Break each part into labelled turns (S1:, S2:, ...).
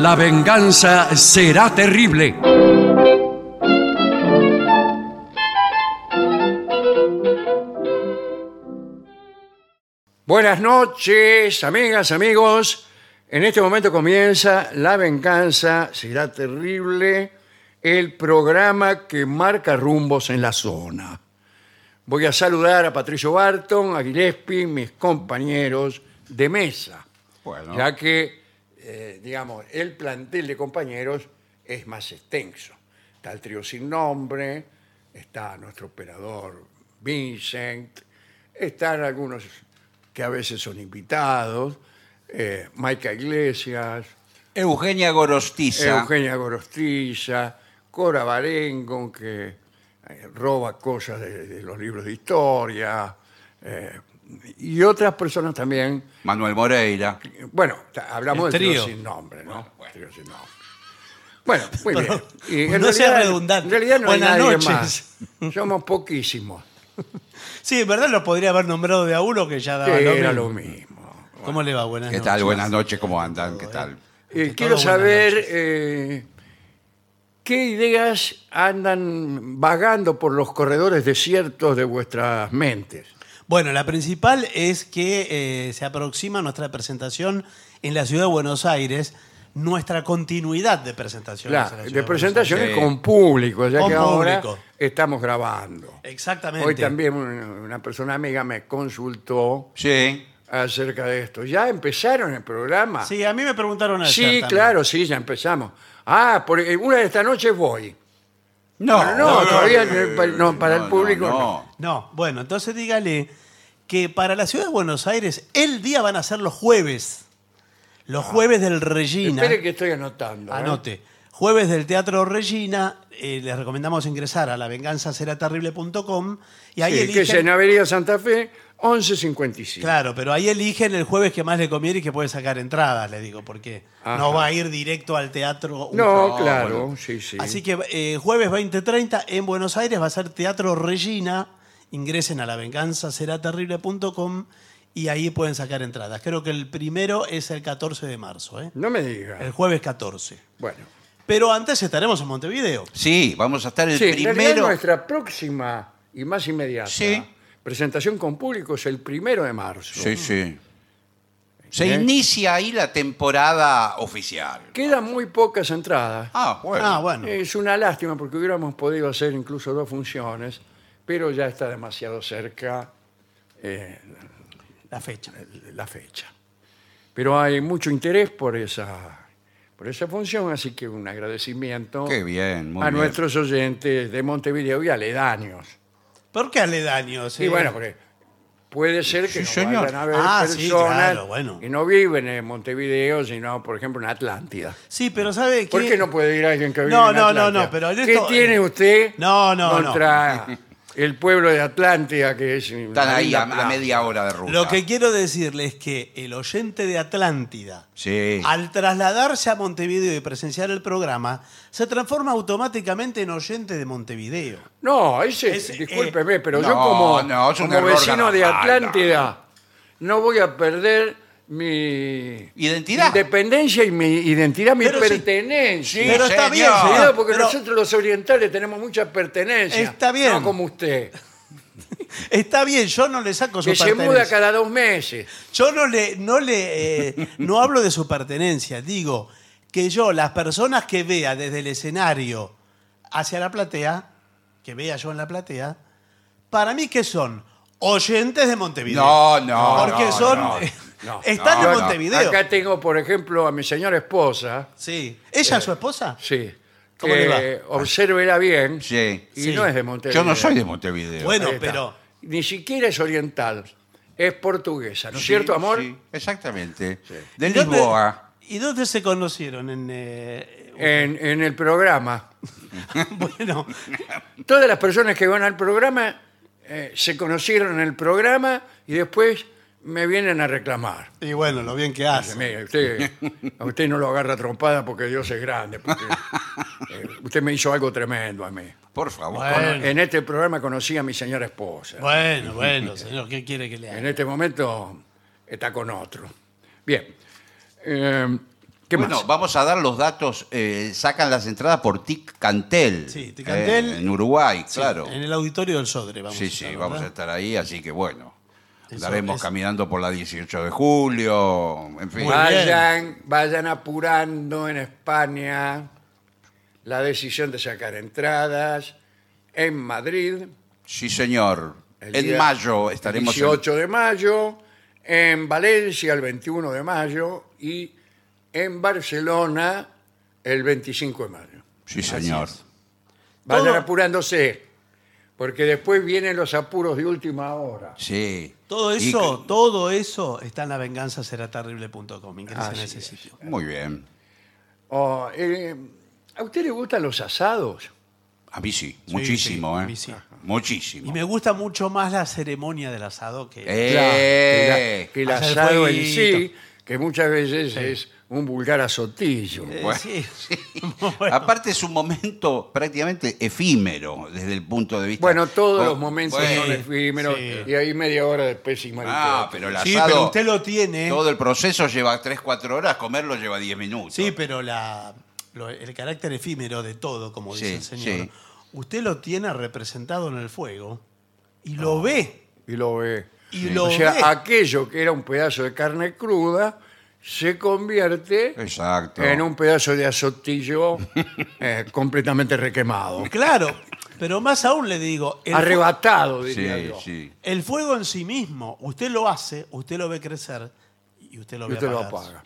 S1: La venganza será terrible. Buenas noches, amigas, amigos. En este momento comienza La venganza será terrible, el programa que marca rumbos en la zona. Voy a saludar a Patricio Barton, a Gillespie, mis compañeros de mesa,
S2: Bueno,
S1: ya que, eh, digamos, el plantel de compañeros es más extenso. Está el trío sin nombre, está nuestro operador Vincent, están algunos que a veces son invitados, eh, Maica Iglesias,
S2: Eugenia Gorostiza.
S1: Eugenia Gorostiza, Cora Barengon, que eh, roba cosas de, de los libros de historia, eh, y otras personas también.
S2: Manuel Moreira.
S1: Bueno, ta- hablamos
S3: El
S1: del trío
S3: trío.
S1: sin nombre, ¿no? Trío sin nombre. Bueno, muy bien. Y en
S3: no sea
S1: realidad-
S3: redundante.
S1: En realidad no
S3: Buenas
S1: hay nadie
S3: noches.
S1: más. Somos poquísimos.
S3: Sí, en verdad lo podría haber nombrado de a uno que ya daba
S1: Que
S3: lo
S1: era
S3: mismo.
S1: lo mismo.
S3: ¿Cómo le va? Buenas
S2: ¿Qué
S3: noches.
S2: tal? Buenas noches, ¿cómo andan? ¿Qué tal?
S1: Eh,
S3: Ante
S1: quiero
S3: todo, buenas
S1: saber
S3: noches.
S1: eh, qué ideas andan vagando por los corredores desiertos de vuestras mentes.
S3: Bueno, la principal es que eh, se aproxima nuestra presentación en la ciudad de Buenos Aires, nuestra continuidad de presentaciones.
S1: Claro,
S3: en la ciudad
S1: de
S3: Buenos
S1: presentaciones
S2: Sí.
S1: con público, ya
S3: Con
S1: que ahora
S3: público.
S1: estamos grabando.
S3: Aires. Exactamente.
S1: Hoy también una una persona amiga me consultó
S2: Sí.
S1: acerca de esto. ¿Ya empezaron el programa?
S3: Sí, a mí me preguntaron ayer.
S1: Sí,
S3: también.
S1: claro, sí, ya empezamos. Ah, por, eh, una de esta noche voy.
S2: No,
S1: Pero no, todavía no, pa- no, para el público no.
S3: No, bueno, entonces dígale que para la ciudad de Buenos Aires el día van a ser los jueves. Los jueves del Regina.
S1: Ah. Espere que estoy anotando. ¿eh?
S3: Anote. Jueves del Teatro Regina, eh, les recomendamos ingresar a lavenganzaseraterrible.com y ahí
S1: Sí, que es en
S3: eligen...
S1: Avenida Santa Fe, 1155.
S3: Claro, pero ahí eligen el jueves que más le conviene y que puede sacar entradas, le digo, porque
S1: Ajá.
S3: no va a ir directo al teatro. un
S1: No,
S3: jueves.
S1: claro,
S2: bueno.
S1: sí, sí.
S3: Así que eh, jueves 20.30 en Buenos Aires va a ser Teatro Regina. Ingresen a lavenganzaseraterrible.com y ahí pueden sacar entradas. Creo que el primero es el 14 de marzo, ¿eh?
S1: No me diga.
S3: el jueves 14.
S1: Bueno,
S3: Pero antes estaremos en Montevideo.
S2: Sí, vamos a estar el
S1: sí, en realidad
S2: primero.
S1: nuestra próxima y más inmediata
S2: Sí.
S1: presentación con público es el primero de marzo.
S2: Sí, sí. Se
S1: Bien.
S2: inicia ahí la temporada oficial.
S1: Quedan muy pocas entradas.
S2: Ah, bueno.
S3: Ah, bueno.
S1: Es una lástima porque hubiéramos podido hacer incluso dos funciones, pero ya está demasiado cerca eh,
S3: La fecha.
S1: la fecha. Pero hay mucho interés por esa, por esa función, así que un agradecimiento
S2: Qué bien, muy
S1: a
S2: bien.
S1: nuestros oyentes de Montevideo y aledaños.
S3: ¿Por qué aledaños?
S1: Y
S3: eh?
S1: bueno, porque puede ser que
S2: Sí,
S1: no
S2: señor.
S1: vayan a haber
S3: Ah,
S1: personas
S3: sí, claro, bueno.
S1: que no viven en Montevideo, sino, por ejemplo, en Atlántida.
S3: Sí, pero ¿sabe qué?
S1: ¿Por qué no puede ir alguien que vive
S3: No,
S1: en
S3: no, no,
S1: Atlántida?
S3: no, pero en
S1: ¿Qué
S3: esto-
S1: tiene usted
S3: No, no, no.
S1: contra el pueblo de Atlántida, que es... una
S2: Están ahí
S1: linda
S2: a, a
S1: plaza?
S2: media hora de ruta.
S3: Lo que quiero decirle es que el oyente de Atlántida,
S2: Sí.
S3: al trasladarse a Montevideo y presenciar el programa, se transforma automáticamente en oyente de Montevideo.
S1: No, ese,
S3: Es, eh,
S1: discúlpeme, pero yo
S2: no,
S1: como,
S2: no, es un
S1: como
S2: error
S1: vecino de
S2: garrafal,
S1: Atlántida no voy a perder mi...
S2: Identidad.
S1: Independencia y mi identidad, mi
S3: Pero sí.
S1: pertenencia.
S2: Sí,
S3: pero está
S2: señor.
S3: bien, señor,
S1: Cuidado, porque
S3: pero
S1: nosotros los orientales tenemos mucha pertenencia.
S3: Está bien.
S1: No como usted,
S3: Está bien, yo no le saco su
S1: que se
S3: pertenencia.
S1: muda cada dos meses.
S3: Yo no le, no le, eh, no hablo de su pertenencia, digo que yo, las personas que vea desde el escenario hacia la platea, que vea yo en la platea, para mí que son oyentes de Montevideo.
S2: No, no,
S3: Porque
S2: no,
S3: son.
S2: no,
S1: no,
S3: están
S2: no,
S3: en
S2: no.
S3: Montevideo.
S1: Acá tengo, por ejemplo, a mi señora esposa,
S3: Sí. ¿Ella es su esposa?
S1: sí,
S3: ¿Cómo
S1: que
S3: le
S1: obsérvela bien
S2: Sí.
S1: y
S3: Sí.
S1: no es de Montevideo.
S2: Yo no soy de Montevideo.
S3: Bueno,
S1: Ahí está.
S3: pero.
S1: Ni siquiera es oriental, es portuguesa, ¿no es
S2: Sí,
S1: cierto, amor?
S2: sí, exactamente. De
S3: ¿y dónde-
S2: Lisboa.
S3: ¿Y dónde se conocieron? En, eh,
S1: En, en el programa.
S3: bueno,
S1: Todas las personas que van al programa eh, se conocieron en el programa y después me vienen a reclamar.
S3: y bueno, lo bien que
S1: Dice,
S3: hace.
S1: Mire, usted, a usted no lo agarra a trompada porque Dios es grande. porque, eh, usted me hizo algo tremendo a mí.
S2: Por favor.
S3: Bueno.
S1: En este programa conocí a mi señora esposa.
S3: Bueno, bueno, señor, ¿qué quiere que le haga?
S1: En este momento está con otro. Bien. Eh, ¿Qué
S2: bueno,
S1: más?
S2: vamos a dar los datos. eh, sacan las entradas por Tic Cantel.
S3: Sí, Tic Cantel.
S2: en Uruguay,
S3: Sí,
S2: claro.
S3: En el auditorio del Sodre, vamos
S2: Sí,
S3: a
S2: sí,
S3: estar,
S2: vamos a
S3: ¿verdad?
S2: estar ahí, así que bueno.
S3: Eso
S2: Andaremos
S3: es.
S2: caminando por la 18 de julio, en fin.
S3: Muy bien.
S1: Vayan, vayan apurando en España la decisión de sacar entradas. En Madrid,
S2: Sí, señor.
S1: el
S2: en
S1: día
S2: mayo estaremos en-
S1: 18 de mayo, en Valencia el 21 de mayo y en Barcelona el 25 de mayo.
S2: Sí, señor.
S1: Vayan
S3: Todo-
S1: apurándose, porque después vienen los apuros de última hora.
S2: Sí.
S3: Todo
S2: Y-
S3: eso, todo eso está en lavenganzaseraterrible.com. Ingresen
S1: Así
S3: a ese
S1: es.
S3: sitio.
S2: Muy bien.
S1: Oh, eh, ¿A usted le gustan los asados?
S2: A mí sí, muchísimo,
S3: sí, a
S2: ¿eh?
S3: mí sí.
S2: Muchísimo.
S3: Y me gusta mucho más la ceremonia del asado que...
S2: Eh,
S1: Claro, que la- que el
S3: Hacer
S1: asado en
S3: fueguito.
S1: sí, que muchas veces es un vulgar azotillo.
S3: Eh,
S2: bueno,
S3: sí.
S2: Aparte es un momento prácticamente efímero desde el punto de vista.
S1: Bueno, todos
S2: Vos-
S1: los momentos
S2: bueno,
S1: son efímeros
S3: Oh, sí.
S1: y ahí media hora después sin
S2: Ah, pero el
S3: Sí,
S2: asado-
S3: pero usted lo tiene.
S2: eh, Todo el proceso lleva 3, 4 horas, comerlo lleva 10 minutos.
S3: Sí, pero la- lo- el carácter efímero de todo, como
S2: Sí,
S3: dice el señor,
S2: sí.
S3: usted lo tiene representado en el fuego y
S2: Oh,
S3: lo ve.
S1: Y lo ve.
S3: Y lo
S1: o sea,
S3: ve.
S1: aquello que era un pedazo de carne cruda se convierte
S2: Exacto.
S1: en un pedazo de azotillo eh, completamente requemado.
S3: Claro, pero más aún le digo, el,
S1: Arrebatado, diría
S2: Sí,
S1: yo.
S2: sí.
S3: el fuego en sí mismo, usted lo hace, usted lo ve crecer y usted lo
S1: Y
S3: ve
S1: usted lo
S3: apagarse.
S1: apaga.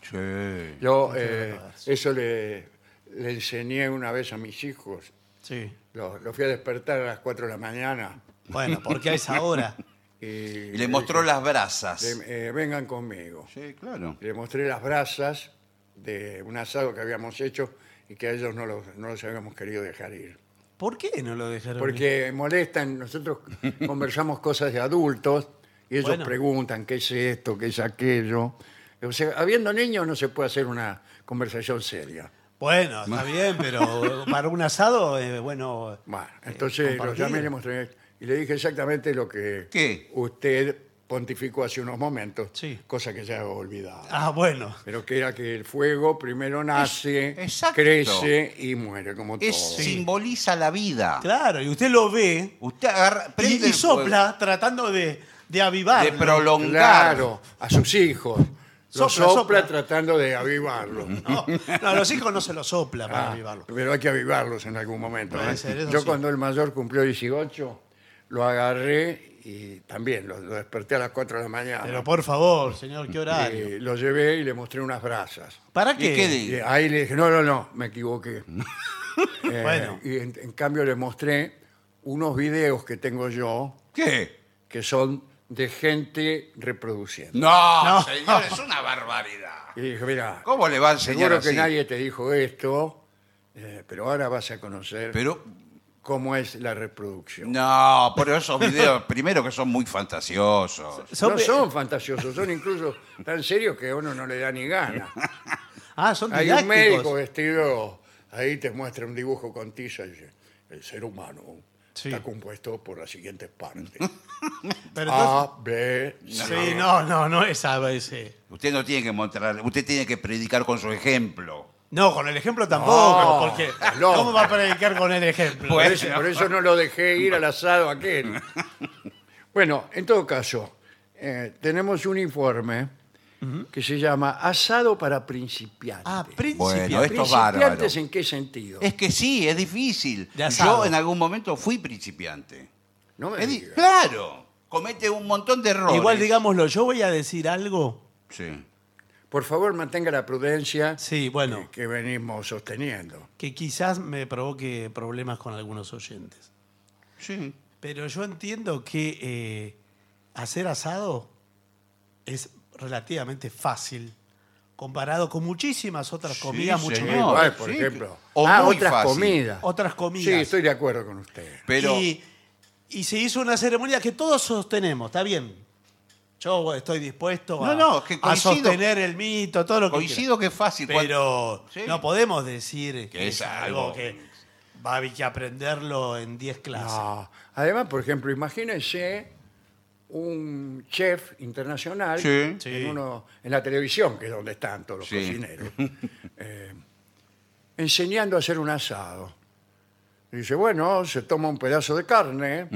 S2: Sí.
S1: Yo
S3: Tiene que
S1: eh,
S3: apagarse.
S1: eso le, le enseñé una vez a mis hijos.
S3: Sí.
S1: Los los fui a despertar a las 4 de la mañana.
S3: Bueno, porque a esa hora.
S1: Y,
S2: Y le mostró las brasas.
S1: le- eh, vengan conmigo.
S2: Sí, claro.
S1: Le mostré las brasas de un asado que habíamos hecho y que a ellos no los, no los habíamos querido dejar ir.
S3: ¿Por qué no lo dejaron?
S1: Porque molestan, nosotros conversamos cosas de adultos y ellos
S3: Bueno.
S1: preguntan qué es esto, qué es aquello. O sea, habiendo niños no se puede hacer una conversación seria.
S3: Bueno, está bien, pero para un asado, eh, bueno.
S1: Bueno,
S3: eh,
S1: entonces lo
S3: compartir.
S1: llamé y le mostré y le dije exactamente lo que
S2: ¿Qué?
S1: usted pontificó hace unos momentos,
S3: Sí.
S1: cosa que ya he olvidado.
S3: Ah, bueno.
S1: Pero que era que el fuego primero nace,
S2: exacto.
S1: crece y muere, como todo.
S2: Es, Simboliza la vida.
S3: Claro, y usted lo ve
S2: Usted agarra,
S3: y,
S2: prende
S3: y
S2: el
S3: sopla tratando de, de avivar.
S2: fuego, de prolongar.
S1: Claro, a sus hijos. Lo
S3: Sopla,
S1: sopla,
S3: sopla.
S1: tratando de avivarlo.
S3: No, no, a los hijos no se lo sopla para
S1: Ah,
S3: avivarlo.
S1: pero hay que avivarlos en algún momento.
S3: Puede
S1: ¿eh?
S3: ser, eso
S1: Yo
S3: sí.
S1: cuando el mayor cumplió 18, lo agarré y también lo, lo desperté a las 4 de la mañana.
S3: Pero por favor, señor, qué horario.
S1: Eh, lo llevé y le mostré unas brasas.
S3: ¿Para
S2: ¿Y
S3: qué?
S2: qué
S1: Y
S2: di-
S1: ahí le dije, no, no, no, me equivoqué. Eh,
S3: Bueno.
S1: Y en, en cambio le mostré unos videos que tengo yo
S2: ¿Qué?
S1: que son de gente reproduciendo.
S2: No,
S3: No.
S2: señor, es una barbaridad.
S1: Y dije, mira,
S2: ¿Cómo le va a enseñar
S1: seguro que
S2: así?
S1: nadie te dijo esto, eh, pero ahora vas a conocer
S2: Pero,
S1: cómo es la reproducción.
S2: no, pero esos videos, primero que son muy fantasiosos.
S1: No son fantasiosos, son incluso tan serios que a uno no le da ni gana.
S3: Ah, son
S1: Hay un
S3: didácticos.
S1: médico vestido, ahí te muestra un dibujo con tiza y dice, el ser humano
S3: Sí.
S1: está compuesto por las siguientes partes.
S3: Pero entonces-
S1: A, B, C.
S3: sí, no, no, no es a veces.
S2: Usted no tiene que mostrar, usted tiene que predicar con su ejemplo.
S3: No, con el ejemplo tampoco,
S1: No,
S3: porque
S1: no.
S3: ¿cómo va a predicar con el ejemplo?
S1: Por
S2: Bueno.
S1: eso, por eso no lo dejé ir al asado aquel. Bueno, en todo caso, eh, tenemos un informe que se llama Asado para principiantes.
S3: Ah,
S2: Bueno,
S3: principio.
S2: esto es bárbaro.
S1: ¿Principiantes en qué sentido?
S2: Es que sí, es difícil.
S3: De asado.
S2: Yo en algún momento fui principiante.
S1: No me
S2: Es di-
S1: diga.
S2: claro, comete un montón de errores.
S3: Igual digámoslo, yo voy a decir algo.
S2: Sí.
S1: Por favor, mantenga la prudencia
S3: Sí,
S1: que,
S3: bueno,
S1: que venimos sosteniendo.
S3: que quizás me provoque problemas con algunos oyentes.
S2: Sí.
S3: Pero yo entiendo que eh, hacer asado es relativamente fácil comparado con muchísimas otras
S2: Sí,
S3: comidas, mucho
S2: señor.
S3: mejor.
S1: Igual, por
S2: sí,
S1: ejemplo.
S2: o
S1: ah,
S2: muy
S1: otras
S2: fácil.
S1: comidas.
S3: Otras comidas.
S1: Sí, estoy de acuerdo con usted.
S2: Pero
S3: Y, y se hizo una ceremonia que todos sostenemos, está bien. Yo estoy dispuesto
S2: No,
S3: a,
S2: no, es que
S3: a
S2: coincido.
S3: sostener el mito, todo lo que
S2: coincido que es fácil.
S3: quiera. Pero
S2: Sí.
S3: no podemos decir que,
S2: es
S3: es, algo
S2: algo.
S3: que va a haber que aprenderlo en 10 clases.
S1: No. Además, por ejemplo, imagínense un chef internacional
S2: Sí.
S1: en,
S3: Sí.
S1: uno- en la televisión, que es donde están todos los
S2: Sí.
S1: cocineros, eh, enseñando a hacer un asado. Y Dice, bueno, se toma un pedazo de carne,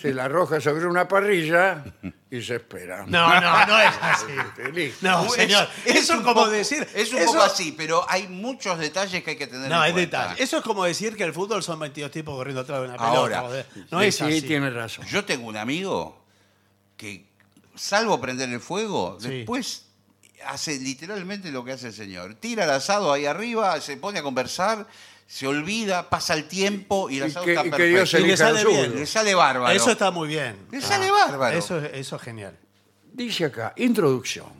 S1: se la arroja sobre una parrilla y se espera.
S3: No, no, no es así.
S1: Este, listo.
S3: No,
S2: Es-
S3: señor.
S2: es
S3: eso es
S2: un
S3: como
S2: poco-
S3: decir.
S2: Es un
S3: eso-
S2: poco así, pero hay muchos detalles que hay que tener
S3: No,
S2: en
S3: es
S2: cuenta.
S3: detalle. Eso es como decir que el fútbol son 22 tipos corriendo atrás de una pelota.
S2: Ahora,
S3: joder. No
S1: Sí,
S3: es
S1: sí,
S3: así.
S1: tiene razón.
S2: Yo tengo un amigo que, salvo prender el fuego,
S3: Sí.
S2: después hace literalmente lo que hace el señor. Tira el asado ahí arriba, se pone a conversar, se olvida, pasa el tiempo y el
S1: Y
S2: asado
S1: que-
S2: está
S1: y que
S2: perfecto.
S1: Dios
S3: Y le
S1: elija
S3: sale
S1: lo suyo.
S3: bien.
S2: Le sale bárbaro.
S3: Eso está muy bien.
S2: Le sale bárbaro.
S3: Eso, es- eso es genial.
S1: Dice acá, introducción.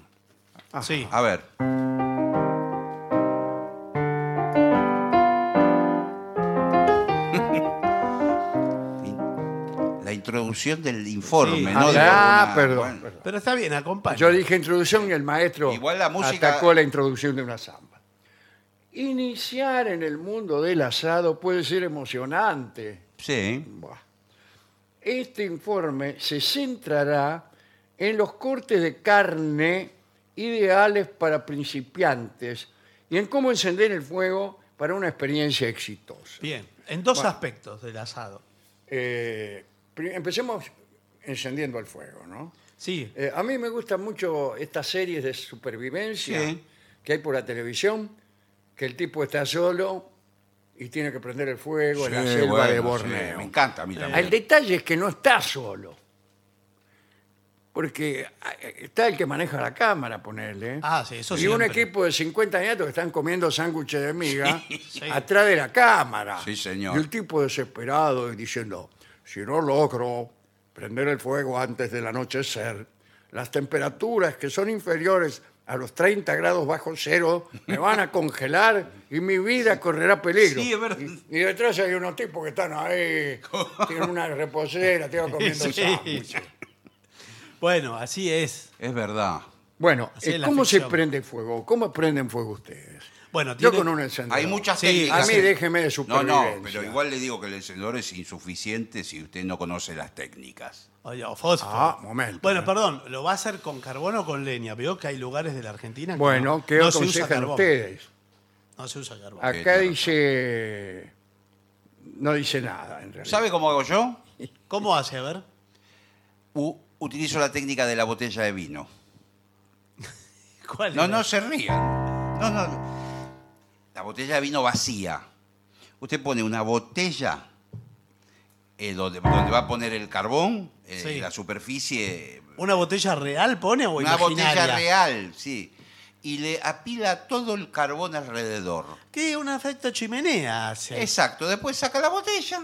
S3: Sí.
S2: A ver. La introducción del informe,
S3: Sí.
S2: ¿no?
S1: Ah,
S2: De
S1: ya,
S2: una-
S1: perdón,
S2: bueno.
S1: perdón.
S3: Pero está bien, acompaña.
S1: Yo dije introducción y el maestro
S2: Igual la música-
S1: atacó la introducción de una samba. Iniciar en el mundo del asado puede ser emocionante.
S2: Sí.
S1: Buah. Este informe se centrará en los cortes de carne ideales para principiantes y en cómo encender el fuego para una experiencia exitosa.
S3: Bien. En dos aspectos del asado.
S1: Eh, pri- empecemos encendiendo el fuego, ¿no?
S3: Sí.
S1: Eh, a mí me gustan mucho estas series de supervivencia
S2: Sí.
S1: que hay por la televisión, que el tipo está solo y tiene que prender el fuego en la
S2: Sí,
S1: selva
S2: bueno,
S1: de
S2: sí,
S1: Borneo. Eh,
S2: me encanta a mí
S1: El
S2: también.
S1: detalle es que no está solo. Porque ah, está el que maneja la cámara, ponerle.
S3: Ah, sí, eso
S1: Y un
S3: siempre.
S1: equipo de 50 nietos que están comiendo sándwiches de miga
S3: sí.
S1: atrás de la cámara.
S2: Sí, señor.
S1: Y el tipo desesperado y diciendo, si no logro prender el fuego antes del anochecer, las temperaturas que son inferiores a los 30 grados bajo cero me van a congelar y mi vida correrá peligro.
S3: Sí, es verdad.
S1: Y- y detrás hay unos tipos que están ahí, tienen una reposera, te comiendo
S3: Sí.
S1: sándwiches.
S3: Bueno, así es.
S2: Es verdad.
S1: Bueno,
S3: Así es
S1: eh,
S3: la
S1: ¿cómo se
S3: ficción.
S1: prende fuego? ¿cómo prenden fuego ustedes?
S3: Bueno,
S1: Yo
S3: tiene-
S1: con un encendedor.
S2: Hay muchas
S3: Sí,
S1: A
S2: técnicas.
S1: mí déjeme de
S2: No,
S1: supervivencia.
S2: no, pero igual le digo que el encendedor es insuficiente si usted no conoce las técnicas.
S3: Oye, o oh, fósforo.
S1: Ah, momento.
S3: Bueno, perdón, lo va a hacer con carbono o con leña. Veo que hay lugares de la Argentina que
S1: Bueno,
S3: no,
S1: ¿qué
S3: no se usa
S1: aconsejan
S3: carbón.
S1: ustedes?
S3: No se usa carbón.
S2: Sí,
S1: Acá
S2: tiene
S1: dice... No dice nada, en realidad.
S2: ¿Sabe cómo hago yo?
S3: ¿Cómo hace? A ver.
S2: U- utilizo la técnica de la botella de vino.
S3: ¿Cuál
S2: No,
S3: era?
S2: no se rían. No, no. La botella de vino vacía. Usted pone una botella eh, donde, donde va a poner el carbón, eh,
S3: Sí.
S2: la superficie
S3: ¿Una botella real pone o
S2: Una
S3: imaginaria?
S2: botella real, sí. Y le apila todo el carbón alrededor.
S3: ¿Qué? ¿Un efecto chimenea hace?
S2: Exacto. Después saca la botella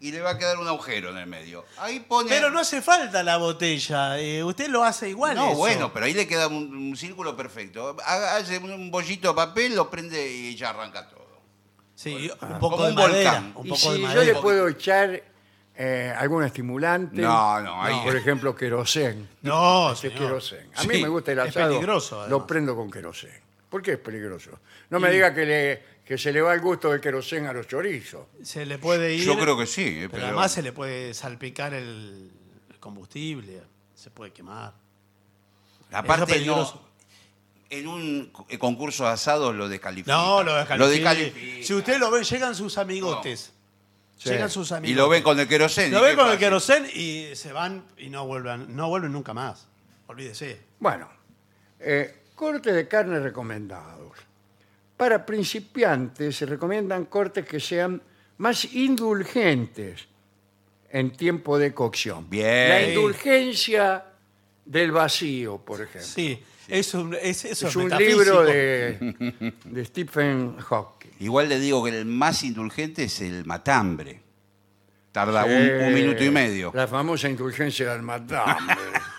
S2: y le va a quedar un agujero en el medio. Ahí pone.
S3: Pero no hace falta la botella. eh, usted lo hace igual.
S2: No,
S3: eso.
S2: bueno, pero ahí le queda un, un círculo perfecto. Ha- Hace un- un bollito de papel, lo prende y ya arranca todo.
S3: Sí, ah, un
S2: como
S3: poco de
S2: un
S3: madera.
S2: volcán.
S3: Un
S1: Y
S3: poco
S1: si
S3: de
S1: yo le
S3: madera.
S1: puedo echar eh, algún estimulante...
S2: No, no, ahí-
S1: Por ejemplo, querosén.
S3: No,
S1: que es
S3: señor.
S1: querosén. A
S2: Sí,
S1: mí me gusta el
S3: es
S1: asado.
S3: peligroso, además.
S1: Lo prendo con querosén. ¿Por qué es peligroso? No me diga que, le- que se le va el gusto del querosén a los chorizos.
S3: Se le puede ir.
S2: Yo creo que sí. eh,
S3: Pero,
S2: pero-
S3: además se le puede salpicar el, el combustible. Se puede quemar. Eso
S2: Aparte,
S3: es
S2: no.
S3: peligroso.
S2: En un co- eh, concurso de asados lo descalifica.
S3: No, lo descalifica.
S2: Lo descalifica.
S3: Si usted lo ve, llegan sus amigotes.
S1: Sí.
S3: Llegan sus
S2: Y
S3: amigos.
S2: lo ven con el queroseno.
S3: Lo ven con el querosén y se van y no vuelven, no vuelven nunca más. Olvídese.
S1: Bueno, eh, cortes de carne recomendados. Para principiantes se recomiendan cortes que sean más indulgentes en tiempo de cocción.
S2: Bien.
S1: La indulgencia del vacío, por ejemplo.
S3: Sí, es un, es, eso
S1: es un
S3: metafísico.
S1: libro de, de Stephen Hawking.
S2: Igual le digo que el más indulgente es el matambre. Tarda Ah, un,
S1: Eh,
S2: un minuto y medio.
S1: La famosa indulgencia del matambre.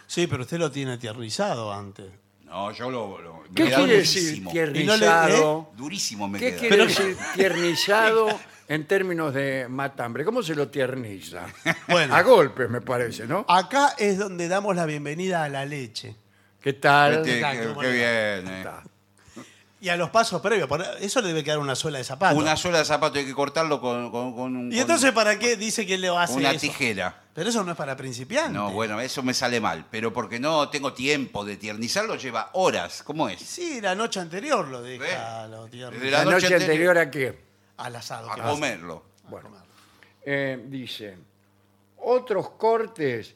S3: Sí, pero usted lo tiene tierrizado antes.
S2: No, yo lo. lo- me
S1: ¿Qué
S2: queda
S1: quiere decir
S2: durísimo.
S3: ¿eh?
S1: tiernizado?
S2: Durísimo me
S1: ¿Qué
S2: queda.
S1: quiere decir tiernizado en términos de matambre? ¿Cómo se lo tierniza?
S3: Bueno.
S1: A golpes, me parece, ¿no?
S3: Acá es donde damos la bienvenida a la leche.
S1: ¿Qué tal?
S2: Este,
S3: Exacto,
S2: qué- qué
S3: bueno.
S2: bien, eh.
S1: Está.
S3: Y a los pasos previos. por- Eso le debe quedar una suela de zapato.
S2: Una sola de zapato hay que cortarlo con, con- con un-
S3: ¿Y entonces para qué dice que lo hace
S2: con una
S3: eso?
S2: tijera.
S3: Pero eso no es para principiantes.
S2: No, bueno, eso me sale mal, pero porque no tengo tiempo de tiernizarlo, lleva horas. ¿Cómo es?
S3: Sí, la noche anterior lo deja.
S2: ¿Eh?
S3: lo tierno.
S2: Desde
S1: La noche anterior a qué?
S3: Al asado. que
S2: A
S3: va
S2: comerlo.
S1: Bueno, eh, dice, otros cortes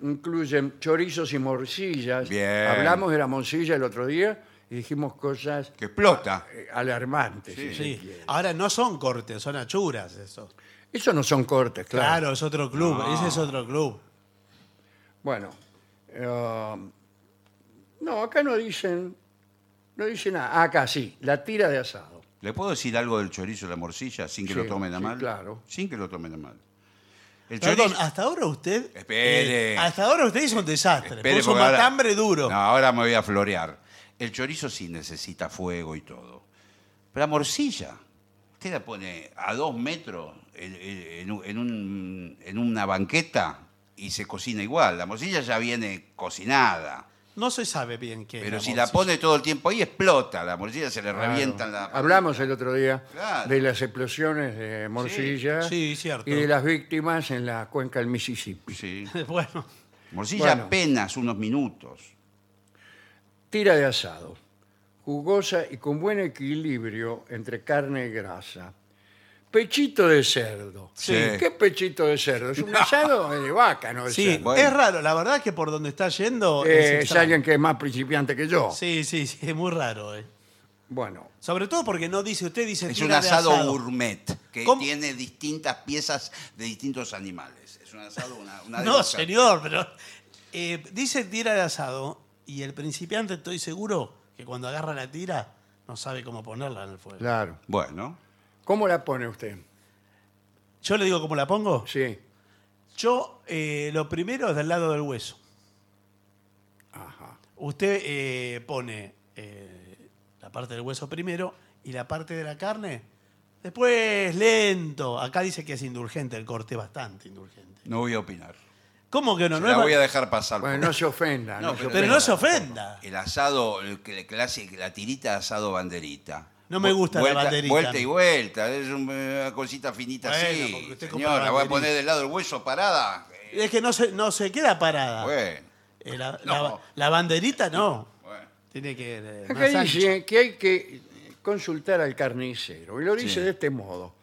S1: incluyen chorizos y morcillas.
S2: Bien.
S1: Hablamos de la morcilla el otro día y dijimos cosas
S2: Que explota.
S1: eh, alarmantes. si
S3: a-
S1: se
S3: Sí.
S1: quiere.
S3: Ahora no son cortes, son achuras eso.
S1: Eso no son cortes,
S3: Claro,
S1: claro.
S3: es otro club. Ese es otro club.
S1: Bueno, eh, no, acá no dicen, no dicen nada. Ah, Acá sí, la tira de asado.
S2: ¿Le puedo decir algo del chorizo y la morcilla sin que
S1: Sí,
S2: lo tomen a
S1: sí,
S2: mal?
S1: claro.
S2: Sin que lo tomen a mal. El
S3: Perdón,
S2: chorizo.
S3: hasta ahora usted.
S2: Espere.
S3: eh, hasta ahora usted hizo un desastre.
S2: Espere,
S3: puso un
S2: porque ahora-
S3: matambre duro.
S2: No, ahora me voy a florear. El chorizo sí necesita fuego y todo. Pero la morcilla, usted la pone a dos metros en, en- en un- en un- en una banqueta y se cocina igual. La morcilla ya viene cocinada.
S3: No se sabe bien qué. es
S2: Pero
S3: la
S2: si la
S3: morcilla.
S2: pone todo el tiempo ahí, explota. La morcilla se le revientan la.
S1: Hablamos el otro día
S2: Claro.
S1: de las explosiones de morcillas
S3: sí, cierto.
S1: y de las víctimas en la cuenca del Mississippi.
S2: Sí.
S3: Bueno,
S2: Morcilla
S1: Bueno.
S2: apenas unos minutos.
S1: Tira de asado, jugosa y con buen equilibrio entre carne y grasa. Pechito de cerdo.
S2: Sí.
S1: ¿Qué pechito de cerdo? Es un asado de vaca, ¿no? de
S3: sí,
S1: cerdo.
S2: Bueno.
S3: es raro. La verdad que por donde está yendo.
S1: Eh,
S3: es
S1: es
S3: extraño.
S1: alguien que es más principiante que yo.
S3: Sí, sí, sí, es muy raro. eh.
S1: Bueno,
S3: Sobre todo porque no dice, usted dice.
S2: Es
S3: tira
S2: un
S3: de
S2: asado, gourmet que
S3: ¿Cómo?
S2: tiene distintas piezas de distintos animales. Es un asado, una, una
S3: No,
S2: degustación.
S3: señor, pero. eh, dice tira de asado y el principiante estoy seguro que cuando agarra la tira no sabe cómo ponerla en el fuego.
S1: claro.
S2: Bueno,
S1: ¿Cómo la pone usted?
S3: Yo le digo cómo la pongo.
S1: Sí.
S3: Yo eh, lo primero es del lado del hueso.
S1: Ajá.
S3: Usted eh, pone eh, la parte del hueso primero y la parte de la carne. Después, lento. Acá dice que es indulgente el corte, bastante indulgente.
S2: no voy a opinar.
S3: ¿Cómo que no?
S2: Se
S3: no
S2: la
S3: es ba-
S2: voy a dejar pasar.
S1: Bueno, no se ofenda.
S2: No,
S1: no se
S2: pero-
S3: Pero
S1: ofenda.
S3: no se ofenda.
S2: El asado, el cl- clásico, la tirita de asado banderita.
S3: No me
S2: Vu-
S3: gusta la
S2: vuelta,
S3: banderita.
S2: Vuelta y vuelta, es un- una cosita finita
S3: Bueno,
S2: así.
S3: porque usted compra
S2: Señor, la voy a
S3: banderita.
S2: poner del lado del hueso parada. Eh,
S3: Es que no se, no se queda parada.
S2: Bueno,
S3: Eh, la,
S2: No.
S3: la- la banderita no.
S2: bueno.
S3: Tiene que. eh, más
S1: Acá
S3: ancho.
S1: dice que hay que consultar al carnicero. Y lo dice
S2: Sí.
S1: de este modo.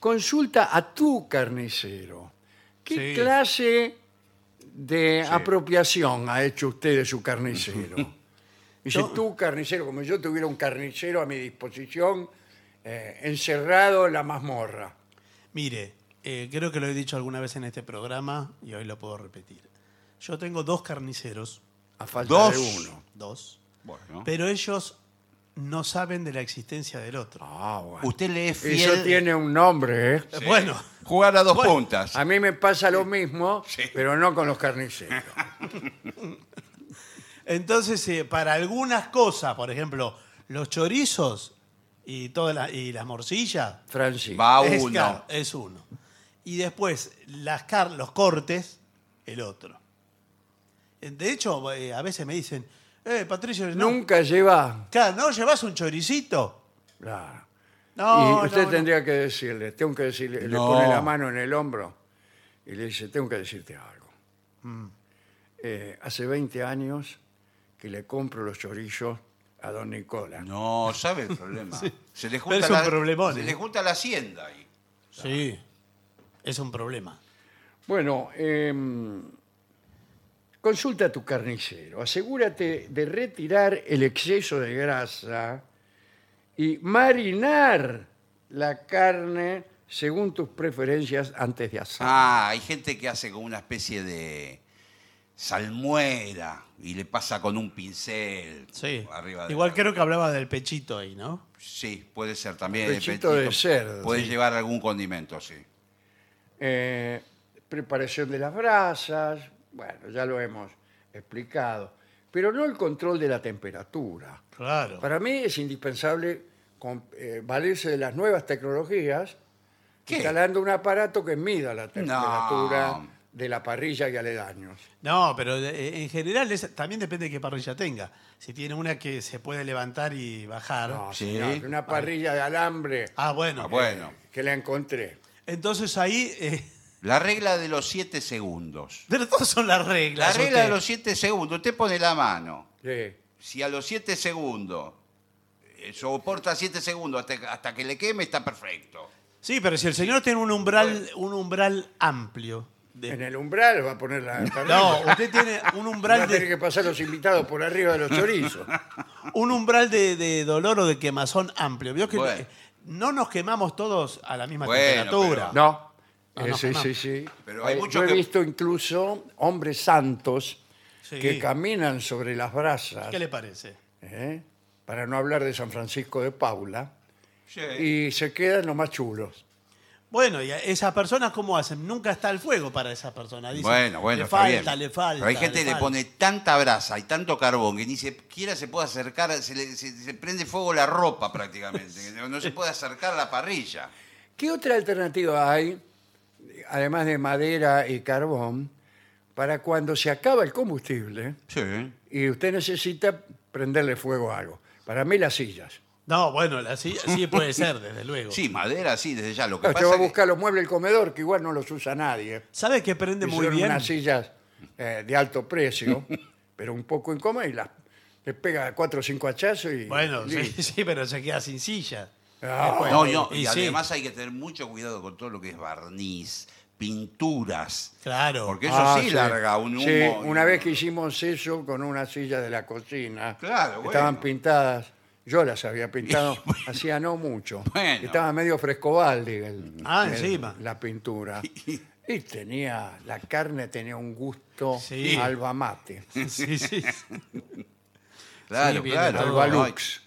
S1: Consulta a tu carnicero. ¿Qué
S3: Sí.
S1: clase de
S2: Sí.
S1: apropiación ha hecho usted de su carnicero? Dice,
S3: Yo-
S1: tu carnicero, como yo tuviera un carnicero a mi disposición, eh, encerrado en la mazmorra.
S3: Mire, eh, creo que lo he dicho alguna vez en este programa y hoy lo puedo repetir. Yo tengo dos carniceros.
S1: A falta
S2: Dos.
S1: de uno.
S3: Dos.
S2: bueno.
S3: Pero ellos no saben de la existencia del otro.
S1: Ah, bueno.
S2: Usted le es
S1: Eso
S2: fiel.
S1: tiene un nombre, ¿eh?
S3: Eh, Bueno,
S2: Jugar a dos
S3: Bueno. Ah.
S2: puntas.
S1: A mí me pasa lo mismo,
S2: Sí.
S1: pero no con los carniceros.
S3: entonces eh, para algunas cosas, por ejemplo, los chorizos y, todas las- y las morcillas,
S1: Francis.
S2: Va
S3: es,
S2: uno.
S3: claro, es uno. Y después las car- los cortes, el otro. De hecho, eh, a veces me dicen, eh, Patricio, no,
S1: Nunca lleva.
S3: claro, ¿no llevas un choricito?
S1: Claro.
S3: No,
S1: y usted
S3: no, no.
S1: tendría que decirle, tengo que decirle, le
S2: No.
S1: pone la mano en el hombro y le dice, tengo que decirte algo.
S2: Mm.
S1: Eh, hace 20 años que le compro los chorillos a don Nicola.
S2: No, sabe el problema. Se le
S3: Pero
S2: junta
S3: es un
S2: la,
S3: problemón,
S2: se
S3: ¿eh?
S2: le junta la hacienda ahí.
S3: Sí, es un problema.
S1: Bueno, em, consulta a tu carnicero, asegúrate de retirar el exceso de grasa y marinar la carne según tus preferencias antes de asar.
S2: Ah, hay gente que hace como una especie de salmuera y le pasa con un pincel
S3: Sí.
S2: arriba de
S3: Igual
S2: la-
S3: creo que hablaba del pechito ahí, ¿no?
S2: Sí, puede ser también.
S1: Pechito de cerdo,
S2: Puede
S1: sí.
S2: llevar algún condimento, sí.
S1: Eh, preparación de las brasas, bueno, ya lo hemos explicado, pero no el control de la temperatura.
S3: Claro.
S1: Para mí es indispensable con- eh, valerse de las nuevas tecnologías
S2: ¿Qué?
S1: instalando un aparato que mida la temperatura de la parrilla y aledaños.
S3: No, pero eh, en general es- también depende de qué parrilla tenga. Si tiene una que se puede levantar y bajar.
S1: No,
S2: Sí.
S1: señor, una parrilla de alambre
S3: Ah, bueno.
S2: Ah, bueno.
S1: que la encontré.
S3: Entonces ahí. eh,
S2: La regla de los siete segundos.
S3: pero todas son las reglas.
S2: La regla de
S3: usted.
S2: los siete segundos. Usted pone la mano.
S1: Sí.
S2: Si a los siete segundos eh, soporta siete segundos hasta, que- hasta que le queme, está perfecto.
S3: Sí, pero si el señor tiene un umbral, un umbral amplio. de-
S1: En el umbral va a poner la parrilla.
S3: No, usted tiene un
S1: Va a
S3: umbral
S1: tener
S3: de,
S1: que pasar los invitados por arriba de los chorizos.
S3: un umbral de, de dolor o de quemazón amplio. Vio que
S2: Bueno.
S3: no nos quemamos todos a la misma
S2: Bueno,
S3: temperatura.
S2: pero-
S1: No.
S3: No,
S1: Eh,
S3: no,
S1: sí,
S3: no.
S1: sí, sí.
S2: Pero hay
S1: Eh,
S2: mucho
S1: Yo he
S2: que-
S1: visto incluso hombres santos
S3: Sí.
S1: que caminan sobre las brasas,
S3: ¿Qué le parece?
S1: ¿eh? para no hablar de San Francisco de Paula,
S2: Sí.
S1: y se quedan los más chulos.
S3: Bueno, ¿y a esas personas cómo hacen? Nunca está el fuego para esas personas. Dicen,
S2: Bueno, bueno,
S3: Le
S2: está
S3: falta,
S2: bien.
S3: le falta.
S2: Pero hay gente que le
S3: falta.
S2: pone tanta brasa y tanto carbón que ni siquiera se puede acercar, se, le- se- se prende fuego la ropa prácticamente. No no se puede acercar la parrilla.
S1: ¿Qué otra alternativa hay, además de madera y carbón, para cuando se acaba el combustible
S2: Sí.
S1: y usted necesita prenderle fuego a algo? Para mí las sillas.
S3: No, bueno, la silla sí puede ser, desde luego.
S2: Sí, madera, sí, desde ya. Lo que
S1: Claro, Usted
S2: pasa
S1: va a
S2: que-
S1: buscar los muebles del comedor, que igual no los usa nadie.
S3: ¿Sabe qué prende muy
S1: Hicieron
S3: bien?
S1: unas sillas eh, de alto precio, pero un poco incómodas y las le pega cuatro o cinco hachazos y.
S3: Bueno, sí,
S1: listo.
S3: sí, pero se queda sin silla.
S1: Ah,
S3: Después.
S2: No, no, y,
S3: Y sí.
S2: además hay que tener mucho cuidado con todo lo que es barniz, pinturas.
S3: Claro.
S2: Porque eso
S1: Ah,
S2: sí, larga un humo.
S1: Sí, una vez que hicimos eso con una silla de la cocina.
S2: Claro, bueno.
S1: Estaban pintadas. Yo las había pintado hacía no mucho.
S2: Bueno.
S1: Estaba medio frescobaldi el-
S3: Ah,
S1: el-
S3: encima.
S1: la pintura. Y tenía, la carne tenía un gusto
S3: Sí.
S1: alba mate,
S3: Sí, sí.
S2: Claro,
S3: Sí, viene
S2: claro.
S3: todo.
S1: alba
S2: No,
S1: lux.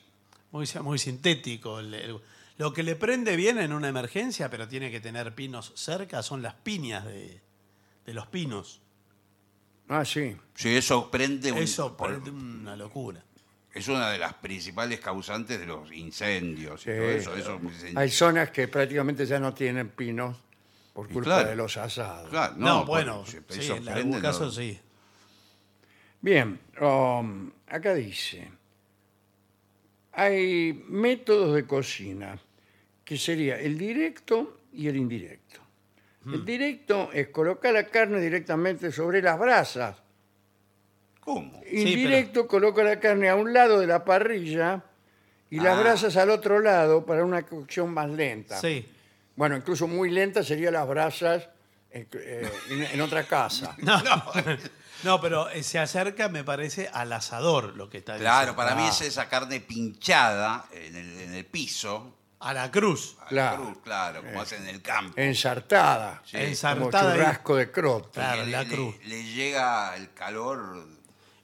S3: Muy, si- muy sintético. el- el- lo que le prende bien en una emergencia, pero tiene que tener pinos cerca, son las piñas de, de los pinos.
S1: Ah, sí.
S2: sí, eso prende un-
S3: Eso
S2: por-
S3: prende una locura.
S2: Es una de las principales causantes de los incendios. y
S1: Sí.
S2: todo eso, eso-
S1: Hay zonas que prácticamente ya no tienen pinos por culpa
S2: claro.
S1: de los asados.
S2: Claro,
S3: No,
S2: por-
S3: bueno,
S2: se-
S3: sí,
S2: eso
S3: en
S2: prende,
S3: algún
S2: no.
S3: caso sí.
S1: Bien, um, acá dice, hay métodos de cocina, que sería el directo y el indirecto.
S3: Hmm.
S1: El directo es colocar la carne directamente sobre las brasas.
S2: ¿Cómo?
S3: pero-
S1: Indirecto coloca la carne a un lado de la parrilla y las
S2: Ah.
S1: brasas al otro lado para una cocción más lenta.
S3: Sí.
S1: Bueno, incluso muy lenta serían las brasas eh, eh, en, en otra casa.
S3: No, no pero eh, se acerca, me parece, al asador lo que está
S2: Claro,
S3: diciendo.
S2: para mí
S3: Ah,
S2: es esa carne pinchada en el, en el piso.
S3: A la cruz.
S2: a la
S1: Claro.
S2: cruz, claro, como hacen en el campo.
S1: Ensartada.
S2: Sí.
S1: Como
S3: ensartada. y-
S1: churrasco de croto.
S3: Claro,
S2: Porque
S3: la
S2: le-
S3: cruz.
S2: Le, le llega el calor.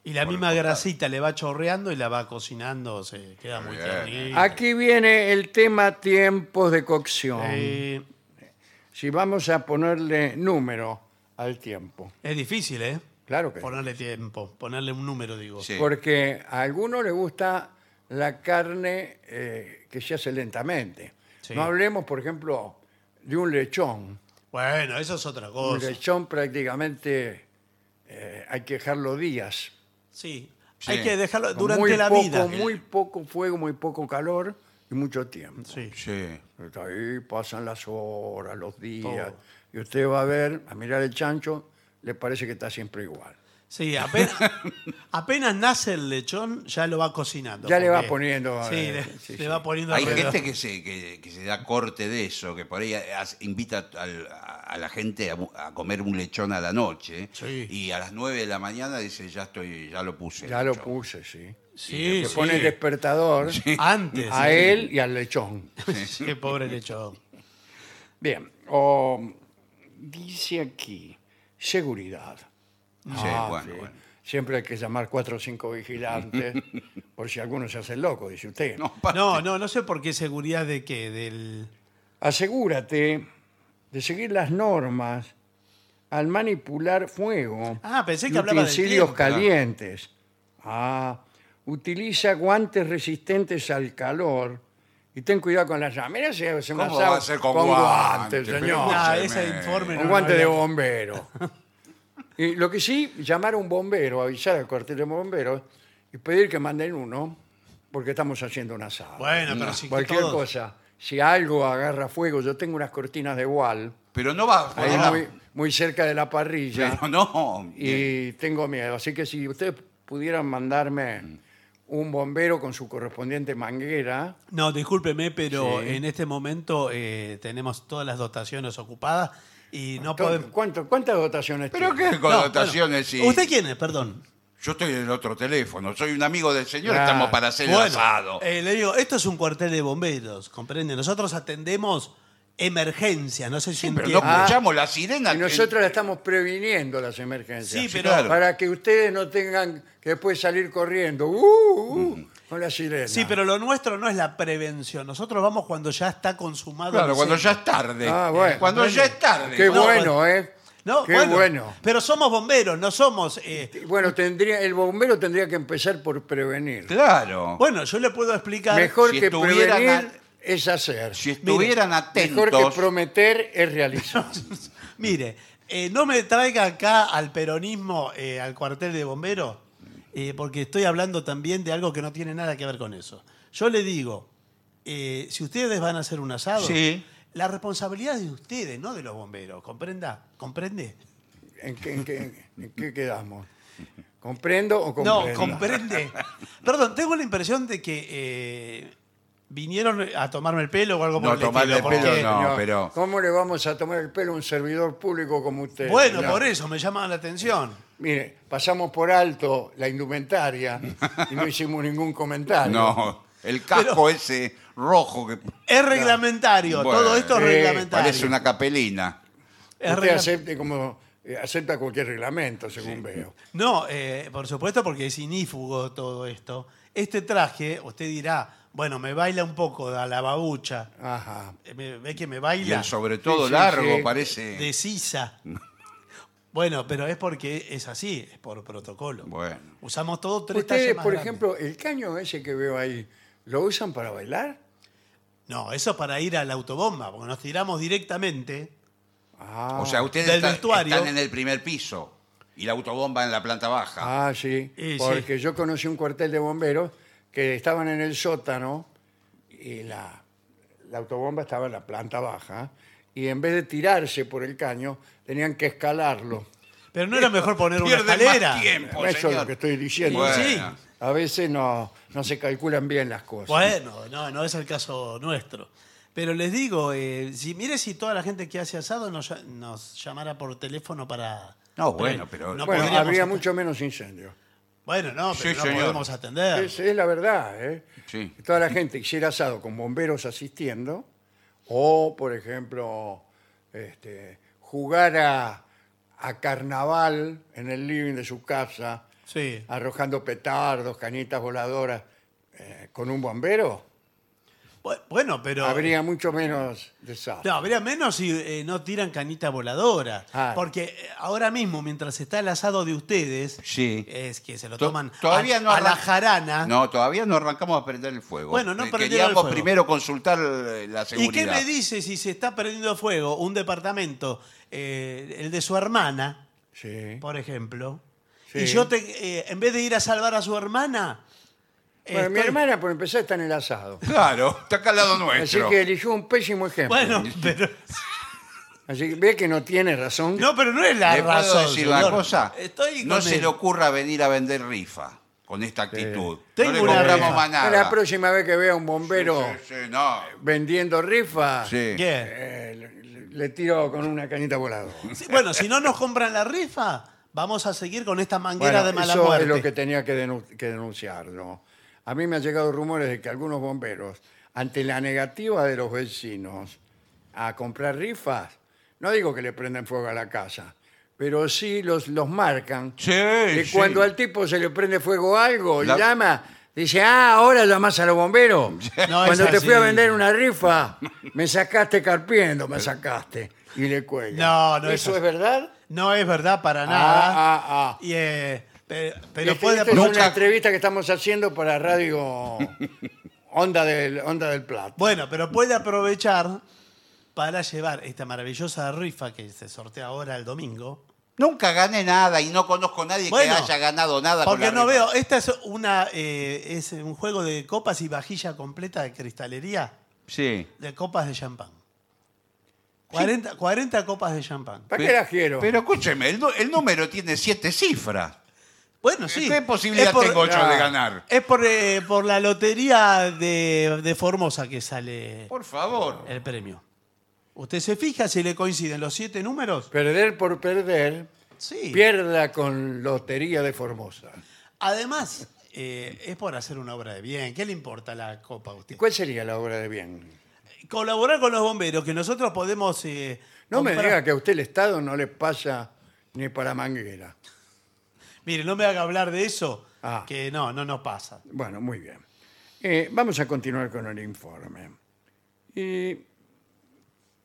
S3: Y, la
S2: por el
S3: misma
S2: costado.
S3: grasita le va chorreando y la va cocinando, se queda muy
S2: Bien.
S3: tiernita.
S1: Aquí viene el tema tiempos de cocción.
S3: Eh,
S1: Si vamos a ponerle número al tiempo.
S3: es difícil, ¿eh?
S1: Claro que sí.
S3: Ponerle tiempo, ponerle un número, digo.
S2: Sí.
S1: Porque a alguno le gusta la carne eh, que se hace lentamente.
S3: Sí.
S1: No hablemos, por ejemplo, de un lechón.
S3: Bueno, eso es otra
S1: Un
S3: cosa.
S1: lechón prácticamente eh, hay que dejarlo días.
S3: Sí.
S2: Sí.
S3: Hay que dejarlo
S1: Con
S3: durante
S1: muy
S3: la
S1: poco,
S3: vida.
S1: Muy poco fuego, muy poco calor y mucho tiempo.
S3: Sí.
S2: Sí.
S1: Ahí pasan las horas, los días.
S3: Todo.
S1: Y usted va a ver, a mirar el chancho, le parece que está siempre igual.
S3: Sí, apenas, apenas nace el lechón, ya lo va cocinando.
S1: Ya le va
S3: porque-
S1: poniendo,
S3: Sí,
S1: eh,
S3: le,
S1: sí,
S3: le
S1: sí.
S3: va poniendo.
S2: Hay
S3: alrededor.
S2: gente que se, que, que se da corte de eso, que por ahí hace- invita al- a, a la gente a, bu- a comer un lechón a la noche
S3: Sí.
S2: y a las 9 de la mañana dice, ya estoy ya lo puse. el
S1: Ya lo
S2: lechón".
S1: puse, sí.
S3: Sí,
S1: Le
S3: sí.
S1: pone el despertador
S3: Antes.
S1: a
S3: sí.
S1: él y al lechón.
S3: Sí, pobre lechón.
S1: Bien, o dice aquí, seguridad.
S2: Sí,
S1: Ah,
S2: bueno,
S1: sí.
S2: bueno.
S1: Siempre hay que llamar cuatro o cinco vigilantes por si alguno se hace loco, dice usted.
S2: No, pa-
S3: No, no, no sé por qué seguridad de qué, del.
S1: Asegúrate de seguir las normas al manipular fuego
S3: Ah, pensé
S1: y
S3: que hablaba del
S1: utensilios
S3: tiempo.
S1: calientes. Ah, utiliza guantes resistentes al calor y ten cuidado con las llamas. Mirá si se me
S2: ¿Cómo
S1: asaba
S2: va a ser con
S1: guantes,
S2: guantes?
S1: señor.
S2: Pero-
S3: Ah,
S2: escúcheme.
S3: ese informe.
S1: Con
S3: no,
S1: guantes
S3: no
S1: de
S3: había-
S1: bombero. Y lo que sí, llamar a un bombero, avisar al cuartel de bomberos y pedir que manden uno, porque estamos haciendo un asado.
S3: Bueno, pero sí que
S1: Cualquier
S3: todos-
S1: cosa. Si algo agarra fuego, yo tengo unas cortinas de wall
S2: Pero no va a
S1: ahí
S2: poner
S3: Ah.
S2: la-
S1: muy, muy cerca de la parrilla
S2: Pero no.
S1: y tengo miedo. Así que si ustedes pudieran mandarme un bombero con su correspondiente manguera,
S3: No, discúlpeme, pero
S1: Sí.
S3: en este momento eh, tenemos todas las dotaciones ocupadas y no
S1: ¿cu-
S3: podemos...
S1: ¿cuánto, ¿cuántas dotaciones
S2: Pero
S1: tiene?
S2: qué connotaciones
S3: No,
S2: y-
S3: bueno. ¿Usted quién es? Perdón.
S2: Yo estoy en el otro teléfono, soy un amigo del señor,
S1: Claro.
S2: estamos para hacer
S3: Bueno,
S2: el asado.
S3: eh, le digo, esto es un cuartel de bomberos, ¿comprende? Nosotros atendemos emergencias, no sé si
S2: Pero no
S3: entiende.
S1: Ah.
S2: escuchamos la sirena.
S1: Y nosotros la estamos previniendo las emergencias.
S3: eh. Sí, pero-
S2: claro.
S1: Para que ustedes no tengan que después salir corriendo ¡uh, uh! con la sirena.
S3: Sí, pero lo nuestro no es la prevención. Nosotros vamos cuando ya está consumado.
S2: Claro,
S3: el
S2: cuando
S3: incendio.
S2: ya es tarde.
S1: Ah, bueno.
S2: cuando
S1: Bueno.
S2: ya es tarde.
S1: Qué
S3: No,
S1: bueno,
S3: bueno.
S1: ¿eh?
S3: No,
S1: Qué
S3: bueno,
S1: bueno.
S3: Pero somos bomberos, no somos. eh,
S1: Bueno, tendría, el bombero tendría que empezar por prevenir.
S2: Claro.
S3: bueno, yo le puedo explicar.
S1: Mejor
S2: Si
S1: que
S2: estuvieran
S1: prevenir
S2: a-
S1: es hacer.
S2: si estuvieran atentos.
S1: Mejor que prometer es realizar.
S3: Mire, eh, no me traiga acá al peronismo, eh, al cuartel de bomberos, eh, porque estoy hablando también de algo que no tiene nada que ver con eso. Yo le digo, eh, si ustedes van a hacer un asado,
S2: Sí.
S3: la responsabilidad es de ustedes, no de los bomberos. ¿Comprenda? ¿Comprende?
S1: ¿En qué, en qué- en qué quedamos? ¿Comprendo o comprendo?
S3: No, comprende. Perdón, tengo la impresión de que eh, vinieron a tomarme el pelo o algo por
S2: No,
S3: el estilo,
S2: tomarle el
S3: porque-
S2: pelo no,
S1: Señor,
S2: pero-
S1: ¿Cómo le vamos a tomar el pelo a un servidor público como usted?
S3: Bueno,
S1: señor?
S3: por eso me llama la atención.
S1: Mire, pasamos por alto la indumentaria y no hicimos ningún comentario.
S2: No, el casco ese rojo que
S3: Es reglamentario,
S2: Bueno.
S3: todo esto es
S1: Eh,
S3: reglamentario.
S2: parece una capelina.
S3: Es
S1: Usted
S3: regla-
S1: acepte como, eh, acepta cualquier reglamento, según veo.
S3: No, eh, por supuesto, porque es inífugo todo esto. Este traje, usted dirá, bueno, me baila un poco da la babucha.
S1: Ajá.
S3: Eh, me- ¿Ve que me
S2: Y
S3: baila?
S2: el sobre todo
S1: Sí, sí,
S2: largo
S1: sí.
S2: parece.
S3: De sisa. bueno, pero es porque es así, es por protocolo.
S2: Bueno.
S3: Usamos todo tres
S1: Ustedes,
S3: talles más
S1: por
S3: grandes.
S1: ejemplo, el caño ese que veo ahí, ¿lo usan para bailar?
S3: No, eso es para ir a la autobomba, porque nos tiramos directamente.
S1: Ah,
S2: O sea, ustedes
S3: Del
S2: están,
S3: vestuario.
S2: están en el primer piso y la autobomba en la planta baja.
S1: ah, sí.
S3: Y sí.
S1: porque yo conocí un cuartel de bomberos que estaban en el sótano y la, la autobomba estaba en la planta baja y en vez de tirarse por el caño, tenían que escalarlo.
S3: Pero no era mejor poner una
S2: Pierden más
S3: escalera.
S2: tiempo,
S1: Eso es
S2: Oh, señor.
S1: lo que estoy diciendo.
S2: Bueno.
S3: Sí.
S1: A veces no, no se calculan bien las cosas.
S3: Bueno, no, no es el caso nuestro. Pero les digo, eh, si, mire si toda la gente que hace asado nos, ll- nos llamara por teléfono para...
S2: No, bueno, pero-
S3: no
S1: Bueno,
S3: podríamos
S1: habría
S3: atender.
S1: mucho menos incendios.
S3: Bueno, no, pero
S2: Sí,
S3: no
S2: señor.
S3: podemos atender.
S1: Es, es la verdad, ¿eh?
S2: Sí.
S1: Toda la gente hiciera asado con bomberos asistiendo o, por ejemplo, este, jugar a, a carnaval en el living de su casa,
S3: Sí.
S1: arrojando petardos, cañitas voladoras eh, con un bombero,
S3: Bu- Bueno, pero...
S1: habría mucho menos desastre.
S3: No, habría menos si eh, no tiran canita voladora.
S1: Ah.
S3: Porque eh, ahora mismo, mientras está el asado de ustedes,
S2: Sí.
S3: es que se lo
S2: To-
S3: toman
S2: todavía
S3: a,
S2: no
S3: a la
S2: arran-
S3: jarana.
S2: No, todavía no arrancamos a prender el fuego.
S3: Bueno, no
S2: Eh,
S3: prendieron
S2: Queríamos
S3: el fuego.
S2: primero consultar eh, la
S3: ¿Y
S2: seguridad.
S3: qué me dice si se está perdiendo fuego un departamento, eh, el de su hermana,
S2: Eh,
S1: Sí.
S3: por ejemplo?
S1: Sí.
S3: Y yo, te, eh, en vez de ir a salvar a su hermana...
S1: Bueno, mi
S3: estoy-
S1: hermana, por empezar, está en el asado.
S2: Claro, está acá al lado
S1: Así
S2: nuestro.
S1: que eligió un pésimo ejemplo.
S3: Bueno, pero...
S1: Así que ve que no tiene razón.
S3: No, pero no es la
S2: ¿Le puedo
S3: razón,
S2: decir
S3: señor.
S2: una cosa?
S3: Estoy
S2: no
S3: con
S2: se
S3: él.
S2: le ocurra venir a vender rifa con esta actitud.
S3: Tengo
S2: no le
S3: una
S2: compramos
S3: rifa.
S2: más nada.
S1: La próxima vez que vea un bombero
S2: Sí, sí, sí, no.
S1: vendiendo rifa,
S2: Sí.
S3: ¿Qué?
S1: eh, le, le tiro con una canita volada.
S3: Sí, Bueno, si no nos compran la rifa, vamos a seguir con esta manguera de mala
S1: eso
S3: muerte.
S1: es lo que tenía que, denu- que denunciar. ¿no? A mí me han llegado rumores de que algunos bomberos, ante la negativa de los vecinos a comprar rifas, no digo que le prenden fuego a la casa, pero sí los, los marcan.
S2: Sí,
S1: que
S2: sí.
S1: cuando al tipo se le prende fuego algo,
S2: La-
S1: llama, dice, ah, ahora llamás a los bomberos.
S3: No, es
S1: cuando te fui a
S3: así.
S1: vender una rifa, me sacaste carpiendo, me sacaste. Y le cuelga.
S3: No, no es
S1: ¿Eso
S3: así.
S1: es verdad?
S3: No es verdad para
S1: Ah,
S3: nada.
S1: ah, ah.
S3: Y, eh, pe- pero
S1: Este-
S3: puede
S1: esta es
S2: Nunca-
S1: una entrevista que estamos haciendo para Radio Onda del, Onda del Plata.
S3: Bueno, pero puede aprovechar para llevar esta maravillosa rifa que se sortea ahora el domingo
S2: Nunca gané nada y no conozco a nadie
S3: Bueno,
S2: que haya ganado nada. con
S3: Porque
S2: la
S3: no
S2: rifa.
S3: veo, esta es una eh, es un juego de copas y vajilla completa de cristalería
S2: Sí.
S3: de copas de champán. 40, 40 copas de champán.
S1: ¿Para qué las quiero?
S2: Pero escúcheme, el, nu- el número tiene siete cifras.
S3: Bueno, sí.
S2: ¿Qué posibilidad
S3: Es por-
S2: tengo yo de
S1: Ah.
S2: ganar?
S3: Es por, eh, por la lotería de, de Formosa que sale
S2: Por favor.
S3: el premio. ¿Usted se fija si le coinciden los siete números?
S1: Perder por perder,
S3: Sí.
S1: pierda con Lotería de Formosa.
S3: Además, eh, es por hacer una obra de bien. ¿Qué le importa la copa a
S1: ¿Y
S3: usted?
S1: cuál sería la obra de bien?
S3: Colaborar con los bomberos, que nosotros podemos... eh,
S1: No me
S3: comprar-
S1: diga que a usted el Estado no le pasa ni para manguera.
S3: Mire, no me haga hablar de eso,
S1: Ah.
S3: que no, no nos pasa.
S1: Bueno, muy bien. Eh, vamos a continuar con el informe. Y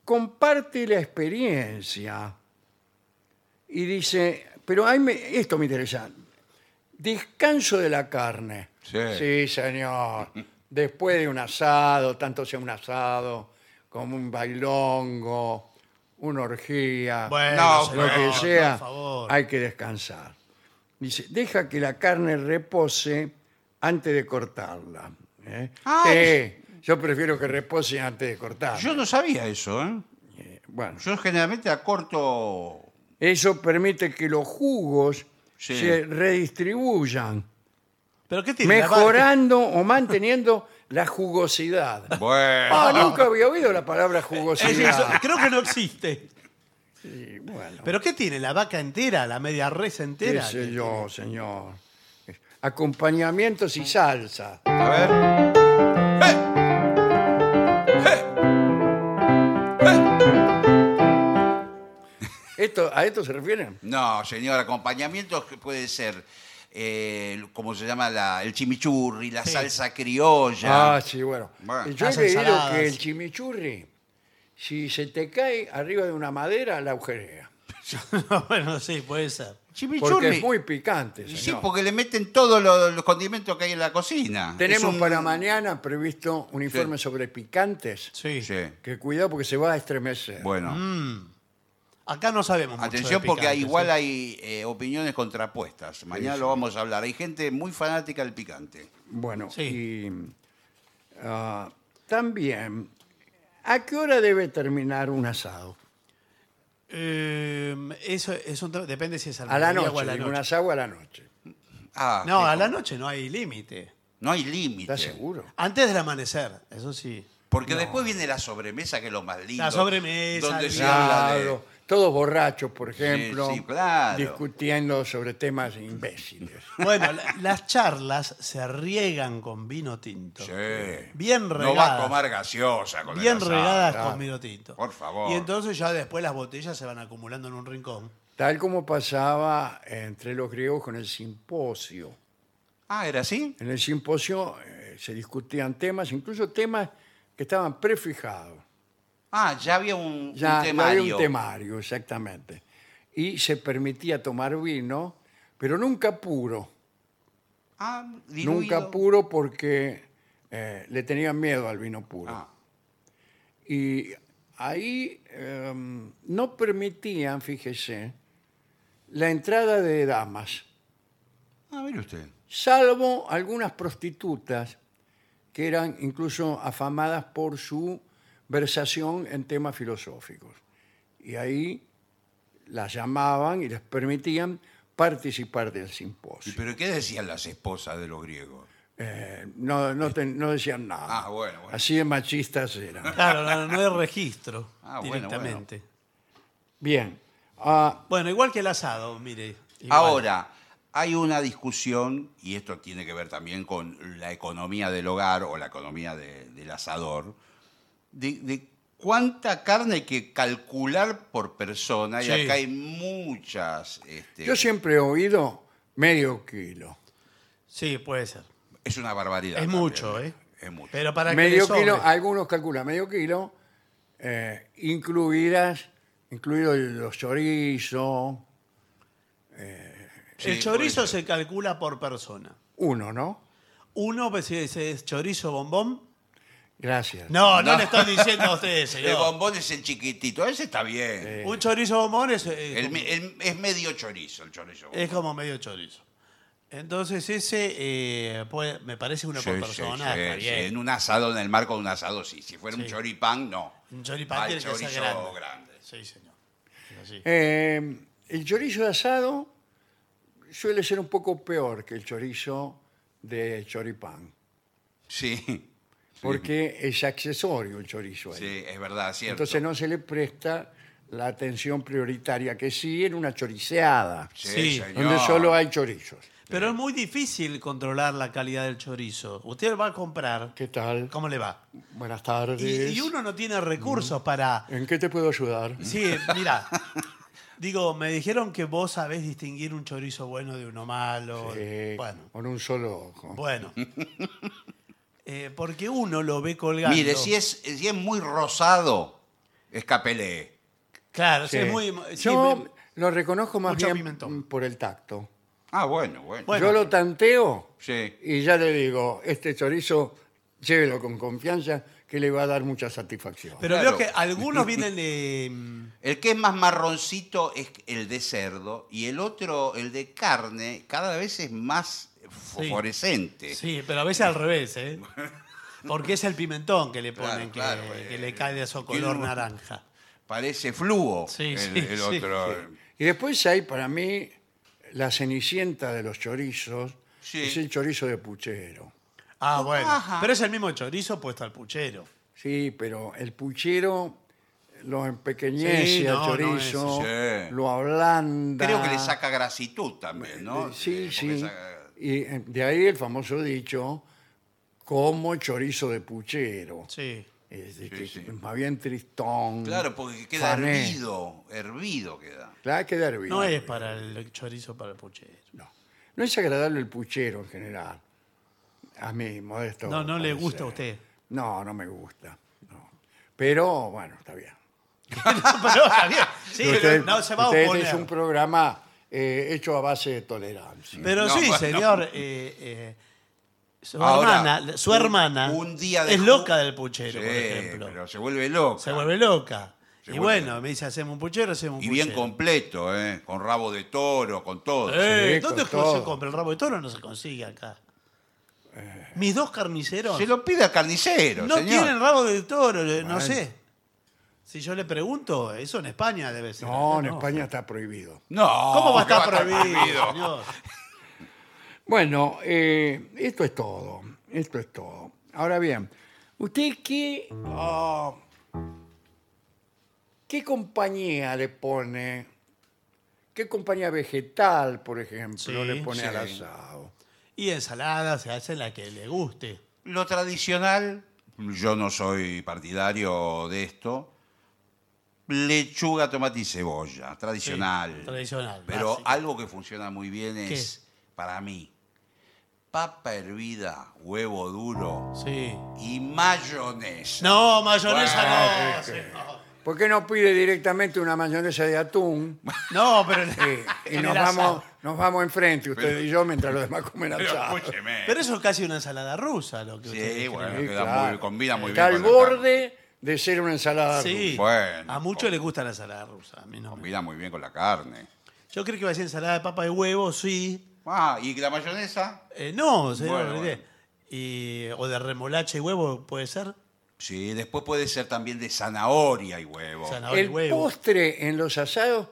S1: comparte la experiencia y dice, pero hay me- esto me interesa, descanso de la carne.
S2: Sí.
S1: señor. Después de un asado, tanto sea un asado como un bailongo, una orgía,
S3: Bueno,
S2: Ah. No,
S1: lo
S3: señor,
S1: que
S2: por
S1: sea,
S3: favor.
S1: hay que descansar. Dice, deja que la carne repose antes de cortarla. ¿eh?
S2: Ah,
S1: Sí, yo prefiero que repose antes de cortarla.
S2: Yo no sabía eso, ¿eh?
S1: Eh, bueno,
S2: Yo generalmente acorto.
S1: eso permite que los jugos
S2: Sí.
S1: se redistribuyan,
S3: ¿Pero qué tiene? la barra?
S1: mejorando o manteniendo la jugosidad. Ah,
S2: Bueno.
S1: nunca había oído la palabra
S3: Es Eh, eso,
S1: jugosidad.
S3: creo que no existe.
S1: Sí, bueno,
S3: ¿Pero qué tiene? ¿La vaca entera? ¿La media res
S1: qué
S3: entera? ¿eh?
S1: sé yo, señor. Acompañamientos y salsa.
S2: A ver.
S1: ¿Esto, ¿A esto se refieren?
S2: No, señor, acompañamientos que puede ser. eh, como se llama la- el chimichurri, la salsa criolla.
S1: Ah, sí, bueno.
S2: Bueno.
S1: Yo he
S3: Las
S1: leído
S3: ensaladas.
S1: que el chimichurri, si se te cae arriba de una madera, la agujerea.
S3: No, bueno, sí, puede ser.
S1: Porque
S2: chimichurri.
S1: es muy picante.
S2: Y
S1: señor.
S2: sí, porque le meten todos los, los condimentos que hay en la cocina.
S1: Tenemos
S2: Es un-
S1: para mañana previsto un informe sobre picantes.
S3: Sí.
S2: Sí.
S1: Que cuidado porque se va a estremecer.
S2: Bueno,
S3: Acá no sabemos mucho
S2: atención
S3: de
S2: porque
S3: picante,
S2: igual
S3: ¿sí?
S2: hay eh, opiniones contrapuestas. Mañana lo vamos a hablar. Hay gente muy fanática del picante.
S1: Bueno,
S3: Sí.
S1: y ah, también, ¿a qué hora debe terminar un asado?
S3: Eh, eso es un tema- depende si es al
S1: A la
S3: mediodía
S1: noche,
S3: o a la
S1: digo,
S3: noche.
S1: un asado a la noche.
S2: Ah,
S3: No,
S2: qué
S3: a la
S2: com-
S3: noche no hay límite.
S2: No hay límite.
S1: ¿Estás seguro?
S3: Antes del amanecer, eso sí.
S2: Porque después viene la sobremesa, que es lo más lindo.
S3: La sobremesa,
S2: Donde
S3: el
S2: se habla de-
S1: Claro, todos borrachos, por ejemplo,
S2: sí, claro.
S1: discutiendo sobre temas imbéciles.
S3: Bueno, la- las charlas se riegan con vino tinto.
S2: Sí.
S3: Bien
S2: No va a
S3: regadas.
S2: tomar gaseosa con el
S3: Bien
S2: asado.
S3: regadas
S1: claro.
S3: con vino tinto.
S2: Por favor.
S3: Y entonces ya después las botellas se van acumulando en un rincón.
S1: Tal como pasaba entre los griegos con el simposio.
S2: Ah, ¿era así?
S1: En el simposio eh, se discutían temas, incluso temas que estaban prefijados.
S2: Ah, ya había un, un
S1: Ya, ya
S2: temario.
S1: había un temario, exactamente. Y se permitía tomar vino, pero nunca puro.
S2: Ah, diluido.
S1: Nunca puro porque eh, le tenían miedo al vino puro.
S2: Ah,
S1: Y ahí em, no permitían, fíjese, la entrada de damas,
S2: ah, mire usted.
S1: salvo algunas prostitutas que eran incluso afamadas por su versación en temas filosóficos. Y ahí las llamaban y les permitían participar del
S2: ¿Y
S1: simposio.
S2: pero qué decían las esposas de los griegos?
S1: Eh, no, no te- no decían nada.
S2: Ah, bueno, bueno.
S1: Así de machistas eran.
S3: Claro, no, no hay registro
S2: Ah, bueno,
S3: directamente. Bueno,
S1: Bien. Ah,
S3: igual que el asado, mire. igual.
S2: Ahora, hay una discusión, y esto tiene que ver también con la economía del hogar o la economía de- del asador, de, de cuánta carne hay que calcular por persona,
S3: Sí.
S2: y acá hay muchas... este,
S1: yo siempre he oído medio kilo.
S3: Sí, puede ser.
S2: es una barbaridad.
S3: Es
S2: también,
S3: mucho, ¿eh?
S2: Es mucho.
S3: Pero para que le
S1: medio
S3: sobre.
S1: kilo, algunos calculan medio kilo, eh, incluidas, incluidos los chorizos,
S2: Sí,
S3: el chorizo
S2: puede ser.
S3: se calcula por persona.
S1: uno, ¿no?
S3: Uno, pues, si es, es chorizo bombón,
S1: Gracias.
S3: No, no,
S2: No.
S3: le estoy diciendo a usted,
S2: El
S3: señor.
S2: bombón es el chiquitito, ese está bien.
S3: Un chorizo bombón es, es
S2: El
S3: como-
S2: me- el- es medio chorizo el chorizo.
S3: es como medio chorizo. Entonces ese eh, puede- me parece uno
S2: Sí,
S3: por
S2: sí,
S3: persona.
S2: sí,
S3: está
S2: sí,
S3: bien.
S2: En un asado, en el marco de un asado, sí. Si fuera un
S3: Sí.
S2: choripán, no.
S3: Un choripán
S2: Va el
S3: tiene que ser
S2: chorizo
S3: grande.
S2: grande.
S3: Sí, señor. Es así.
S1: Eh, el chorizo de asado suele ser un poco peor que el chorizo de choripán,
S2: Sí,
S1: porque es accesorio el chorizo. ahí.
S2: sí, es verdad, cierto.
S1: Entonces no se le presta la atención prioritaria que sí en una choriceada,
S2: Sí,
S3: Sí,
S2: señor.
S1: donde solo hay chorizos.
S3: Pero es muy difícil controlar la calidad del chorizo. Usted va a comprar.
S1: ¿Qué tal?
S3: ¿Cómo le va?
S1: Buenas
S3: Y,
S1: tardes.
S3: y uno no tiene
S1: Mm.
S3: recursos para.
S1: ¿En qué te puedo ayudar?
S3: Sí, mira. Digo, me dijeron que vos sabés distinguir un chorizo bueno de uno malo.
S1: Eh,
S3: Bueno,
S1: Con un solo ojo.
S3: bueno. Eh, porque uno lo ve colgando.
S2: Mire, si es, si es muy rosado, escapele.
S3: Claro,
S1: Sí.
S3: si es muy. sí,
S1: Yo
S3: me-
S1: lo reconozco más
S3: Mucho
S1: bien
S3: pimentón.
S1: por el tacto.
S2: Ah, bueno, bueno.
S3: Bueno.
S1: Yo lo tanteo
S2: Sí.
S1: y ya le digo, este chorizo, llévelo con confianza, que le va a dar mucha satisfacción.
S3: pero
S2: claro.
S3: veo que algunos vienen de.
S2: El que es más marroncito es el de cerdo y el otro, el de carne, cada vez es más fosforescente.
S3: Sí, pero a veces al revés, ¿eh? Porque es el pimentón que le ponen,
S2: Claro, claro,
S3: que,
S2: eh,
S3: que le cae de su
S2: tiene
S3: color
S2: un-
S3: naranja.
S2: Parece fluo
S3: Sí,
S2: el,
S3: sí,
S2: el
S3: sí,
S2: otro.
S1: Y después hay para mí la cenicienta de los chorizos,
S2: Sí.
S1: es el chorizo de puchero.
S3: Ah, bueno.
S2: Ajá.
S3: Pero es el mismo chorizo puesto al puchero.
S1: Sí, pero el puchero lo empequeñece
S3: Sí, no,
S1: al
S3: no
S1: chorizo,
S2: es- sí.
S1: lo ablanda.
S2: Creo que le saca grasitud también, ¿no?
S1: Sí,
S2: Eh, porque
S1: sí.
S2: saca-
S1: Y eh, de ahí el famoso dicho, como chorizo de puchero.
S3: Sí.
S1: Es, de que
S2: sí.
S1: es más bien tristón.
S2: Claro, porque queda
S1: fané.
S2: hervido, hervido queda.
S1: Claro, queda hervido.
S3: No es para el chorizo para el puchero.
S1: No. No es agradable el puchero en general. A mí, modesto.
S3: No, no le
S1: parecer.
S3: gusta a usted.
S1: No, no me gusta. no. Pero, bueno, está bien.
S2: Ah,
S3: pero está bien. Sí,
S1: Pero
S3: pero
S1: usted-
S3: no se va a
S1: usted
S3: oponer.
S1: es un programa eh, hecho a base de tolerancia.
S3: Pero
S2: No,
S3: sí,
S2: bueno.
S3: señor. eh, eh, su
S2: Ahora,
S3: hermana, su
S2: un-
S3: hermana
S2: un día de
S3: es
S2: ju-
S3: loca del puchero, por
S2: Sí,
S3: ejemplo.
S2: pero se vuelve loco.
S3: Se vuelve loca.
S2: Se
S3: y
S2: vuelve-
S3: bueno, me dice, hacemos un puchero, hacemos un
S2: Y
S3: puchero.
S2: bien completo, ¿eh? Con rabo de toro, con todo.
S3: Eh,
S1: Sí,
S3: ¿Dónde
S1: con
S3: se
S1: todo.
S3: compra el rabo de toro? No se consigue acá.
S2: Eh.
S3: Mis dos carniceros
S2: Se lo pide al carnicero,
S3: no
S2: señor.
S3: tienen rabo de toro, eh, no
S1: Bueno.
S3: sé. Si yo le pregunto, eso en España debe ser.
S1: No, en
S3: acá
S1: España está prohibido.
S2: No.
S3: ¿Cómo va a
S2: ¿qué
S3: estar prohibido?
S2: prohibido?
S3: señor?
S1: Bueno, eh, esto es todo. Esto es todo. Ahora bien, ¿usted qué, ah, qué compañía le pone? ¿Qué compañía vegetal, por ejemplo,
S3: Sí,
S1: le pone
S2: sí.
S1: al asado?
S3: Y ensalada se hace la que le guste.
S2: Lo tradicional, yo no soy partidario de esto. Lechuga, tomate y cebolla, tradicional.
S3: tradicional,
S2: Pero
S3: básico.
S2: algo que funciona muy bien es, para mí, papa hervida, huevo duro
S3: Sí.
S2: y mayonesa.
S3: No, mayonesa
S1: Bueno,
S3: no.
S1: es que-
S3: señor.
S1: ¿Por qué no pide directamente una mayonesa de atún?
S3: No, pero.
S1: Eh, y
S3: en
S1: nos
S3: el asado.
S1: vamos, nos vamos enfrente, usted y yo, mientras los demás comen
S2: Pero
S1: asado.
S2: escúcheme.
S3: Pero eso es casi una ensalada rusa, lo que
S2: Sí,
S3: usted describe.
S2: bueno.
S1: Sí,
S2: queda muy- combina muy
S1: Está
S2: bien
S1: al
S2: con la carne.
S1: borde de ser una ensalada.
S3: Sí.
S1: rusa.
S2: Bueno,
S3: a muchos
S2: con-
S3: les gusta la ensalada rusa. A mí no. me-
S2: Combina muy bien con la carne.
S3: Yo creo que va a ser ensalada de papa y huevo, sí.
S2: Ah, ¿y la mayonesa?
S3: Eh, no, señor.
S2: Bueno,
S3: olvidé.
S2: bueno.
S3: Y- o de remolacha y huevo, puede ser.
S2: Sí, después puede ser también de zanahoria y huevo.
S3: Zanahoria y
S1: El
S3: huevo.
S1: postre en los asados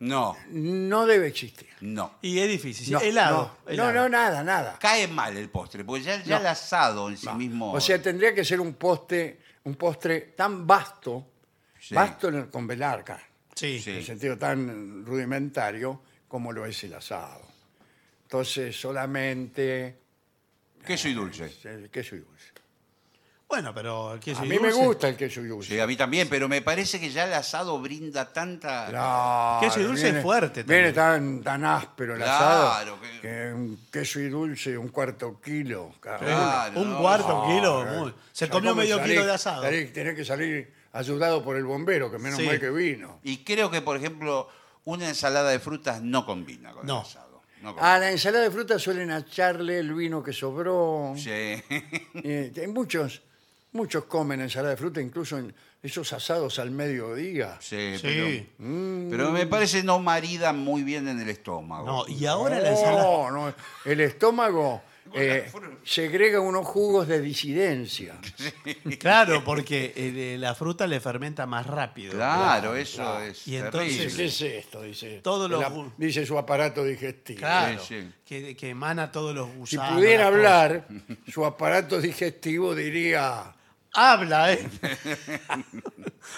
S2: No,
S1: no debe existir.
S2: no.
S3: Y es difícil. sí.
S1: No,
S3: helado.
S1: No,
S3: helado.
S1: no, no, nada, nada.
S2: Cae mal el postre, porque ya, ya
S1: No.
S2: el asado en sí mismo.
S1: O sea, tendría que ser un postre, un postre tan vasto,
S2: Sí.
S1: vasto en el- con velarca,
S3: Sí.
S2: Sí.
S1: en el sentido tan rudimentario como lo es el asado. Entonces, solamente
S2: queso y dulce.
S1: el queso y dulce.
S3: Bueno, pero el queso
S1: A
S3: y
S1: mí me
S3: dulce-
S1: gusta el queso y dulce.
S2: Sí, a mí también, pero me parece que ya el asado brinda tanta.
S1: Claro,
S3: Queso y dulce es fuerte
S1: Viene tan, tan áspero el
S2: Claro,
S1: asado
S2: que-
S1: que... un queso y dulce un cuarto kilo. cada
S3: Pero
S1: uno.
S2: Claro,
S3: un
S2: no,
S3: cuarto
S2: no,
S3: kilo.
S1: Eh,
S3: muy- Se
S1: ya
S3: comió
S1: come
S3: medio
S1: salir-
S3: kilo de asado.
S1: salir- tenés que salir ayudado por el bombero, que menos
S3: Sí.
S1: mal que vino.
S2: Y creo que, por ejemplo, una ensalada de frutas no combina con
S3: No.
S2: el asado. No combina.
S1: A la ensalada de frutas suelen echarle el vino que sobró.
S2: Sí.
S1: Eh, hay muchos Muchos comen ensalada de fruta, incluso en esos asados al mediodía.
S2: Sí,
S3: Sí.
S2: Pero, pero me parece no marida muy bien en el estómago.
S3: No, y ahora la ensalada.
S1: Oh, No, no, el estómago eh,
S2: Con la fruta.
S1: segrega unos jugos de disidencia.
S3: Claro, porque eh, la fruta le fermenta más rápido.
S2: Claro, eso es
S3: Y entonces-
S1: Dice,
S2: terrible.
S1: ¿qué es esto? Dice,
S3: Todos los
S1: el ap-
S3: jugos.
S1: dice su aparato digestivo.
S3: Claro,
S2: Sí, sí.
S3: Que, que emana todos los
S1: Si
S3: gusanos.
S1: pudiera
S3: las
S1: hablar, su aparato digestivo diría,
S3: cosas. Habla, ¿eh?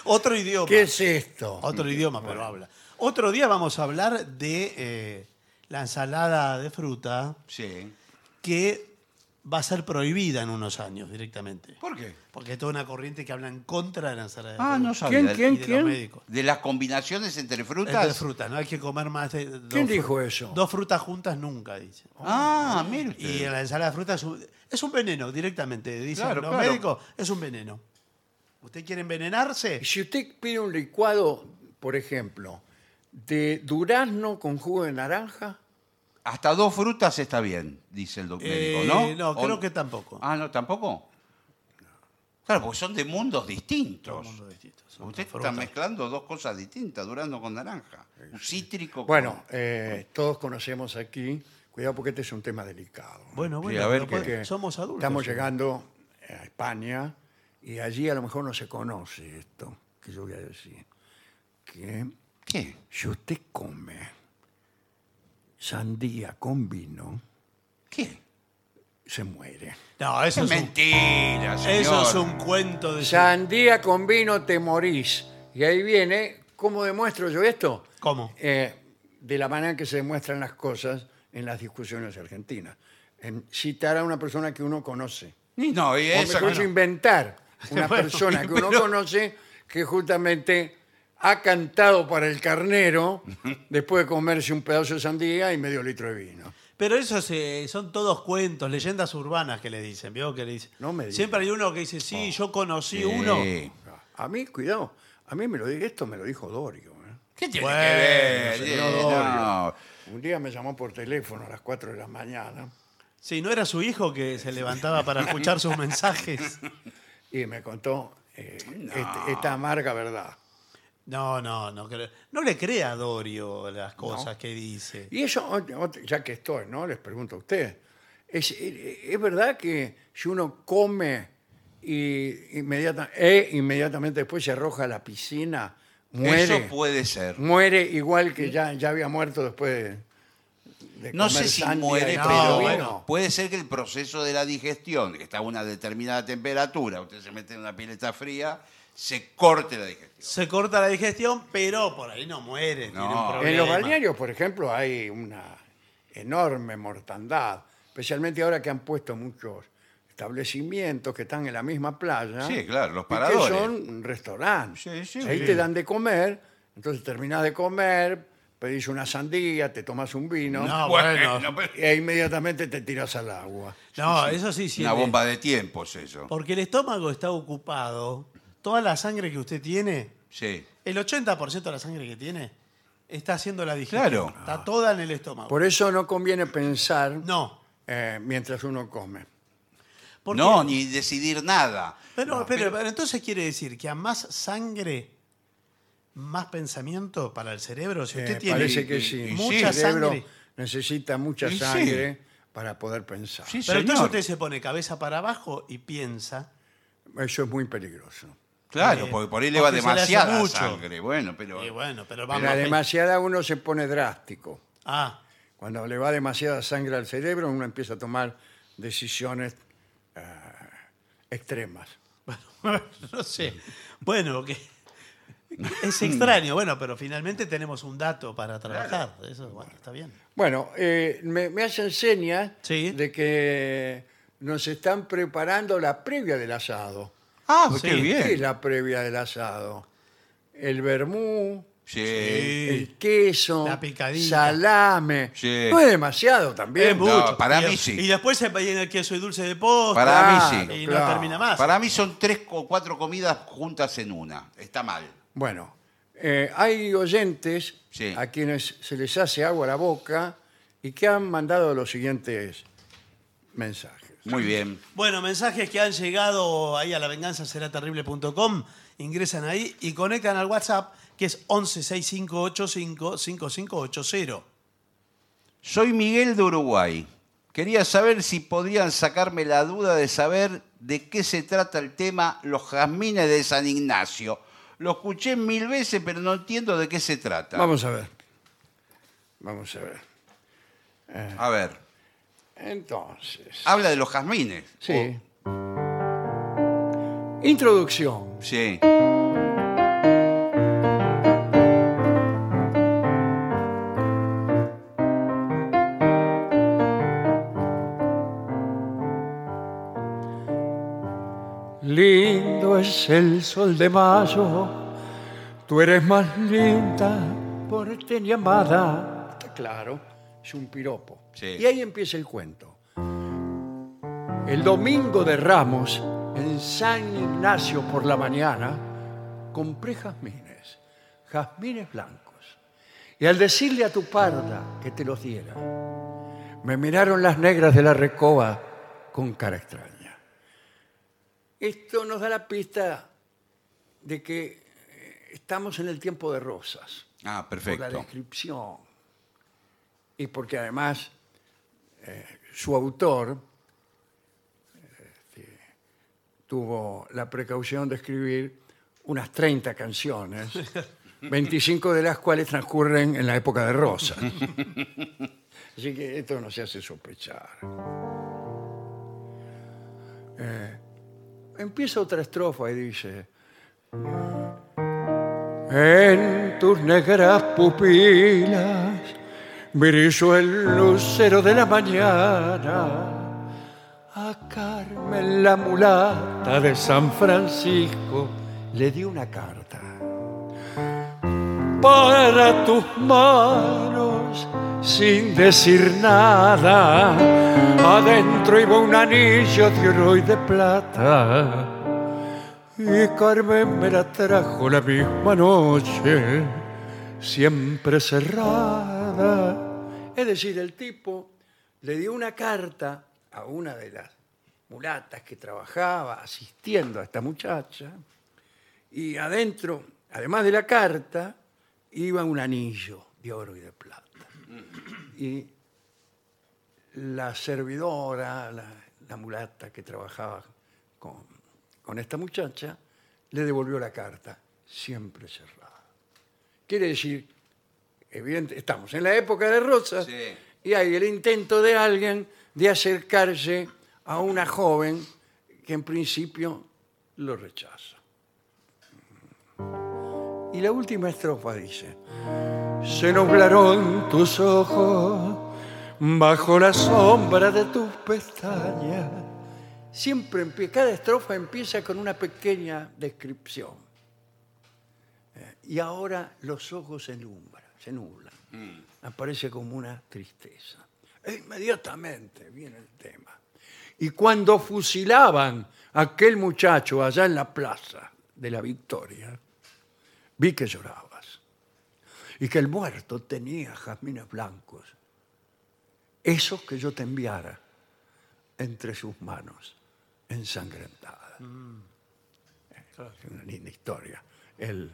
S3: Otro idioma.
S1: ¿qué es esto?
S3: Otro idioma, pero habla. Otro día vamos a hablar de eh, la ensalada de fruta
S2: Sí.
S3: que va a ser prohibida en unos años directamente.
S2: ¿Por qué?
S3: Porque hay toda una corriente que habla en contra de la ensalada de
S2: Ah,
S3: fruta.
S2: no sabía.
S1: ¿Quién, quién?
S3: Y de los médicos.
S2: De las combinaciones entre frutas.
S3: Es de fruta, no hay que comer más de dos
S1: ¿Quién dijo
S3: fru-
S1: eso?
S3: Dos frutas juntas nunca, dice.
S2: Ah, mire usted.
S3: Y la ensalada de fruta es un, es un veneno directamente, dicen
S2: Claro,
S3: los
S2: claro.
S3: médicos, es un veneno. ¿Usted quiere envenenarse?
S1: Si usted pide un licuado, por ejemplo, de durazno con jugo de naranja,
S2: Hasta dos frutas está bien, dice el do- médico,
S3: Eh,
S2: ¿no?
S3: no,
S2: ¿O
S3: creo que tampoco.
S2: Ah, no, tampoco. Claro, porque son de mundos distintos.
S3: Mundo distinto, son
S2: Usted
S3: frutas. Eh,
S2: está mezclando dos cosas distintas, durando con naranja. Un cítrico. con-
S1: bueno, eh, todos conocemos aquí, cuidado porque este es un tema delicado. ¿no?
S3: Bueno,
S2: Sí,
S3: bueno,
S2: a ver
S3: pero
S2: qué-
S3: puede-
S1: Porque
S3: somos adultos.
S1: Estamos
S3: ya.
S1: llegando a España y allí a lo mejor no se conoce esto que yo voy a decir. Que
S2: ¿Qué?
S1: si usted come sandía con vino,
S2: ¿Qué?
S1: se muere.
S3: No, eso es, un,
S2: Mentira, señor.
S3: eso es un cuento de...
S1: Sandía con vino te morís. Y ahí viene, ¿cómo demuestro yo esto?
S3: ¿Cómo?
S1: Eh, de la manera en que se demuestran las cosas en las discusiones argentinas. En citar a una persona que uno conoce.
S2: Y No, y
S1: O
S2: esa-
S1: mejor dicho, inventar una
S3: Bueno,
S1: persona que uno
S2: pero-
S1: conoce que justamente ha cantado para el carnero después de comerse un pedazo de sandía y medio litro de vino.
S3: Pero esos eh, son todos cuentos, leyendas urbanas que le dicen, ¿vio? Que le dicen.
S1: No me diga.
S3: Siempre hay uno que dice, sí, yo conocí
S2: Sí.
S3: uno.
S1: A mí, cuidado, a mí me lo dijo, esto me lo dijo Dorio. ¿eh?
S2: ¿Qué tiene
S3: Bueno,
S2: que ver?
S1: señor
S2: Eh,
S1: Dorio.
S2: no.
S1: Un día me llamó por teléfono a las 4 de la mañana
S3: Sí, ¿no era su hijo que se levantaba para escuchar sus mensajes?
S1: y me contó eh, este- esta amarga verdad.
S3: No, no, no creo. No le crea a Dorio las cosas que dice.
S1: Y eso, ot- ot- ya que estoy, ¿no? Les pregunto a ustedes. ¿Es, eh, es verdad que si uno come y inmediata- e inmediatamente después se arroja a la piscina, muere?
S2: Eso puede ser.
S1: Muere igual que ya, ya había muerto después de, de
S2: No sé
S1: comer
S2: si
S1: sandía y
S2: muere,
S1: no,
S2: pero
S1: bueno.
S2: puede ser que el proceso de la digestión, que está a una determinada temperatura, usted se mete en una pileta fría, se corte la digestión.
S3: Se corta la digestión, pero por ahí no muere. tiene
S2: No.
S3: un
S1: En los
S3: problema.
S1: balnearios, por ejemplo, hay una enorme mortandad, especialmente ahora que han puesto muchos establecimientos que están en la misma playa.
S2: Sí, claro, los
S1: y que
S2: paradores.
S1: son restaurantes.
S2: Sí, sí,
S1: Ahí
S2: sí.
S1: te dan de comer, entonces terminás de comer, pedís una sandía, te tomas un vino
S3: No, Ah, bueno.
S2: pero-
S1: y ahí inmediatamente te tiras al agua.
S3: No, eso sí, sí.
S2: una bomba de tiempos eso.
S3: Porque el estómago está ocupado. Toda la sangre que usted tiene,
S2: Sí.
S3: el 80% de la sangre que tiene, está haciendo la digestión.
S2: Claro.
S3: Está toda en el estómago.
S1: Por eso no conviene pensar
S3: No.
S1: eh, mientras uno come.
S3: Porque-
S2: No, ni decidir nada.
S3: Pero, pero- pero entonces quiere decir que a más sangre, más pensamiento para el cerebro. Si usted
S1: Eh,
S3: tiene
S1: parece que
S2: y-
S1: sí.
S2: y
S3: mucha
S1: El cerebro
S3: sangre.
S1: necesita mucha
S2: Y sí.
S1: sangre para poder pensar.
S2: Sí,
S3: Pero entonces
S2: señor.
S3: usted se pone cabeza para abajo y piensa.
S1: Eso es muy peligroso.
S2: Claro,
S3: Eh,
S2: porque por ahí le va
S3: porque se le hace
S2: demasiada
S3: mucho.
S2: sangre. Bueno, pero...
S3: Y bueno, pero vamos.
S1: Para
S3: a-
S1: demasiada uno se pone drástico.
S3: Ah,
S1: Cuando le va demasiada sangre al cerebro, uno empieza a tomar decisiones eh, extremas.
S3: bueno, no sé. Bueno, que es extraño. Bueno, pero finalmente tenemos un dato para trabajar. Eso, bueno, está bien.
S1: Bueno, eh, me, me hacen señas
S3: Sí.
S1: de que nos están preparando la previa del asado.
S2: Ah, pues
S3: Sí.
S2: qué
S1: ¿Qué es
S2: bien.
S1: la previa del asado? El vermú,
S2: Sí.
S1: el queso,
S3: La picadita.
S1: salame.
S2: Sí.
S1: No es demasiado también.
S3: Es mucho.
S2: para
S3: y,
S2: mí sí.
S3: Y después se viene el queso y dulce de postre.
S2: Para mí sí.
S3: Y
S1: Claro.
S3: no termina más.
S2: Para mí son tres o cuatro comidas juntas en una. Está mal.
S1: Bueno, eh, hay oyentes
S2: Sí.
S1: a quienes se les hace agua a la boca y que han mandado los siguientes mensajes.
S2: Muy bien.
S3: Bueno, mensajes que han llegado ahí a lavenganzaseraterrible.com. Ingresan ahí y conectan al WhatsApp que es 1165855580.
S2: Soy Miguel de Uruguay. Quería saber si podrían sacarme la duda de saber de qué se trata el tema Los Jazmines de San Ignacio. Lo escuché mil veces, pero no entiendo de qué se trata.
S1: Vamos a ver. Vamos a ver.
S2: A ver,
S1: Entonces.
S2: habla de los jazmines.
S1: Sí. Introducción.
S2: Sí.
S1: Lindo es el sol de mayo, tú eres más linda por te llamada. Está claro, es un piropo.
S2: Sí.
S1: Y ahí empieza el cuento. El domingo de Ramos, en San Ignacio por la mañana, compré jazmines, jazmines blancos. Y al decirle a tu parda que te los diera, me miraron las negras de la recoba con cara extraña. Esto nos da la pista de que eh, estamos en el tiempo de rosas, por
S2: Ah,
S1: la
S2: perfecto.
S1: descripción. Y porque además eh, su autor eh, este, tuvo la precaución de escribir unas 30 canciones, 25 de las cuales transcurren en la época de rosas. Así que esto nos hace sospechar. Eh, empieza otra estrofa y dice, en tus negras pupilas brillo el lucero de la mañana, a Carmen la mulata de San Francisco le di una carta para tus manos sin decir nada. Adentro iba un anillo de oro y de plata. Y Carmen me la trajo la misma noche, siempre cerrada. Es decir, el tipo le dio una carta a una de las mulatas que trabajaba asistiendo a esta muchacha y adentro, además de la carta, iba un anillo de oro y de plata. Y la servidora, la, la mulata que trabajaba con, con esta muchacha, le devolvió la carta, siempre cerrada. Quiere decir, evidente, estamos en la época de Rosas
S2: Sí.
S1: y hay el intento de alguien de acercarse a una joven que en principio lo rechaza. Y la última estrofa dice, se nublaron tus ojos bajo la sombra de tus pestañas. Siempre empie- cada estrofa empieza con una pequeña descripción. Eh, y ahora los ojos se nublan, se nublan. Aparece como una tristeza. E inmediatamente viene el tema. Y cuando fusilaban a aquel muchacho allá en la plaza de la Victoria, vi que llorabas y que el muerto tenía jazmines blancos, esos que yo te enviara entre sus manos ensangrentadas. Es una linda historia. Él-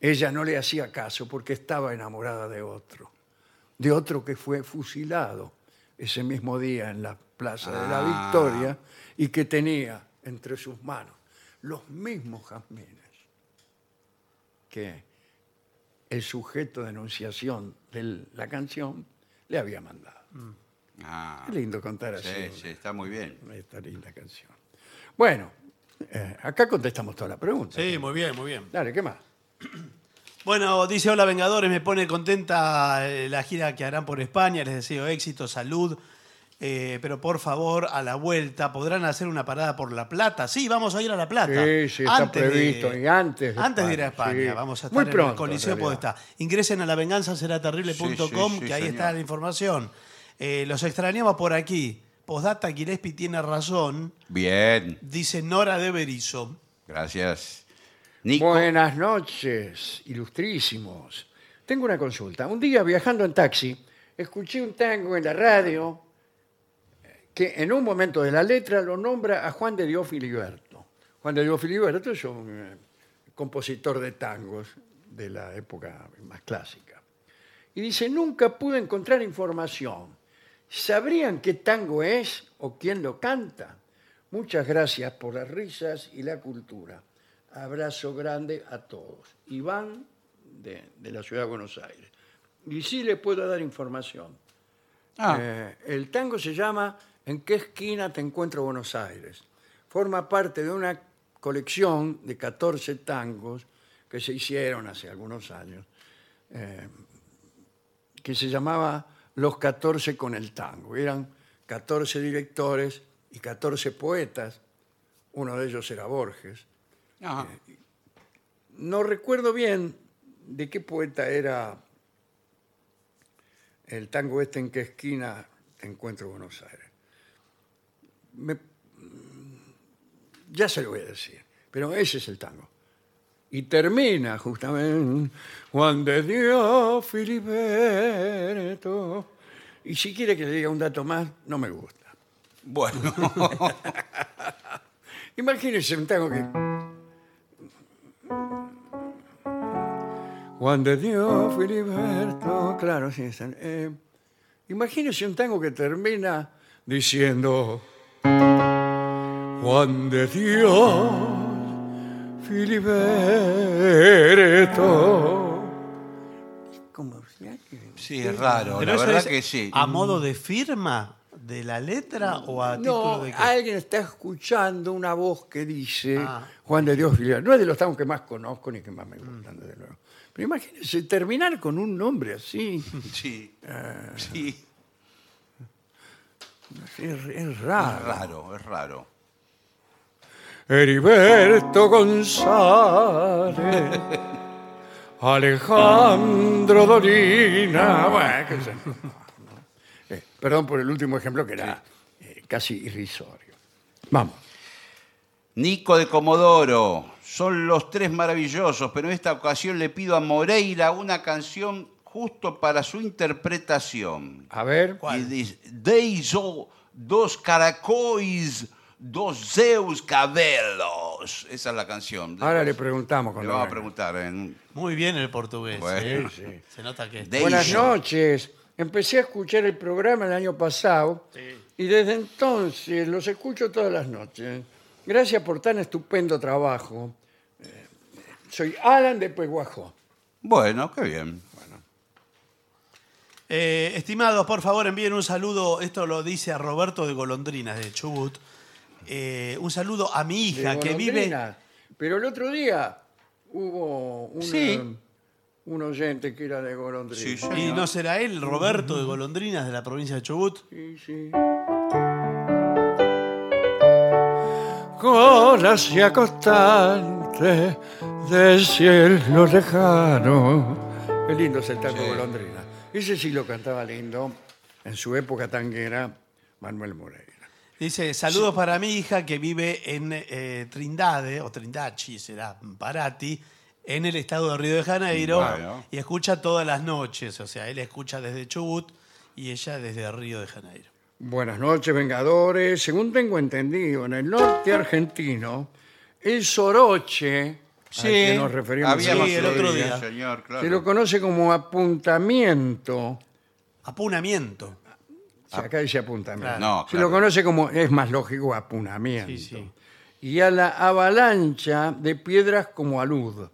S1: ella no le hacía caso porque estaba enamorada de otro, de otro que fue fusilado ese mismo día en la Plaza de la
S2: Ah.
S1: Victoria y que tenía entre sus manos los mismos jazmines que el sujeto de enunciación de la canción le había mandado.
S2: Ah,
S1: Es lindo contar así
S2: sí, sí, está muy bien.
S1: una- esta linda canción. Bueno, eh, acá contestamos toda la pregunta.
S3: Sí, muy bien, muy bien.
S1: Dale, ¿qué más?
S3: Bueno, dice Hola Vengadores, me pone contenta eh, la gira que harán por España, les deseo éxito, salud, eh, pero por favor, a la vuelta, ¿podrán hacer una parada por La Plata? Sí, vamos a ir a La Plata.
S1: Sí, sí, está
S3: de-
S1: previsto, y antes de
S3: antes de ir a
S1: España,
S3: España,
S1: sí.
S3: vamos a estar
S1: Muy
S3: en
S1: pronto,
S3: el
S1: en
S3: Coliseo
S1: realidad.
S3: Podestá. Ingresen a lavenganzaseraterrible.com,
S2: Sí, sí, sí,
S3: que ahí está
S2: señor.
S3: la información. Eh, los extrañamos por aquí. Postdata Gillespie tiene razón,
S2: Bien,
S3: dice Nora de Berizo.
S2: gracias. Nico,
S1: Buenas noches, ilustrísimos. Tengo una consulta. Un día viajando en taxi, escuché un tango en la radio eh, que en un momento de la letra lo nombra a Juan de Dios Filiberto. Juan de Dios Filiberto es un eh, compositor de tangos de la época más clásica. Y dice, nunca pude encontrar información. ¿Sabrían qué tango es o quién lo canta? Muchas gracias por las risas y la cultura. Abrazo grande a todos. Iván de, de la Ciudad de Buenos Aires. Y sí le puedo dar información.
S2: Ah,
S1: Eh, el tango se llama ¿En qué esquina te encuentro Buenos Aires? Forma parte de una colección de 14 tangos que se hicieron hace algunos años, eh, que se llamaba Los 14 con el tango. Eran 14 directores y 14 poetas, uno de ellos era Borges. Eh,
S2: ah,
S1: No recuerdo bien de qué poeta era el tango este en qué esquina te encuentro Buenos Aires. Me- ya se lo voy a decir, pero ese es el tango. Y termina justamente Juan de Dios Filiberto. Y si quiere que le diga un dato más, no me gusta.
S2: bueno.
S1: Imagínense un tango que. Juan de Dios, Filiberto, claro, sí, están. Eh, imagínense un tango que termina diciendo: Juan de Dios, Filiberto. Como
S2: Sí, es raro.
S3: Pero
S2: la
S3: eso
S2: verdad
S3: es
S2: que sí.
S3: ¿A modo de firma de la letra o a título
S1: No,
S3: de qué?
S1: alguien está escuchando una voz que dice
S3: Ah.
S1: Juan de Dios Filiberto. No es de los tangos que más conozco ni que más me gustan, desde luego. Pero imagínense terminar con un nombre así.
S2: Sí.
S3: Eh.
S2: Sí.
S1: Es, es
S2: Es
S1: raro.
S2: raro, es raro.
S1: Heriberto González. Alejandro Dolina. Bueno, qué sé yo. Eh, perdón por el último ejemplo que era eh, casi irrisorio. Vamos.
S2: Nico de Comodoro. Son los tres maravillosos, pero en esta ocasión le pido a Moreira una canción justo para su interpretación.
S1: A ver.
S2: Y dice, Deiso dos caracóis, dos zeus cabelos. Esa es la canción.
S1: Ahora le preguntamos.
S2: Le
S1: cuando
S2: vamos a
S1: venga.
S2: preguntar. en-
S3: Muy bien el portugués.
S2: Bueno.
S3: ¿eh? Se nota que.
S2: De-
S1: Buenas
S2: Ella.
S1: noches. Empecé a escuchar el programa el año pasado y desde entonces los escucho todas las noches. Gracias por tan estupendo trabajo. Eh, Soy Alan de Peguajó.
S2: Bueno, qué bien.
S3: Eh, estimados, por favor, envíen un saludo. Esto lo dice a Roberto de Golondrinas, de Chubut. Eh, un saludo a mi
S1: de
S3: hija que vive.
S1: Golondrinas. Pero el otro día hubo un,
S2: Sí.
S1: un oyente que era de Golondrina.
S2: Sí, sí.
S3: Y no será él, Roberto de Golondrinas, de la provincia de Chubut.
S1: Colas y acostante de cielo lejano. Qué lindo es el tango golondrina. Ese sí lo cantaba lindo en su época tanguera Manuel Moreira.
S3: Dice, saludos para mi hija que vive en eh, Trindade, o Trindachi será, Parati, en el estado de Río de Janeiro,
S2: Bueno.
S3: y escucha todas las noches, o sea, él escucha desde Chubut y ella desde Río de Janeiro.
S1: Buenas noches, Vengadores. Según tengo entendido, en el norte argentino, el soroche, al que nos referimos
S2: habíamos
S3: Sí, el
S2: otro
S3: otro
S2: día,
S3: día.
S2: señor, claro.
S1: se lo conoce como apuntamiento.
S3: Apunamiento.
S1: O sea, acá dice apuntamiento.
S3: Claro.
S2: No,
S1: Se
S2: claro.
S1: lo conoce como, es más lógico, apunamiento.
S3: Sí, sí.
S1: Y a la avalancha de piedras como alud.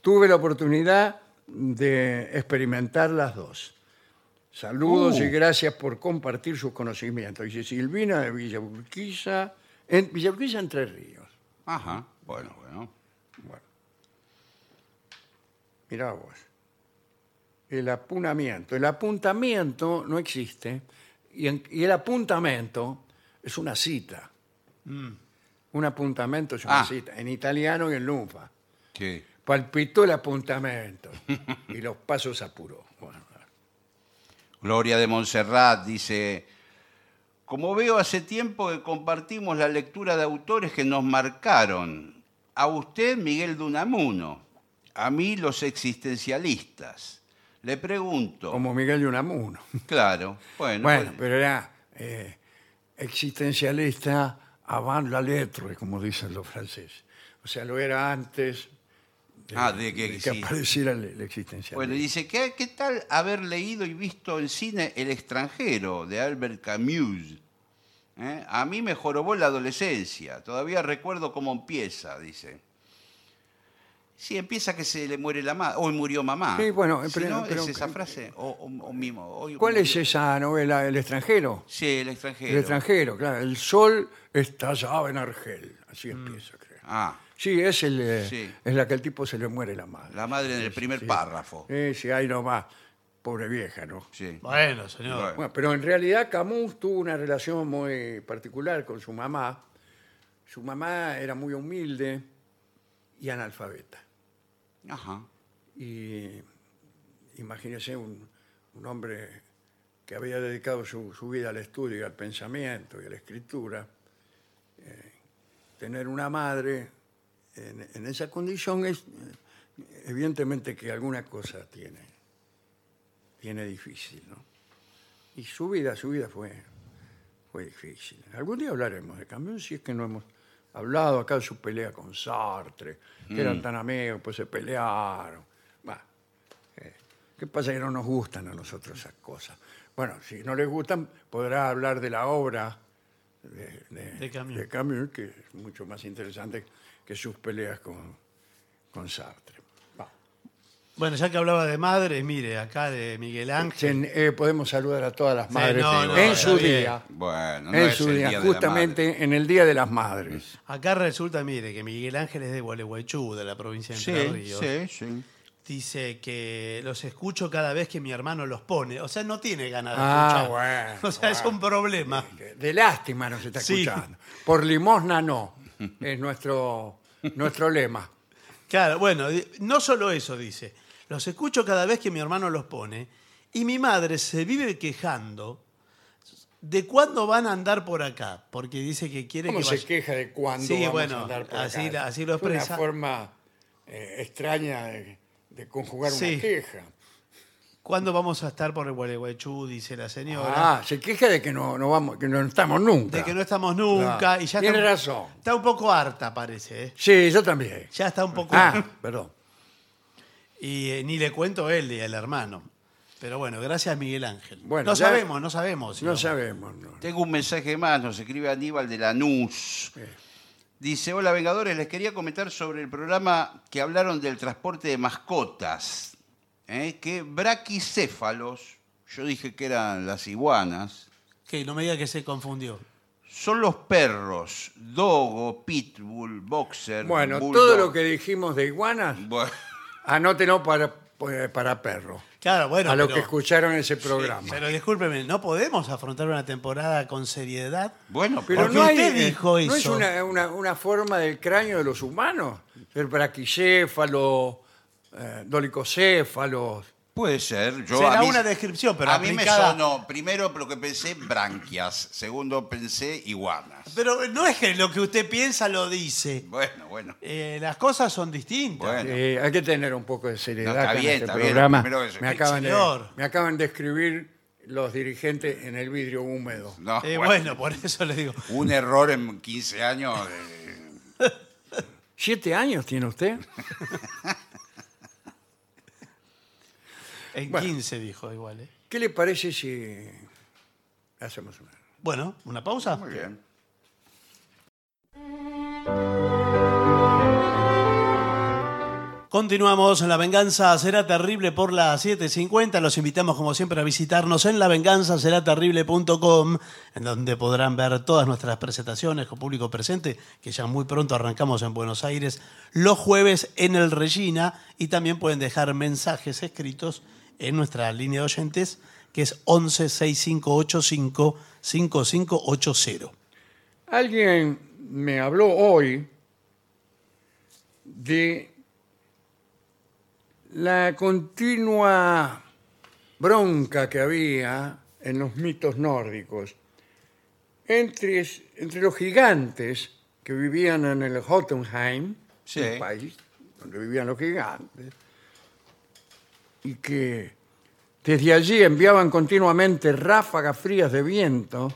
S1: Tuve la oportunidad de experimentar las dos. Saludos
S2: Uh.
S1: y gracias por compartir sus conocimientos. Dice Silvina de Villa Urquiza, en Villa Urquiza, Entre Ríos.
S2: Ajá, bueno, bueno.
S1: Bueno. Mirá vos. El apunamiento. El apuntamiento no existe. Y, en- y el apuntamento es una cita. Un apuntamento es una
S2: Mm. Ah.
S1: cita. En italiano y en lunfa.
S2: Sí.
S1: Palpitó el apuntamento. y los pasos apuró. Bueno,
S2: Gloria de Montserrat dice, como veo hace tiempo que compartimos la lectura de autores que nos marcaron, a usted Miguel Dunamuno, a mí los existencialistas. Le pregunto,
S1: como Miguel de Unamuno.
S2: claro, bueno,
S1: Bueno,
S2: pues,
S1: pero era eh, existencialista avant la lettre, como dicen los franceses. O sea, lo era antes de,
S2: Ah, de que- sí.
S1: apareciera el, el existencialismo.
S2: Bueno, y dice, ¿qué, ¿qué tal haber leído y visto en cine El extranjero de Albert Camus? ¿Eh? A mí me jorobó la adolescencia, todavía recuerdo cómo empieza, dice. Sí, empieza que se le muere la madre, hoy murió mamá.
S1: Sí, bueno,
S2: Si
S1: pero-
S2: no,
S1: pero- eh,
S2: es esa frase, o, o- o mismo. hoy
S1: ¿Cuál es
S2: murió-
S1: esa novela, El extranjero?
S2: Sí, el extranjero.
S1: El extranjero, claro. El sol estallaba en Argel. Así empieza, creo.
S2: Ah,
S1: Sí, es, el, eh,
S2: Sí.
S1: es la que al tipo se le muere la madre.
S2: la madre en el primer párrafo.
S1: Sí, sí, ahí nomás. Pobre vieja, ¿no?
S2: Sí.
S3: Bueno, señor.
S2: Bueno.
S1: Bueno, pero en realidad Camus tuvo una relación muy particular con su mamá. Su mamá era muy humilde y analfabeta.
S2: Ajá.
S1: Y imagínese un, un hombre que había dedicado su, su vida al estudio y al pensamiento y a la escritura, eh, tener una madre en, en esa condición es eh, evidentemente que alguna cosa tiene, tiene difícil, ¿no? Y su vida, su vida fue, fue difícil. Algún día hablaremos de Camus, si es que no hemos hablado acá de su pelea con Sartre, que eran tan amigos, pues se pelearon. Bah, eh, ¿Qué pasa que no nos gustan a nosotros esas cosas? Bueno, si no les gustan, podrá hablar de la obra de, de-
S3: De Camus.
S1: de Camus, que es mucho más interesante que sus peleas con, con Sartre. Bah.
S3: Bueno, ya que hablaba de madre, mire, acá de Miguel Ángel.
S1: Ten- eh, podemos saludar a todas las
S3: Sí,
S1: madres
S3: no,
S2: no,
S1: en
S2: está
S1: su
S3: bien.
S1: día.
S2: Bueno, no
S1: en
S2: es
S1: su
S2: el
S1: día,
S2: día de la
S1: justamente en el Día de las Madres.
S3: Acá resulta, mire, que Miguel Ángel es de Gualeguaychú, de la provincia de Entre
S2: madre.
S3: Ríos.
S2: Sí, sí, sí.
S3: Dice que los escucho cada vez que mi hermano los pone. O sea, no tiene ganas de
S1: Ah,
S3: escuchar.
S1: bueno,
S3: o sea, es
S1: bueno.
S3: un problema.
S1: De lástima nos está
S3: Sí.
S1: escuchando. Por limosna no, es nuestro, nuestro lema.
S3: Claro, bueno, di- no solo eso dice. Los escucho cada vez que mi hermano los pone y mi madre se vive quejando de cuándo van a andar por acá, porque dice que quiere
S1: ¿Cómo
S3: que
S1: se
S3: vaya-
S1: queja de cuándo
S3: Sí,
S1: vamos
S3: bueno,
S1: a andar por
S3: así
S1: acá?
S3: la- así lo
S1: Es una
S3: expresa.
S1: forma eh, extraña de, de conjugar
S3: Sí.
S1: una queja.
S3: ¿Cuándo vamos a estar por el Gualeguaychú? Dice la señora.
S1: Ah, se queja de que no, no vamos, que no estamos nunca.
S3: de que no estamos nunca
S1: Claro.
S3: y ya
S1: Tiene
S3: está,
S1: razón.
S3: Está un poco harta, parece. ¿eh?
S1: Sí, yo también.
S3: Ya está un poco
S1: Ah, perdón.
S3: Y eh, ni le cuento él y el hermano. Pero bueno, gracias Miguel Ángel.
S1: Bueno,
S3: no
S1: ya-
S3: sabemos, no sabemos. si
S1: No
S3: vamos.
S1: sabemos. no.
S2: Tengo un mensaje más, nos escribe Aníbal de Lanús. Dice, hola Vengadores, les quería comentar sobre el programa que hablaron del transporte de mascotas. ¿eh? Que braquicéfalos, yo dije que eran las iguanas,
S3: Que no me diga que se confundió.
S2: son los perros, dogo, pitbull, boxer.
S1: Bueno,
S2: bulldog.
S1: todo lo que dijimos de iguanas,
S2: Bueno,
S1: anótelo para, eh, para perro.
S3: Claro, bueno.
S1: a lo
S3: pero,
S1: que escucharon ese programa.
S3: Pero discúlpeme, no podemos afrontar una temporada con seriedad.
S2: bueno,
S1: Pero
S2: porque-
S3: no usted dijo
S1: ¿no es
S3: eso.
S1: una, una- una forma del cráneo de los humanos? El braquicéfalo, eh, dolicocéfalos.
S2: puede ser. Yo, a
S3: Será
S2: mí-
S3: una descripción, pero
S2: a mí me
S3: aplicada-
S2: sonó, primero lo que pensé, branquias, segundo pensé, iguanas.
S3: Pero no es que lo que usted piensa lo dice.
S2: Bueno, bueno.
S3: Eh, las cosas son distintas.
S2: Bueno.
S1: Eh, hay que tener un poco de seriedad
S2: No, está
S1: con
S2: bien,
S1: este
S2: está bien,
S1: programa.
S2: primero eso.
S1: me, acaban de,
S3: Señor.
S1: me acaban de escribir los dirigentes en el vidrio húmedo.
S2: No,
S3: Eh,
S2: bueno.
S3: bueno, por eso le digo.
S2: Un error en 15 años. eh,
S1: ¿Siete años tiene usted?
S3: En
S1: Bueno.
S3: 15 dijo igual. ¿eh?
S1: ¿Qué le parece si hacemos una?
S3: Bueno, ¿una pausa?
S2: muy bien.
S3: Continuamos en La Venganza Será Terrible por las 7.50. Los invitamos como siempre a visitarnos en lavenganzaseraterrible.com en donde podrán ver todas nuestras presentaciones con público presente que ya muy pronto arrancamos en Buenos Aires los jueves en el Regina y también pueden dejar mensajes escritos en nuestra línea de oyentes que es 11 6585 5580.
S1: Alguien me habló hoy de la continua bronca que había en los mitos nórdicos entre, entre los gigantes que vivían en el Jotunheim,
S2: Sí.
S1: un país donde vivían los gigantes, y que desde allí enviaban continuamente ráfagas frías de viento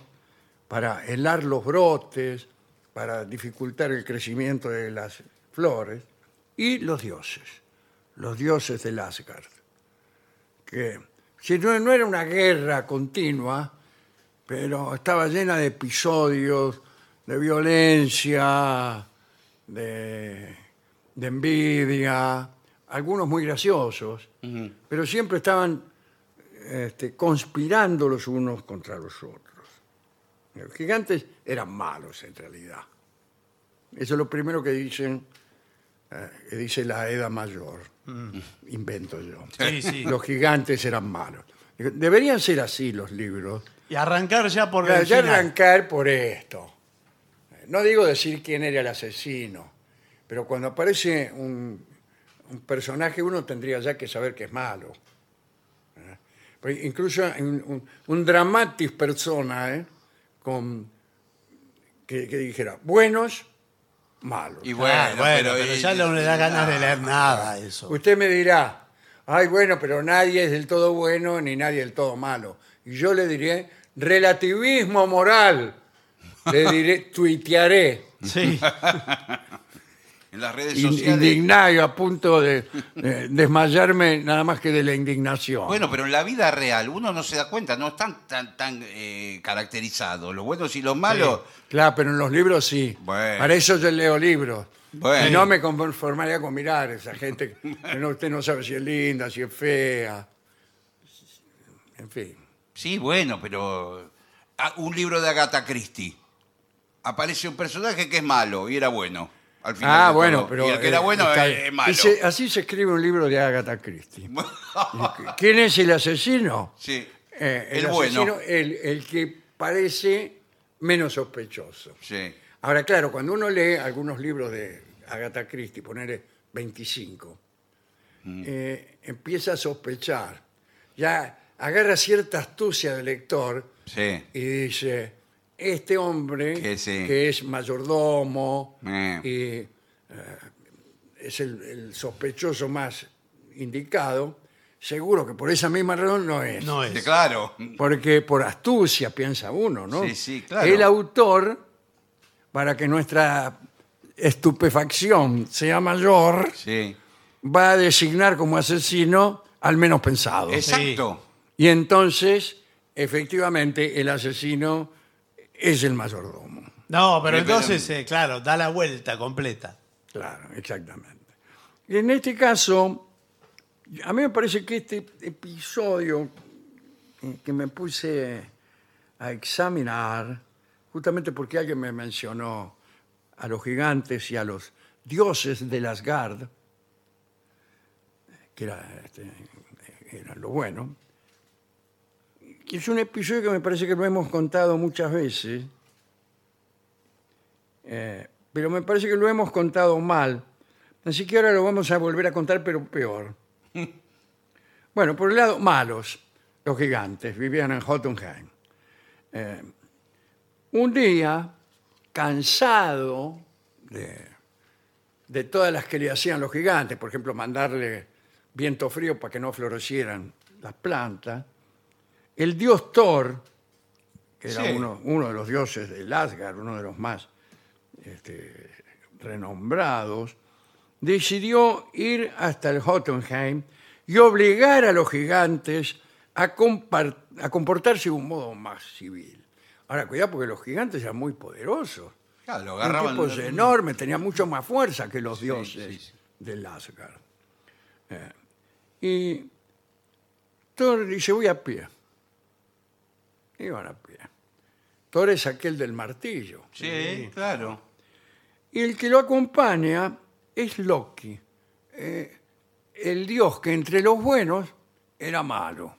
S1: para helar los brotes, para dificultar el crecimiento de las flores, y los dioses, los dioses del Asgard. Que si no, no era una guerra continua, pero estaba llena de episodios, de violencia, de, de envidia, algunos muy graciosos, pero siempre estaban este, conspirando los unos contra los otros. Los gigantes eran malos en realidad. Eso es lo primero que dicen, eh, que dice la Edad Mayor. Invento yo.
S3: Sí, sí.
S1: Los gigantes eran malos. Deberían ser así los libros.
S3: Y arrancar ya por
S1: Claro,
S3: el
S1: ya
S3: final.
S1: arrancar por esto. No digo decir quién era el asesino, pero cuando aparece un, un personaje uno tendría ya que saber que es malo. ¿Eh? Porque incluso un, un, un dramatis persona ¿eh? con, que, que dijera buenos, malos.
S2: Y bueno,
S3: Ah, bueno, pero,
S2: y- ah.
S3: ya no le da ganas de leer nada eso.
S1: Usted me dirá, ay bueno, pero nadie es del todo bueno ni nadie del todo malo. Y yo le diré, relativismo moral. Le diré, tuitearé,
S3: Sí.
S2: En las redes
S1: in-
S2: sociales.
S1: indignado, a punto de, de desmayarme nada más que de la indignación.
S2: Bueno, pero en la vida real uno no se da cuenta, no están tan, tan eh, caracterizados. Los buenos y los malos.
S1: Claro, pero en los libros sí.
S2: Bueno.
S1: Para eso yo leo libros.
S2: Bueno.
S1: Y no me conformaría con mirar esa gente que no- usted no sabe si es linda, si es fea. En fin.
S2: Sí, bueno, pero. ah, un libro de Agatha Christie. Aparece un personaje que es malo y era bueno. Al final
S1: Ah,
S2: de
S1: bueno,
S2: todo.
S1: pero.
S2: Y el que
S1: eh,
S2: era bueno
S1: está
S2: es,
S1: bien. ah,
S2: es malo.
S1: Y se- así se escribe un libro de Agatha Christie. ¿Quién es el asesino?
S2: sí.
S1: Eh,
S2: el, bueno.
S1: asesino, el, el que parece menos sospechoso.
S2: Sí.
S1: Ahora, claro, cuando uno lee algunos libros de Agatha Christie, ponerle 25,
S2: Mm.
S1: eh, empieza a sospechar. Ya agarra cierta astucia del lector
S2: Sí.
S1: y dice, este hombre
S2: Que sí.
S1: que es mayordomo
S2: Eh.
S1: y eh, es el, el sospechoso más indicado, seguro que por esa misma razón no es.
S3: No es.
S2: Claro.
S1: Porque por astucia piensa uno, ¿no?
S2: Sí, sí, claro.
S1: El autor, para que nuestra estupefacción sea mayor,
S2: Sí.
S1: va a designar como asesino al menos pensado.
S2: Exacto.
S1: Y entonces, efectivamente, el asesino es el mayordomo.
S3: No, pero
S2: Sí, pero-
S3: entonces, eh, claro, da la vuelta completa.
S1: Claro, exactamente. Y en este caso, a mí me parece que este episodio eh, que me puse a examinar, justamente porque alguien me mencionó a los gigantes y a los dioses de Asgard, que era, este, era lo bueno, que es un episodio que me parece que lo hemos contado muchas veces, eh, pero me parece que lo hemos contado mal. Así que ahora lo vamos a volver a contar, pero peor. bueno, por el lado, malos, los gigantes, vivían en Jotunheim. Eh, un día, cansado de, de todas las que le hacían los gigantes, por ejemplo, mandarle viento frío para que no florecieran las plantas, el dios Thor, que era
S2: Sí.
S1: uno, uno de los dioses del Asgard, uno de los más este, renombrados, decidió ir hasta el Jotunheim y obligar a los gigantes a, compar- a comportarse de un modo más civil. Ahora, cuidado, porque los gigantes eran muy poderosos.
S2: Claro, lo
S1: Eran
S2: agarraban.
S1: tipos enormes, tenían mucho más fuerza que los dioses
S2: sí, sí.
S1: del Asgard. Eh, y Thor dice, voy a pie. Iban a pie. Thor es aquel del martillo.
S2: Sí, claro.
S1: Y el que lo acompaña es Loki, eh, el dios que entre los buenos era malo,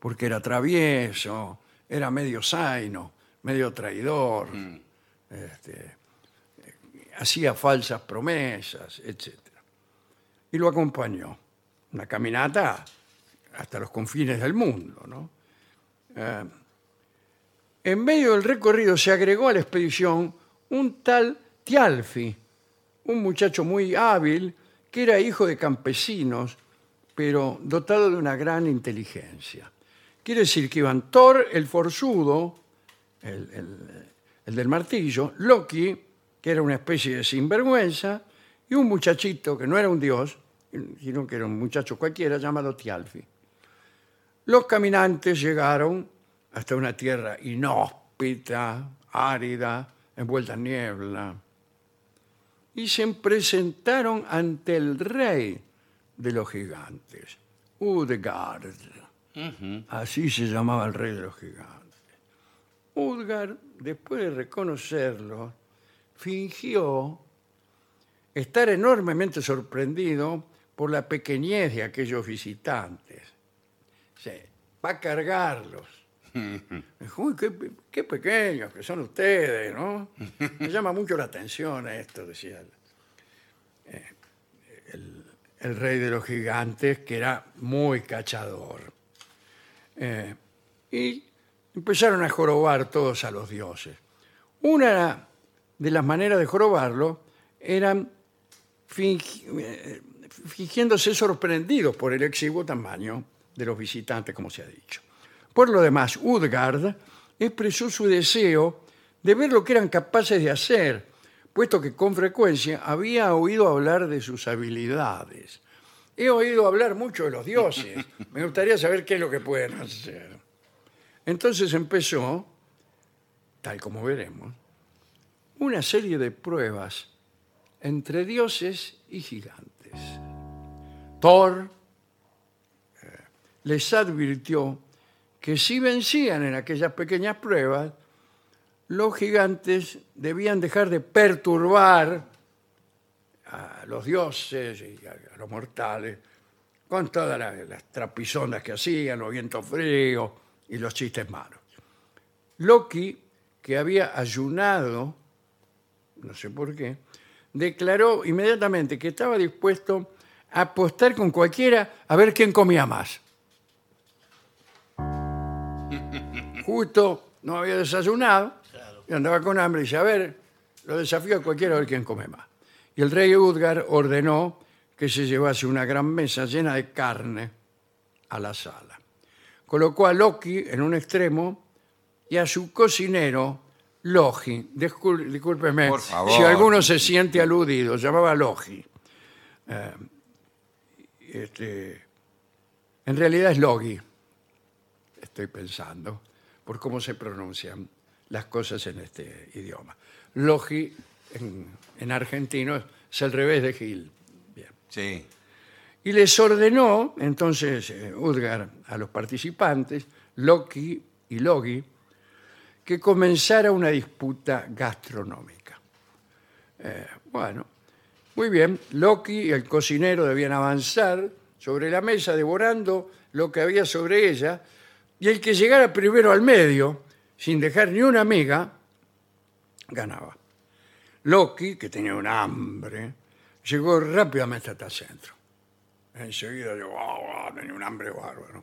S1: porque era travieso, era medio zaino, medio traidor, este, eh, hacía falsas promesas, etc. Y lo acompañó. Una caminata hasta los confines del mundo, ¿no? En medio del recorrido se agregó a la expedición un tal Tialfi, un muchacho muy hábil que era hijo de campesinos, pero dotado de una gran inteligencia. Quiere decir que iban Thor el forzudo, el, el- el del martillo, Loki, que era una especie de sinvergüenza, y un muchachito que no era un dios, sino que era un muchacho cualquiera, llamado Tialfi. Los caminantes llegaron hasta una tierra inhóspita, árida, envuelta en niebla, y se presentaron ante el rey de los gigantes, Udgard. Así se llamaba el rey de los gigantes. Udgar, después de reconocerlo, fingió estar enormemente sorprendido por la pequeñez de aquellos visitantes. Se va a cargarlos. Dijo, "Uy, qué, pe- qué pequeños que son ustedes, ¿no? Me llama mucho la atención esto, decía el, eh, el- el rey de los gigantes, que era muy cachador. Eh, y empezaron a jorobar todos a los dioses. Una de las maneras de jorobarlo eran fingi- eh, fingiéndose sorprendidos por el exiguo tamaño de los visitantes, como se ha dicho. Por lo demás, Udgard expresó su deseo de ver lo que eran capaces de hacer, puesto que con frecuencia había oído hablar de sus habilidades. He oído hablar mucho de los dioses. Me gustaría saber qué es lo que pueden hacer. Entonces empezó, tal como veremos, una serie de pruebas entre dioses y gigantes. Thor eh, les advirtió que si vencían en aquellas pequeñas pruebas, los gigantes debían dejar de perturbar a los dioses y a, a los mortales con todas la- las, trapisondas que hacían, los vientos fríos y los chistes malos. Loki, que había ayunado, no sé por qué, declaró inmediatamente que estaba dispuesto a apostar con cualquiera a ver quién comía más. Justo no había desayunado y andaba con hambre y dice, a ver, lo desafío a cualquiera a ver quién come más. Y el rey Udgar ordenó que se llevase una gran mesa llena de carne a la sala. Colocó a Loki en un extremo y a su cocinero, Logi. Discul- discúlpeme
S2: Por favor.
S1: si alguno se siente aludido, llamaba Logi. Eh, este, en realidad es Logi, estoy pensando, por cómo se pronuncian las cosas en este idioma. Logi en, en argentino es al revés de Gil. Bien.
S2: Sí.
S1: Y les ordenó, entonces, eh, Udgar a los participantes, Loki y Logi, que comenzara una disputa gastronómica. Eh, bueno, muy bien, Loki y el cocinero debían avanzar sobre la mesa devorando lo que había sobre ella, y el que llegara primero al medio, sin dejar ni una miga, ganaba. Loki, que tenía un hambre, llegó rápidamente hasta el centro. Enseguida yo, "Ah, ah", tenía un hambre bárbaro.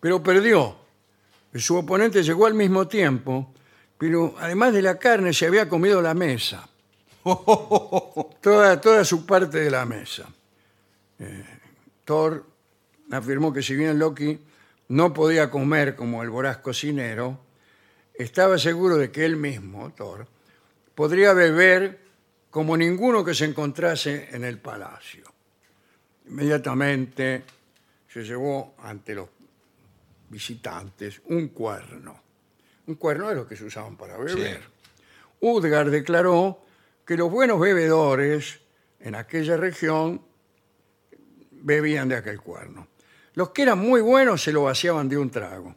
S1: Pero perdió. Su oponente llegó al mismo tiempo, pero además de la carne se había comido la mesa. Toda, toda su parte de la mesa. Eh, Thor afirmó que si bien Loki no podía comer como el voraz cocinero, estaba seguro de que él mismo, Thor, podría beber como ninguno que se encontrase en el palacio inmediatamente se llevó ante los visitantes un cuerno. Un cuerno de los que se usaban para beber. Udgar declaró que los buenos bebedores en aquella región bebían de aquel cuerno. Los que eran muy buenos se lo vaciaban de un trago.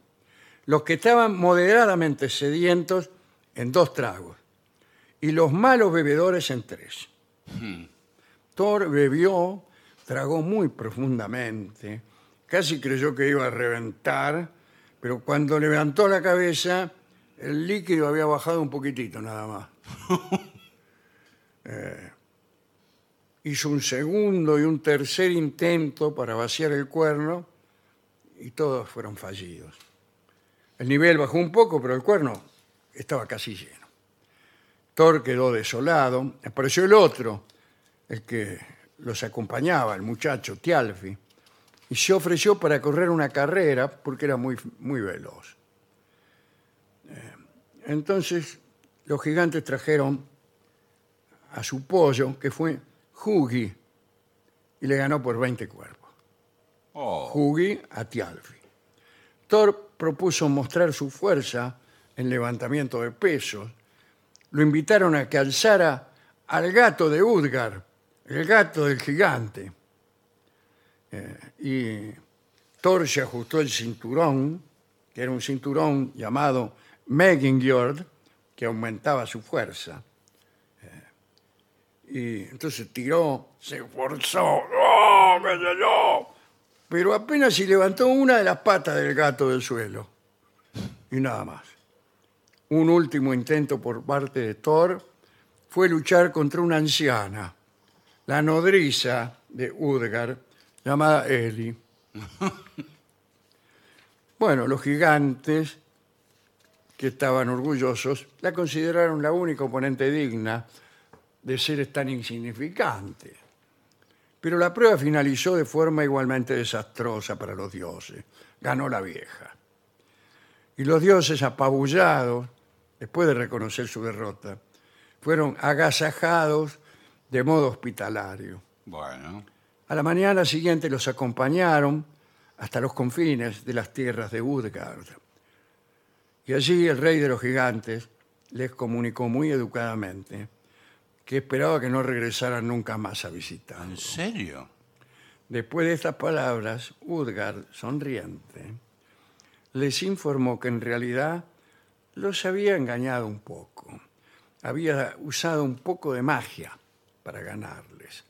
S1: Los que estaban moderadamente sedientos en dos tragos. Y los malos bebedores en tres. Thor bebió, tragó muy profundamente, casi creyó que iba a reventar, pero cuando levantó la cabeza, el líquido había bajado un poquitito nada más. Eh, hizo un segundo y un tercer intento para vaciar el cuerno y todos fueron fallidos. El nivel bajó un poco, pero el cuerno estaba casi lleno. Thor quedó desolado. Apareció el otro, el que los acompañaba, el muchacho Tialfi, y se ofreció para correr una carrera porque era muy, muy veloz. Eh, Entonces los gigantes trajeron a su pollo, que fue Hugi, y le ganó por 20 cuerpos.
S2: Oh,
S1: Hugi a Tialfi. Thor propuso mostrar su fuerza en levantamiento de pesos. Lo invitaron a que alzara al gato de Udgar, el gato del gigante. Eh, y Thor se ajustó el cinturón, que era un cinturón llamado Megingjord, que aumentaba su fuerza. Eh, y entonces tiró, se esforzó, ¡oh, qué sé yo! pero apenas si levantó una de las patas del gato del suelo. Y nada más. Un último intento por parte de Thor fue luchar contra una anciana, la nodriza de Udgar, llamada Eli. Bueno, los gigantes, que estaban orgullosos, la consideraron la única oponente digna de seres tan insignificantes pero la prueba finalizó de forma igualmente desastrosa para los dioses. Ganó la vieja. Y los dioses, apabullados, después de reconocer su derrota, fueron agasajados de modo hospitalario.
S2: bueno.
S1: A la mañana siguiente los acompañaron hasta los confines de las tierras de Udgard. Y allí el rey de los gigantes les comunicó muy educadamente que esperaba que no regresaran nunca más a visitar.
S2: ¿En serio?
S1: Después de estas palabras, Udgard, sonriente, les informó que en realidad los había engañado un poco. Había usado un poco de magia para ganarles,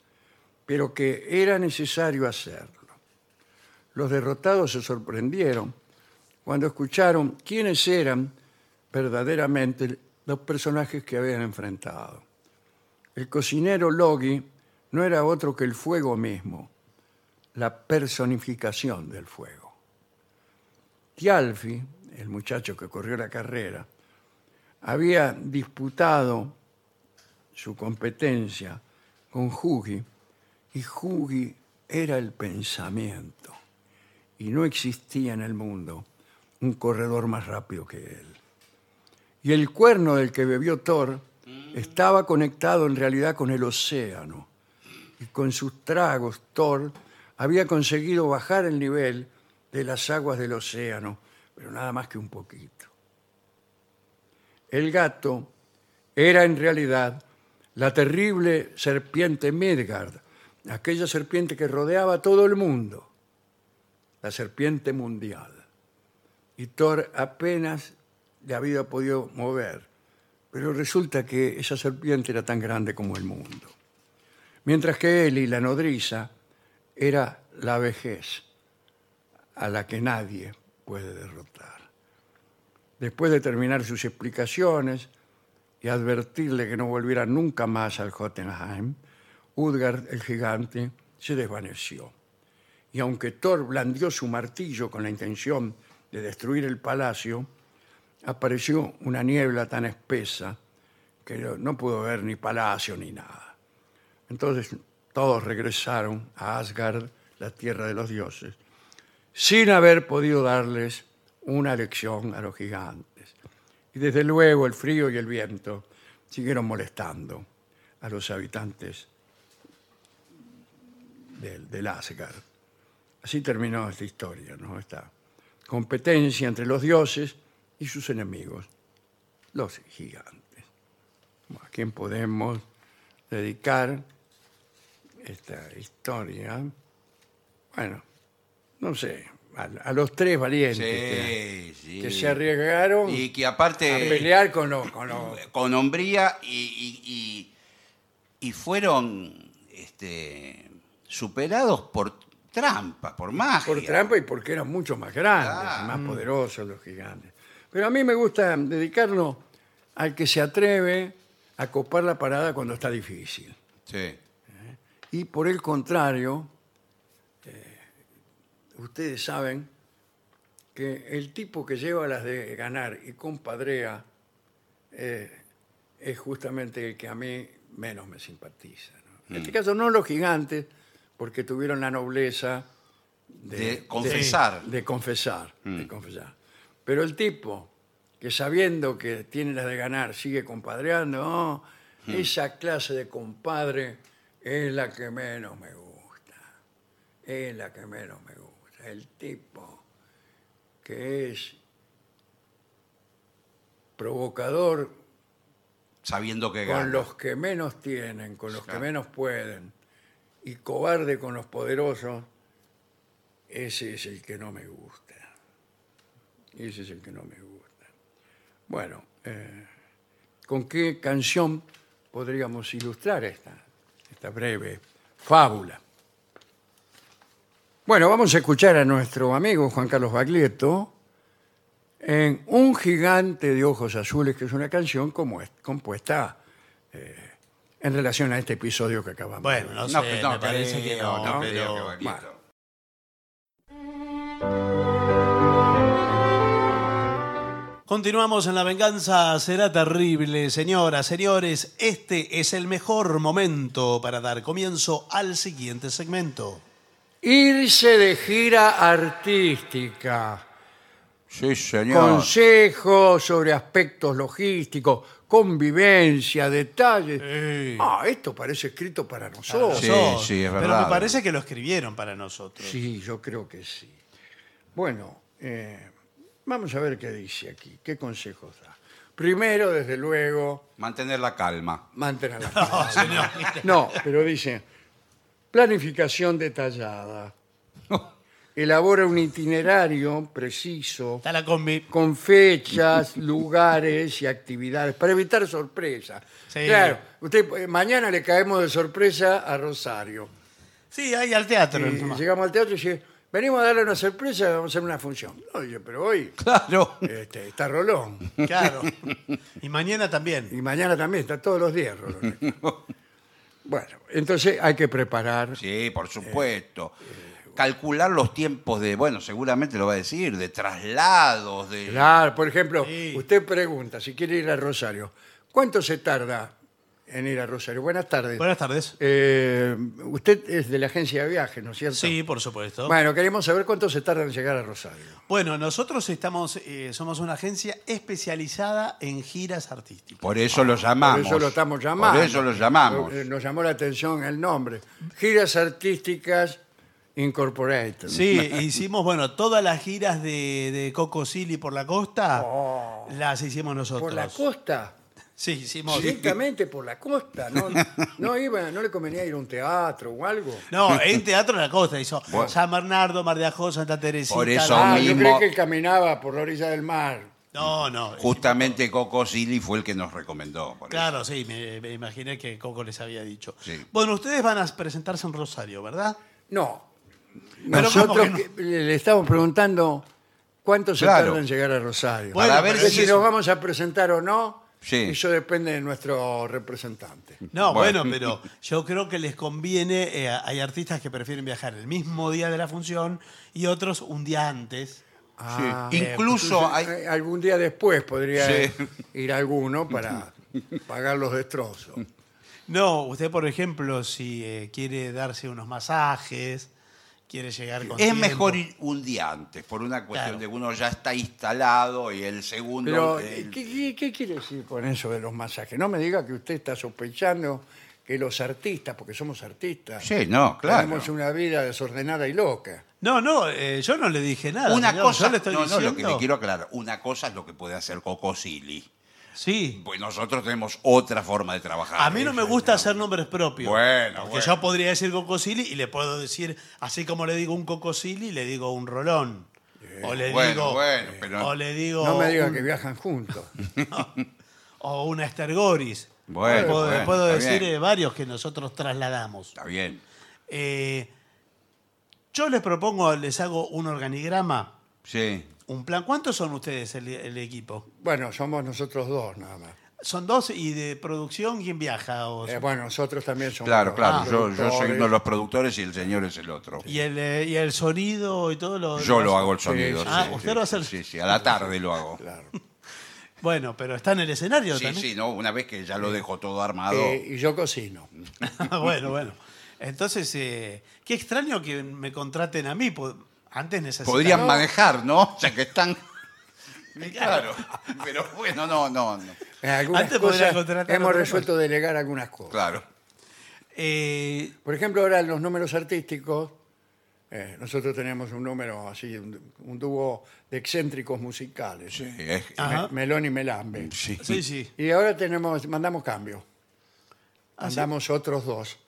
S1: pero que era necesario hacerlo. Los derrotados se sorprendieron cuando escucharon quiénes eran verdaderamente los personajes que habían enfrentado. El cocinero Logi no era otro que el fuego mismo, la personificación del fuego. Tialfi, el muchacho que corrió la carrera, había disputado su competencia con Hugi y Hugi era el pensamiento y no existía en el mundo un corredor más rápido que él. Y el cuerno del que bebió Thor estaba conectado en realidad con el océano y con sus tragos Thor había conseguido bajar el nivel de las aguas del océano, pero nada más que un poquito. El gato era en realidad la terrible serpiente Midgard, aquella serpiente que rodeaba a todo el mundo, la serpiente mundial. Y Thor apenas le había podido mover, pero resulta que esa serpiente era tan grande como el mundo mientras que Eli, la nodriza, era la vejez a la que nadie puede derrotar. Después de terminar sus explicaciones y advertirle que no volviera nunca más al Jotunheim, Udgard el gigante se desvaneció. Y aunque Thor blandió su martillo con la intención de destruir el palacio, apareció una niebla tan espesa que no pudo ver ni palacio ni nada. Entonces todos regresaron a Asgard, la tierra de los dioses, sin haber podido darles una lección a los gigantes. Y desde luego el frío y el viento siguieron molestando a los habitantes del, del Asgard. Así terminó esta historia, ¿no? Esta competencia entre los dioses y sus enemigos, los gigantes. ¿A quién podemos dedicar esta historia? Bueno, no sé, a, a los tres valientes que,
S2: Sí, sí.
S1: que se arriesgaron
S2: Y que
S1: a
S2: aparte,
S1: pelear con los... Con los-
S2: con hombría y, y- y- y fueron este, superados por trampa, por magia.
S1: por trampa y porque eran mucho más grandes,
S2: Ah.
S1: más poderosos los gigantes. Pero a mí me gusta dedicarnos al que se atreve a copar la parada cuando está difícil.
S2: Sí.
S1: Y por el contrario, eh, ustedes saben que el tipo que lleva las de ganar y compadrea eh, es justamente el que a mí menos me simpatiza. ¿no?
S2: Mm.
S1: En este caso no los gigantes, porque tuvieron la nobleza de,
S2: De confesar. Mm.
S1: De, de confesar, de confesar. Pero el tipo que sabiendo que tiene las de ganar sigue compadreando, no,
S2: Mm.
S1: esa clase de compadre es la que menos me gusta. Es la que menos me gusta. El tipo que es provocador
S2: sabiendo que gana.
S1: con los que menos tienen, con los
S2: Claro.
S1: que menos pueden, y cobarde con los poderosos, ese es el que no me gusta. Ese es el que no me gusta. Bueno, eh, ¿con qué canción podríamos ilustrar esta, esta breve fábula? Bueno, vamos a escuchar a nuestro amigo Juan Carlos Baglietto en Un gigante de ojos azules, que es una canción como es- compuesta eh, en relación a este episodio que acabamos de
S3: Bueno,
S1: ver.
S3: no sé,
S2: No,
S3: me parece que no,
S2: no,
S3: pero-
S2: creo que Baglietto.
S1: Bueno.
S3: Continuamos en La Venganza Será Terrible, señoras, señores. Este es el mejor momento para dar comienzo al siguiente segmento.
S1: Irse de gira artística.
S2: Sí, señor.
S1: Consejos sobre aspectos logísticos, convivencia, detalles. Ah, esto parece escrito para nosotros.
S2: Sí,
S3: Nosotros.
S2: sí, es
S3: Pero
S2: verdad.
S3: me parece que lo escribieron para nosotros.
S1: Sí, yo creo que sí. Bueno, eh, vamos a ver qué dice aquí, qué consejos da. Primero, desde luego,
S2: Mantener la calma.
S1: mantener la
S3: No, Oh, señor.
S1: No, pero dice, planificación detallada. Elabora un itinerario preciso
S3: Está la combi.
S1: con fechas, lugares y actividades para evitar sorpresas.
S3: Sí.
S1: Claro, usted eh, mañana le caemos de sorpresa a Rosario.
S3: Sí, ahí al teatro.
S1: Y
S3: nomás.
S1: llegamos al teatro y dice, venimos a darle una sorpresa, vamos a hacer una función. Oye, pero hoy
S2: Claro.
S1: este, está Rolón.
S3: Claro. Y mañana también.
S1: Y mañana también, está todos los días Rolón. Bueno, entonces hay que preparar
S2: Sí,
S1: Eh,
S2: por supuesto. Calcular los tiempos de, bueno, seguramente lo va a decir, de traslados, de...
S1: Claro, por ejemplo,
S3: Sí.
S1: usted pregunta si quiere ir a Rosario. ¿Cuánto se tarda en ir a Rosario? Buenas tardes.
S3: Buenas tardes.
S1: Eh, usted es de la agencia de viajes, ¿no es cierto?
S3: Sí, por supuesto.
S1: Bueno, queremos saber cuánto se tarda en llegar a Rosario.
S3: Bueno, nosotros estamos, eh, somos una agencia especializada en giras artísticas.
S2: Por eso lo llamamos.
S1: Por eso lo estamos llamando.
S2: Por eso lo llamamos.
S1: Eh, Nos llamó la atención el nombre. Giras Artísticas Incorporated.
S3: Sí, hicimos, bueno, todas las giras de, de Coco Silly por la costa las hicimos nosotros.
S1: Oh. Por la costa.
S3: Sí, hicimos.
S1: Directamente por la costa. No, no, iba, no le convenía ir a un teatro o algo.
S3: No, en Teatro de la Costa hizo
S2: Bueno.
S3: San Bernardo, Mar de Ajó, Santa Teresita.
S2: Por eso
S3: la-
S1: Ah,
S2: mismo-
S1: yo creí que caminaba por la orilla del mar.
S3: No, no.
S2: Justamente Coco Silly fue el que nos recomendó. por
S3: Claro, sí, me, me imaginé que Coco les había dicho.
S2: Sí.
S3: Bueno, ustedes van a presentarse en Rosario, ¿verdad?
S1: No.
S3: Pero
S1: Nosotros
S3: ¿cómo que
S1: que- le le estamos preguntando cuánto se
S2: Claro.
S1: tarda en llegar a Rosario.
S3: Bueno,
S2: Para ver
S1: Porque
S3: pero
S2: si
S1: si
S2: es-
S1: nos vamos a presentar o no,
S2: Sí.
S1: eso depende de nuestro representante.
S3: No,
S2: Bueno.
S3: bueno, pero yo creo que les conviene. eh, hay artistas que prefieren viajar el mismo día de la función y otros un día antes.
S1: Ah,
S2: Sí. Incluso hay-
S1: eh, algún día después podría
S2: Sí.
S1: eh, ir alguno para pagar los destrozos.
S3: No, usted, por ejemplo, si eh, quiere darse unos masajes, quiere llegar con.
S2: Es
S3: tiempo.
S2: mejor ir un día antes, por una cuestión
S3: Claro.
S2: de que uno ya está instalado y el segundo...
S1: Pero, eh,
S2: el-
S1: ¿qué, qué, qué quiere decir con eso de los masajes? No me diga que usted está sospechando que los artistas, porque somos artistas,
S2: Sí, no, claro.
S1: tenemos una vida desordenada y loca.
S3: No, no, eh, yo no le dije nada.
S2: Una
S3: señor,
S2: cosa,
S3: yo le estoy
S2: no, no,
S3: diciendo.
S2: lo que le quiero aclarar, una cosa es lo que puede hacer Coco Silly.
S3: Sí.
S2: Pues nosotros tenemos otra forma de trabajar.
S3: A mí no me
S2: Eso,
S3: gusta hacer nombres propios.
S2: Ah, Bueno,
S3: Porque
S2: bueno.
S3: yo podría decir cocosili y le puedo decir, así como le digo un cocosili, le digo un rolón. o le
S2: bueno,
S3: digo.
S2: bueno, pero-
S3: O le digo.
S1: No me diga
S3: un-
S1: que viajan juntos.
S3: O una estergoris.
S2: Bueno,
S3: puedo,
S2: bueno,
S3: puedo
S2: está
S3: decir
S2: bien.
S3: eh, varios que nosotros trasladamos.
S2: Está bien.
S3: Eh, yo les propongo, les hago un organigrama,
S2: Sí.
S3: un plan. ¿Cuántos son ustedes el, el equipo?
S1: Bueno, somos nosotros dos nada más.
S3: Son dos y de producción, ¿quién viaja? O-
S1: Eh, bueno, nosotros también somos.
S2: Claro,
S1: los
S2: claro. yo, yo soy
S1: productores.
S2: uno de los productores y el señor es el otro.
S3: y, el, eh, y el sonido y todo lo
S2: Yo lo
S3: demás?
S2: hago el sonido.
S1: sí,
S2: sí,
S3: ah,
S2: sí,
S3: usted lo hace el-
S2: Sí, sí, a la tarde lo hago.
S1: Claro.
S3: Bueno, pero está en el escenario
S2: Sí,
S3: también.
S2: sí, no, una vez que ya lo dejo todo armado.
S1: Eh, y yo cocino.
S3: bueno, bueno. Entonces, eh, qué extraño que me contraten a mí. po- Antes necesitaba.
S2: Podrían manejar, ¿no? O sea, que están. Y claro, pero bueno, no, no, no.
S1: En Eh, algunas
S3: Antes podría
S1: cosas
S3: contratar a
S1: hemos
S3: otra
S1: resuelto delegar algunas cosas.
S2: Claro.
S3: Eh,
S1: Por ejemplo, ahora los números artísticos, eh, nosotros tenemos un número así, un, un dúo de excéntricos musicales,
S2: Sí, es-
S3: Ajá.
S1: Me- Melón y Melambe.
S2: sí.
S3: Ah. sí, sí.
S1: Y ahora tenemos, mandamos cambio.
S3: ¿Ah,
S1: Mandamos otros dos,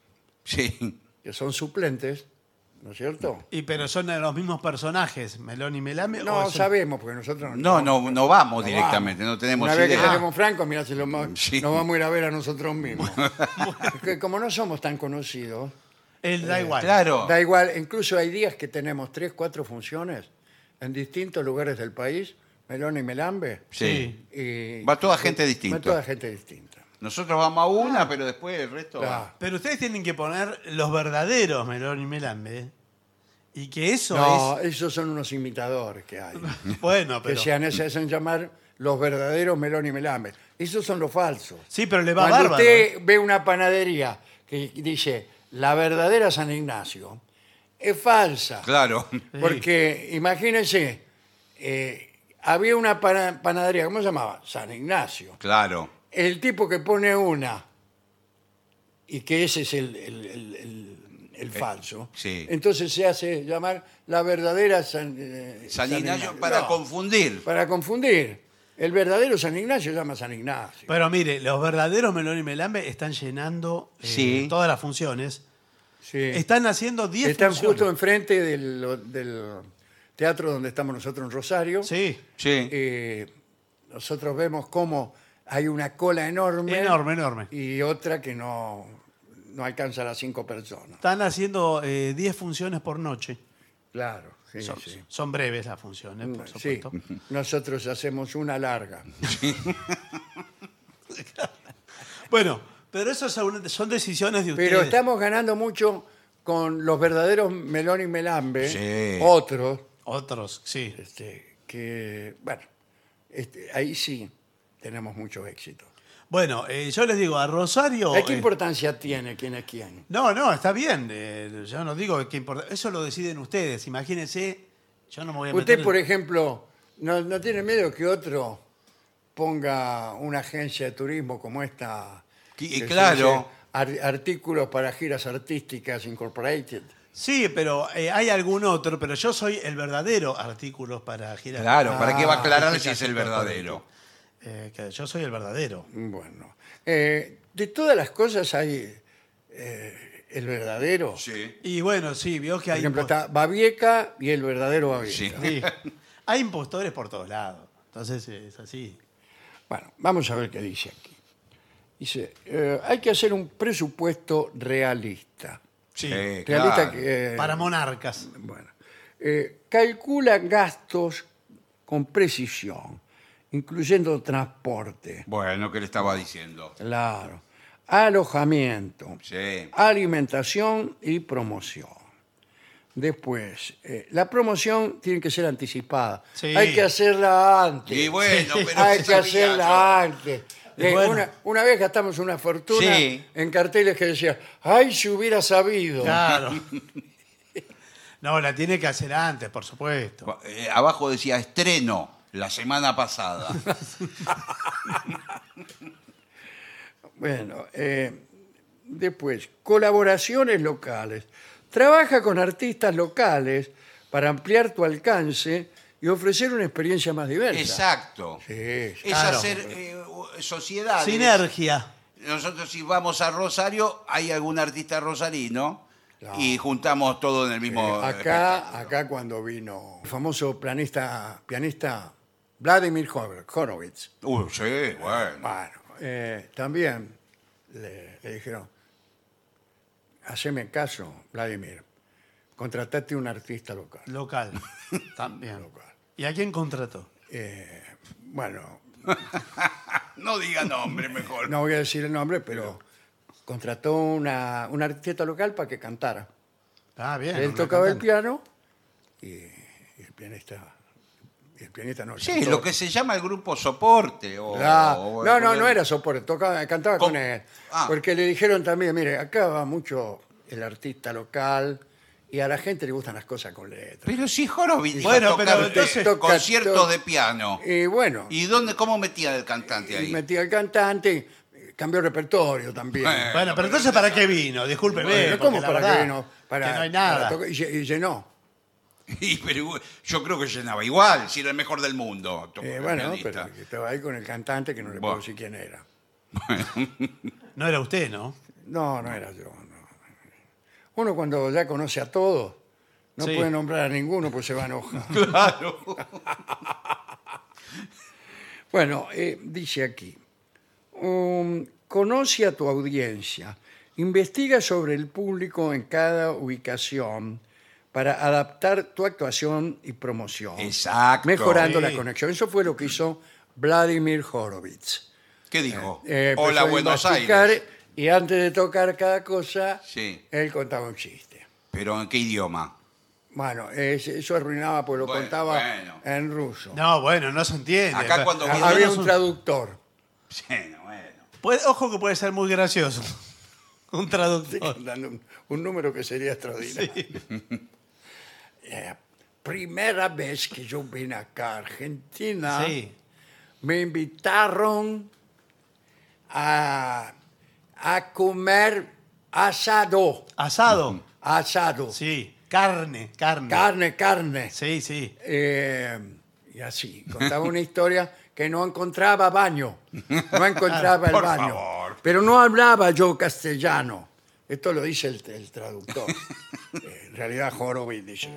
S2: Sí.
S1: que son suplentes, ¿no es cierto?
S3: Y pero son de los mismos personajes, Melón y Melame.
S1: No
S3: o es un-
S1: sabemos, porque nosotros
S2: No, no, no vamos
S1: No
S2: directamente, no tenemos
S1: Una vez que
S2: idea.
S1: tenemos Franco, mira, se lo mo-
S2: Sí.
S1: nos vamos a ir a ver a nosotros mismos. Porque como no somos tan conocidos,
S3: Él
S1: Eh,
S3: da igual.
S2: Claro.
S1: da igual, incluso hay días que tenemos tres, cuatro funciones en distintos lugares del país, Melón y Melambe.
S2: Sí.
S1: y-
S2: Va toda gente
S1: Va
S2: distinta.
S1: toda gente distinta.
S2: Nosotros vamos a una, pero después el resto.
S1: Claro.
S3: Pero ustedes tienen que poner los verdaderos Melón y Melame. ¿eh? Y que eso
S1: No, esos son unos imitadores que hay.
S3: es. Bueno,
S1: que
S3: pero.
S1: se han- se hacen llamar los verdaderos Melón y Melambe. Esos son los falsos.
S3: Sí, pero le va
S1: Cuando
S3: bárbaro.
S1: usted ve una panadería que dice la verdadera San Ignacio, es falsa.
S2: Claro.
S1: Porque imagínense, eh, había una pana- panadería, ¿cómo se llamaba? San Ignacio.
S2: Claro.
S1: El tipo que pone una, y que ese es el, el- el- el-
S3: Eh,
S1: el falso,
S2: sí.
S1: entonces se hace llamar la verdadera San, eh,
S2: San
S1: San
S2: Ignacio para
S1: No,
S2: confundir.
S1: para confundir. El verdadero San Ignacio se llama San Ignacio.
S3: Pero mire, los verdaderos Melón y Melambe están llenando eh,
S2: Sí.
S3: todas las funciones.
S1: Sí.
S3: Están haciendo 10
S1: Están
S3: funciones.
S1: justo enfrente del, del teatro donde estamos nosotros en Rosario.
S3: Sí.
S2: Sí.
S1: Eh, nosotros vemos cómo hay una cola enorme.
S3: Enorme, enorme.
S1: Y otra que no, no alcanza a las cinco personas.
S3: Están haciendo eh, 10 funciones por noche.
S1: Claro, sí,
S3: Son,
S1: sí.
S3: son breves las funciones, por
S1: Sí,
S3: supuesto.
S1: nosotros hacemos una larga.
S3: Bueno, pero eso son, son decisiones de ustedes.
S1: Pero estamos ganando mucho con los verdaderos Melón y Melambe,
S2: Sí.
S1: otros,
S3: Otros, sí.
S1: este, que, bueno, este, ahí sí tenemos mucho éxito.
S3: Bueno, eh, yo les digo, a Rosario...
S1: ¿Qué
S3: eh,
S1: importancia tiene quién es
S2: Eh,
S1: quién?
S3: no, no, está bien. eh, yo no digo que importa. Eso lo deciden ustedes. Imagínense, yo no me voy a meter...
S1: Usted, por ejemplo, ¿no, no tiene miedo que otro ponga una agencia de turismo como esta?
S2: Y-
S1: que
S2: y claro.
S1: surge ar- artículos para giras artísticas incorporated.
S3: Sí, pero eh, hay algún otro, pero yo soy el verdadero artículos para girar.
S2: Claro, ¿para qué va a aclarar
S1: este
S3: Ah,
S2: si es el verdadero?
S3: Eh, que yo soy el verdadero.
S1: Bueno, eh, de todas las cosas hay eh, el verdadero.
S2: Sí.
S3: Y bueno, sí, vio que
S1: Por
S3: hay...
S1: ejemplo,
S3: impo-
S1: está Babieca y el verdadero Babieca.
S2: Sí.
S3: sí. hay impostores por todos lados. Entonces eh, es así.
S1: Bueno, vamos a ver qué dice aquí. Dice, eh, hay que hacer un presupuesto realista.
S3: Sí.
S2: Eh,
S1: Realista
S2: claro.
S1: que... eh,
S3: Para monarcas.
S1: Bueno, eh, calcula gastos con precisión, incluyendo transporte,
S2: Bueno, ¿qué le estaba diciendo?
S1: claro, alojamiento,
S2: Sí.
S1: alimentación y promoción. Después, eh, la promoción tiene que ser anticipada.
S3: Sí.
S1: Hay que hacerla antes.
S2: Y bueno, pero.
S1: Hay que
S2: sabía
S1: hacerla
S2: yo.
S1: antes. Eh,
S3: Bueno.
S1: una, una vez gastamos una fortuna
S2: Sí.
S1: en carteles que decía, ay, si hubiera sabido.
S3: Claro. No, la tiene que hacer antes, por supuesto.
S2: Eh, abajo decía estreno la semana pasada.
S1: Bueno, eh, después, colaboraciones locales. Trabaja con artistas locales para ampliar tu alcance y ofrecer una experiencia más diversa.
S2: Exacto.
S1: Sí, Ah, sí.
S2: Es
S3: Claro.
S2: hacer eh, sociedades.
S3: Sinergia.
S2: Nosotros si vamos a Rosario, hay algún artista rosarino
S1: Claro.
S2: y juntamos todo en el mismo... eh,
S1: Acá, acá cuando vino el famoso planista, pianista Vladimir Hor- Horowitz,
S2: Uh, sí, bueno.
S1: bueno, eh, también le, le dijeron, haceme caso, Vladimir, contratate un artista local.
S3: Local. También.
S1: Local.
S3: ¿Y a quién contrató?
S1: Eh, bueno,
S2: No diga nombre mejor.
S1: no voy a decir el nombre, pero contrató una, un artista local para que cantara.
S3: Ah, bien.
S1: Él
S3: una
S1: tocaba el
S3: cantante.
S1: piano y, y el pianista. y el pianista no. el
S2: Sí,
S1: cantor.
S2: lo que se llama el grupo soporte.
S3: Oh,
S2: O,
S1: La-
S2: o-
S1: Ah, no, no, no era soporte, tocaba, cantaba con,
S2: Con-
S1: él.
S2: Ah.
S1: Porque le dijeron también, mire, acá va mucho el artista local Y a la gente le gustan las cosas con letras.
S2: Pero si Horowitz
S3: Bueno,
S2: bueno,
S3: pero entonces-
S2: conciertos
S1: Toca-
S2: de piano.
S1: Y bueno, y,
S2: ¿Y dónde, cómo metía el cantante ahí?
S1: metí al cantante, eh, cambió el repertorio también.
S2: Eh,
S3: Bueno, pero entonces, ¿para qué vino? Discúlpeme.
S1: Bueno,
S3: porque
S1: ¿Cómo
S3: la
S1: para
S3: verdad
S1: que no? Para,
S3: que no hay nada.
S1: para tocar- y, lle- y llenó.
S2: Y, pero yo creo que llenaba igual, si era el mejor del mundo. tocó
S1: Eh,
S2: el
S1: bueno,
S2: pianista.
S1: pero estaba ahí con el cantante que no le puedo
S2: Bueno.
S1: decir quién era.
S3: No era usted, ¿no?
S1: No, no era yo. no. Uno cuando ya conoce a todos, no
S3: Sí.
S1: puede nombrar a ninguno pues se va a enojar.
S2: Claro.
S1: Bueno, eh, dice aquí, um, conoce a tu audiencia, investiga sobre el público en cada ubicación para adaptar tu actuación y promoción.
S2: Exacto.
S1: Mejorando
S3: Sí.
S1: la conexión. Eso fue lo que hizo Vladimir Horowitz.
S2: ¿Qué dijo?
S1: Eh,
S2: Hola,
S1: empezó a
S2: Buenos
S1: investigar
S2: Aires.
S1: Y antes de tocar cada cosa,
S2: Sí.
S1: él contaba un chiste.
S2: ¿Pero en qué idioma?
S1: Bueno, es- eso arruinaba, pues lo
S2: Bueno,
S1: contaba
S2: bueno.
S1: en ruso.
S3: No, bueno, no se entiende.
S2: Acá cuando
S3: Al
S1: Ha- Había
S3: menos
S1: un
S3: un-
S1: traductor.
S2: Sí, bueno.
S3: Puede- ojo que puede ser muy gracioso. un traductor.
S1: dando un, un número que sería extraordinario. Eh, primera vez que yo vine acá a Argentina,
S3: Sí.
S1: me invitaron a, a comer asado.
S3: Asado.
S1: Asado.
S3: Sí. Carne, carne.
S1: Carne, carne.
S3: sí, sí.
S1: Eh, y así, contaba una historia que no encontraba baño. No encontraba el
S2: Por
S1: baño.
S2: favor.
S1: Pero no hablaba yo castellano. Esto lo dice el, el traductor. Eh, en realidad, Horowitz dice: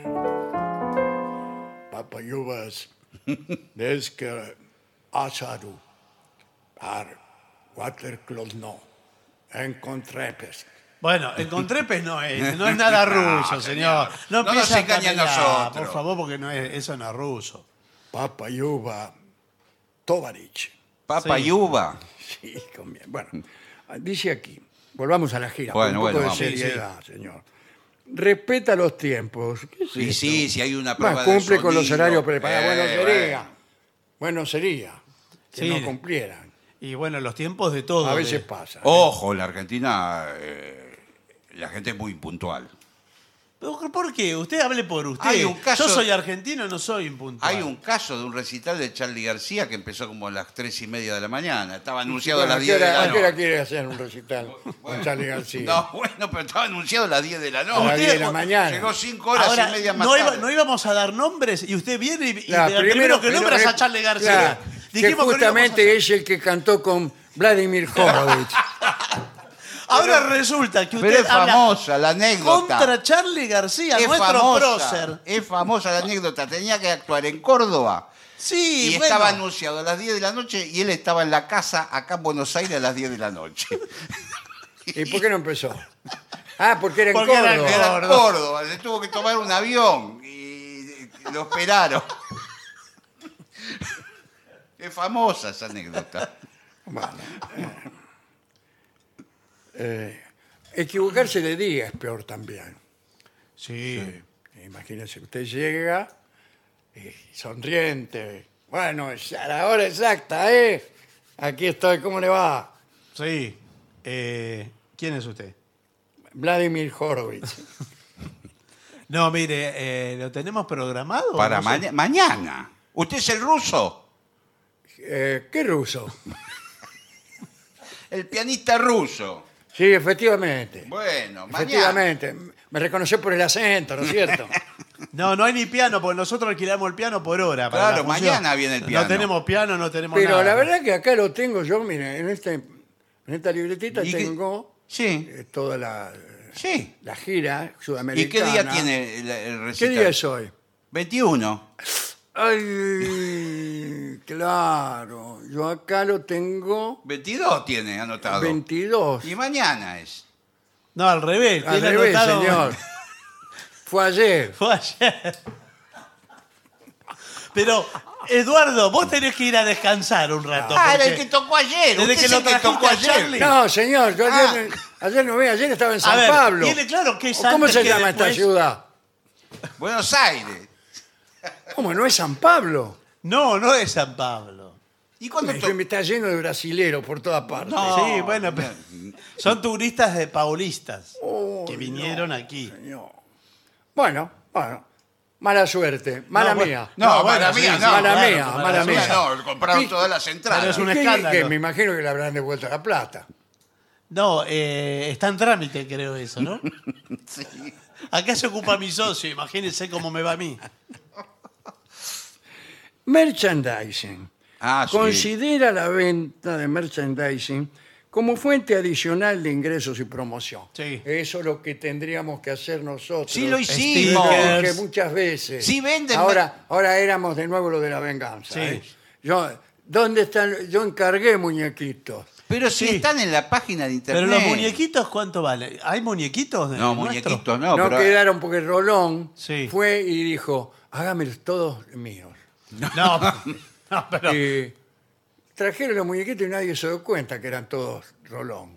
S1: Papayubas, es que asadu, ar, watercloth no, encontré pues".
S3: Bueno, el Contrepes no es, no es nada ruso, señor.
S2: No
S3: No,
S2: nos
S3: empiece a
S2: engañe a
S3: camelar,
S2: nosotros.
S3: Por favor, porque no es, eso no es ruso.
S1: Papayuba, Tovarich.
S2: Papa
S3: Sí.
S2: y uva.
S1: Sí, conviene. Bueno, dice aquí, volvamos a la gira,
S2: Bueno,
S1: con un poco
S2: bueno,
S1: de
S2: vamos.
S1: seriedad, señor. Respeta los tiempos. ¿Qué es
S2: Sí,
S1: esto?
S2: sí, si hay una prueba
S1: Más
S2: de
S1: cumple con los
S2: sonido.
S1: horarios preparados. bueno,
S2: Eh,
S1: sería. Bueno, sería que
S3: Sí.
S1: no cumplieran.
S3: Y bueno, los tiempos de todo.
S1: A
S3: de-
S1: veces pasa.
S2: Ojo, la Argentina, eh, la gente es muy impuntual.
S3: Pero, ¿Por qué? Usted hable por usted.
S2: Hay un caso-
S3: Yo soy argentino, no soy impuntual.
S2: Hay un caso de un recital de Charlie García que empezó como a las tres y media de la mañana. Estaba anunciado
S1: Bueno,
S2: a
S1: ¿a
S2: las
S1: qué
S2: 10 de
S1: hora,
S2: la
S1: a qué hora
S2: noche.
S1: quiere hacer un recital con Charlie García?
S2: No, bueno, pero estaba anunciado a las 10 de la
S1: a las
S2: noche.
S1: 10 de la mañana.
S2: Llegó cinco horas
S3: Ahora,
S2: y media más
S3: no, iba-
S2: tarde.
S3: no íbamos a dar nombres y usted viene y, y
S1: Claro,
S3: al primero, que
S1: pero-
S3: nombra es a
S1: eh,
S3: Charlie García.
S1: claro, que
S3: Dijimos que no íbamos a
S1: justamente
S3: hacer-
S1: es el que cantó con Vladimir Horowitz.
S3: Ahora resulta que usted
S2: Pero es
S3: habla
S2: famosa la anécdota.
S3: contra Charlie García,
S2: es
S3: nuestro
S2: famosa,
S3: prócer.
S2: Es famosa la anécdota. Tenía que actuar en Córdoba.
S3: Sí,
S2: y
S3: bueno.
S2: estaba anunciado a las 10 de la noche y él estaba en la casa acá en Buenos Aires a las 10 de la noche.
S1: ¿Y por qué no empezó? Ah, porque era en
S3: Porque era en
S1: Córdoba.
S2: Era
S3: Gordo.
S2: Córdoba, se tuvo que tomar un avión y lo esperaron. Es famosa esa anécdota.
S1: Bueno, eh, eh, equivocarse de día es peor también.
S3: Sí.
S1: Imagínense, usted llega y sonriente. Bueno, es a la hora exacta, ¿eh? Aquí estoy, ¿cómo le va?
S3: Sí. Eh, ¿Quién es usted?
S1: Vladimir Horowitz.
S3: No, mire, eh, ¿lo tenemos programado?
S2: Para
S3: No sé.
S2: maña- mañana. ¿Usted es el ruso?
S1: Eh, ¿Qué ruso?
S2: El pianista ruso.
S1: Sí, efectivamente.
S2: Bueno, mañana.
S1: efectivamente. Me reconoció por el acento, ¿no es cierto?
S3: No, no hay ni piano, porque nosotros alquilamos el piano por hora. para
S2: Claro,
S3: la función.
S2: mañana viene el piano.
S3: No tenemos piano, no tenemos
S1: Pero
S3: nada.
S1: la verdad que acá lo tengo yo, mire, en, este, en esta libretita
S2: ¿Y qué-
S1: tengo
S2: Sí,
S1: eh, toda la...
S2: sí.
S1: la gira
S2: ¿Y
S1: sudamericana.
S2: qué día tiene el, el
S1: ¿Qué
S2: recital?
S1: día es hoy?
S2: 21.
S1: Ay, claro. Yo acá lo tengo
S2: 22 tiene anotado.
S1: 22.
S2: Y mañana es.
S3: No, al revés.
S1: Al
S3: tiene
S1: revés,
S3: anotado-
S1: señor. Fue ayer.
S3: Fue ayer. Pero, Eduardo, vos tenés que ir a descansar un rato.
S2: Ah, era el
S3: porque-
S2: que tocó ayer.
S3: Desde
S2: Usted
S3: que
S2: es
S3: lo
S2: el que
S3: trajiste
S2: tocó
S3: a
S2: ayer.
S3: Charlie.
S1: No, señor, yo
S2: Ah.
S1: ayer, ayer no vi, ayer estaba en San
S3: ver,
S1: Pablo.
S3: tiene claro que es
S1: ¿O ¿Cómo
S3: antes
S1: se
S3: que
S1: llama
S3: después?
S1: esta ciudad?
S2: Buenos Aires.
S1: ¿Cómo no es San Pablo?
S3: No, no es San Pablo.
S2: ¿Y cuándo
S1: Me,
S2: tocó?
S1: me está lleno de brasileros por todas partes.
S2: No.
S3: sí, bueno, pero son turistas de paulistas
S1: Oh,
S3: que vinieron
S1: no,
S3: aquí.
S1: señor. Bueno, bueno. Mala suerte, mala
S3: No, bueno,
S1: mía.
S2: No,
S3: No,
S2: mala
S3: bueno, sí,
S2: mía,
S3: sí,
S2: no.
S1: mala
S3: claro,
S1: mía,
S3: mala
S1: mala
S2: Mala
S1: mía.
S2: mía, no. Compraron
S1: Y-
S2: todas las entradas.
S3: Pero es un
S1: ¿Y qué-
S3: escándalo.
S1: qué? me imagino que le habrán devuelto la plata.
S3: No, eh, está en trámite, creo eso, ¿no?
S2: Sí.
S3: Acá se ocupa mi socio, imagínense cómo me va a mí.
S1: Merchandising.
S2: Ah, sí.
S1: Considera la venta de merchandising como fuente adicional de ingresos y promoción.
S3: Sí.
S1: Eso es lo que tendríamos que hacer nosotros.
S2: Sí, lo hicimos.
S1: Lo dije
S3: Stickers.
S1: muchas veces.
S2: Sí, venden-
S1: Ahora, ahora éramos de nuevo lo de la venganza.
S3: Sí.
S1: ¿eh? Yo, ¿dónde están? Yo encargué muñequitos.
S2: Pero si
S3: Sí.
S2: están en la página de internet.
S3: Pero los muñequitos, ¿cuánto vale? ¿Hay muñequitos? de-
S2: No,
S3: nuestros?
S2: muñequitos no.
S1: No,
S2: pero-
S1: quedaron porque Rolón
S3: Sí.
S1: fue y dijo, hágamelos todos míos.
S3: No, no, pero.
S1: Y trajeron los muñequitos y nadie se dio cuenta que eran todos Rolón.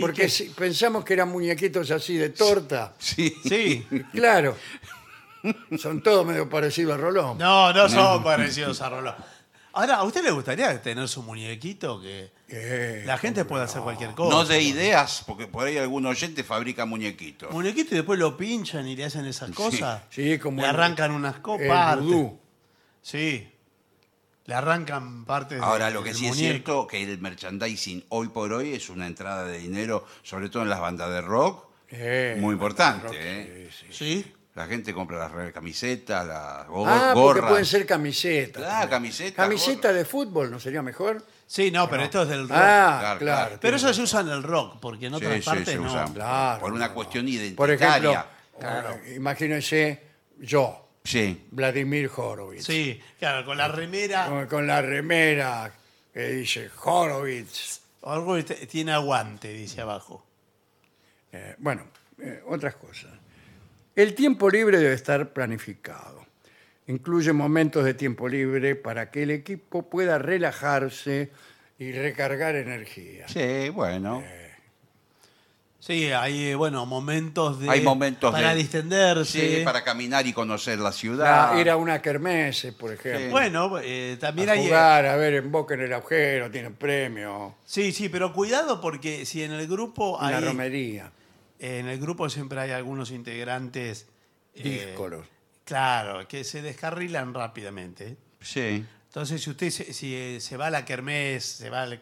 S1: Porque si- pensamos que eran muñequitos así de torta.
S2: Sí.
S3: Sí.
S1: Y Claro. Son todos medio parecidos a Rolón.
S3: No, no son parecidos a Rolón. Ahora, ¿a usted le gustaría tener su muñequito? Que
S1: Eh,
S3: la gente pueda hacer cualquier cosa.
S2: No de ideas, porque por ahí algún oyente fabrica muñequitos.
S3: Muñequito y después lo pinchan y le hacen esas cosas.
S1: sí, como
S3: le
S1: el-
S3: arrancan unas
S1: el
S3: copas.
S1: vudú.
S3: Sí. Le arrancan partes
S2: Ahora,
S3: de-
S2: lo que
S3: del
S2: sí es
S3: muñeco.
S2: cierto que el merchandising hoy por hoy es una entrada de dinero, sobre todo en las bandas de rock,
S1: Eh,
S2: muy importante.
S1: rock,
S2: ¿eh?
S3: Sí.
S2: La gente compra las re- camisetas, las go-
S1: Ah, porque
S2: gorras.
S1: pueden ser camisetas.
S2: Claro, camisetas,
S1: Camiseta
S2: gorras.
S1: de fútbol, ¿no sería mejor?
S3: Sí, no, pero esto es del rock.
S1: Ah, claro.
S2: Claro, claro.
S3: pero eso se usa en el rock, porque en
S2: Sí,
S3: otras
S2: sí,
S3: partes
S2: se
S3: no.
S2: usan.
S1: Claro,
S2: por una
S1: no,
S2: cuestión identitaria.
S1: Por ejemplo, eh, imagínense yo,
S2: Sí.
S1: Vladimir Horowitz.
S3: Sí, claro, con la remera.
S1: Con, con la remera que dice Horowitz.
S3: Algo que te- tiene aguante, dice
S2: Mm.
S3: abajo.
S1: Eh, bueno, eh, otras cosas. El tiempo libre debe estar planificado. Incluye momentos de tiempo libre para que el equipo pueda relajarse y recargar energía.
S2: Sí, bueno.
S3: Eh, Sí, hay, eh, bueno, momentos de.
S2: Hay momentos
S3: Para
S2: de-
S3: distenderse.
S2: Sí, para caminar y conocer la ciudad.
S1: Ah, ir a una kermesse, por ejemplo.
S3: Bueno, eh, también
S1: a
S3: hay. eh,
S1: jugar, a ver en boca en el agujero, tienen premio,
S3: Sí, sí, pero cuidado porque si en el grupo
S1: una
S3: hay.
S1: romería,
S3: En el grupo siempre hay algunos integrantes. eh,
S1: díscolos.
S3: Claro, que se descarrilan rápidamente.
S2: Sí,
S3: Entonces, si usted se, si, eh, se va a la kermés, se va al-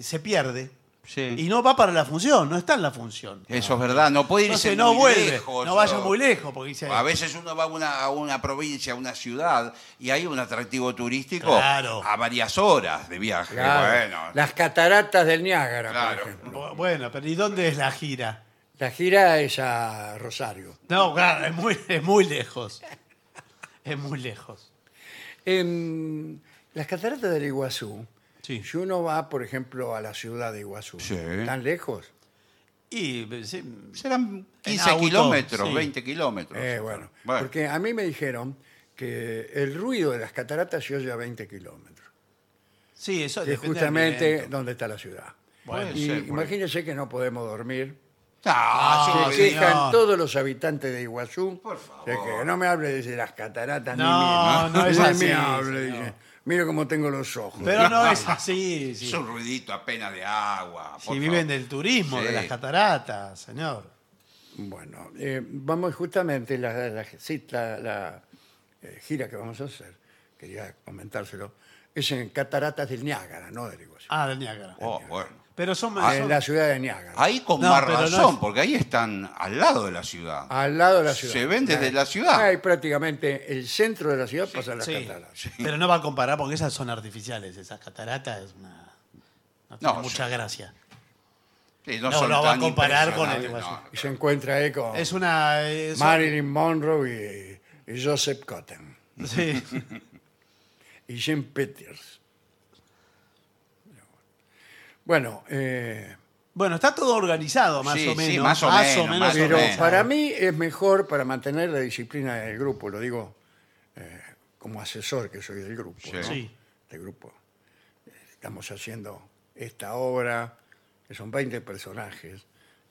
S3: se pierde.
S2: sí.
S3: Y no va para la función, no está en la función.
S2: Eso es verdad, no puede irse
S3: Entonces no
S2: muy
S3: vuelve,
S2: lejos,
S3: no vaya
S2: o-
S3: muy lejos, porque dice,
S2: A veces uno va a una, a una provincia, a una ciudad, y hay un atractivo turístico
S3: Claro.
S2: a varias horas de viaje.
S1: Claro.
S2: Bueno,
S1: Las cataratas del Niágara,
S2: Claro.
S1: por ejemplo.
S3: "Bu- bueno, pero ¿y dónde es la gira?
S1: La gira es a Rosario.
S3: No, claro, es muy, es muy lejos. Es muy lejos.
S1: En las cataratas del Iguazú,
S3: Sí.
S1: si uno va, por ejemplo, a la ciudad de Iguazú,
S2: Sí.
S1: tan lejos,
S3: Y eh, sí,
S2: serán 15
S3: auto,
S2: kilómetros,
S3: sí.
S2: 20 kilómetros.
S1: eh, bueno, porque a mí me dijeron que el ruido de las cataratas se oye a 20 kilómetros,
S3: sí, eso
S1: que es
S3: depende del
S1: justamente
S3: viento.
S1: donde está la ciudad.
S2: Puede
S1: Y
S2: ser, por ahí.
S1: imagínense que no podemos dormir.
S2: Ah,
S3: No,
S1: Se
S2: sí,
S3: sí,
S2: sí.
S1: quejan
S3: señor.
S1: todos los habitantes de Iguazú.
S2: Por favor.
S1: de que no me hable de las cataratas
S3: No,
S1: ni mierda.
S3: no es
S1: Ni
S3: así,
S1: me hable,
S3: señor.
S1: dice. Mira cómo tengo los ojos.
S3: Pero no es así. sí.
S2: Es un ruidito apenas de agua.
S3: Si
S2: por
S3: viven
S2: favor.
S3: del turismo, de
S2: Sí.
S3: las cataratas, señor.
S1: Bueno, eh, vamos justamente la, la, sí, la- la, eh, gira que vamos a hacer, quería comentárselo, es en Cataratas del Niágara, no del Iguazú.
S3: Ah, del Niágara.
S2: Oh, bueno.
S3: Pero son,
S2: Ah,
S1: en
S3: son-
S1: la ciudad de Niágara,
S2: Ahí con
S3: No,
S2: más
S3: pero no
S2: razón,
S3: es- Ah.
S2: porque ahí están al lado de la ciudad.
S1: al lado de la ciudad.
S2: Se ven desde
S1: Ahí-
S2: la ciudad.
S1: Ahí prácticamente el centro de la ciudad pasa a las
S3: sí,
S1: cataratas.
S3: Pero no va a comparar porque esas son artificiales, esas cataratas es una- no tiene
S2: No,
S3: mucha
S2: sí.
S3: gracia.
S2: Sí,
S3: No,
S2: son
S3: no va a
S2: tan
S3: comparar con el
S2: impresionantes,
S3: Iguazú.
S1: Y se encuentra ahí con
S3: Es una eh, es-
S1: Marilyn Monroe y, y Joseph Cotton
S3: sí.
S1: y Jim Peters. Bueno, eh,
S3: Bueno, está todo organizado más
S2: Sí,
S3: o
S2: sí,
S3: menos,
S2: más o menos, más o
S1: Pero
S2: menos. ¿eh?
S1: para mí es mejor para mantener la disciplina del grupo, lo digo eh, como asesor que soy del grupo.
S2: Sí.
S1: ¿no?
S3: Sí.
S1: Del grupo. Eh, Estamos haciendo esta obra, que son 20 personajes,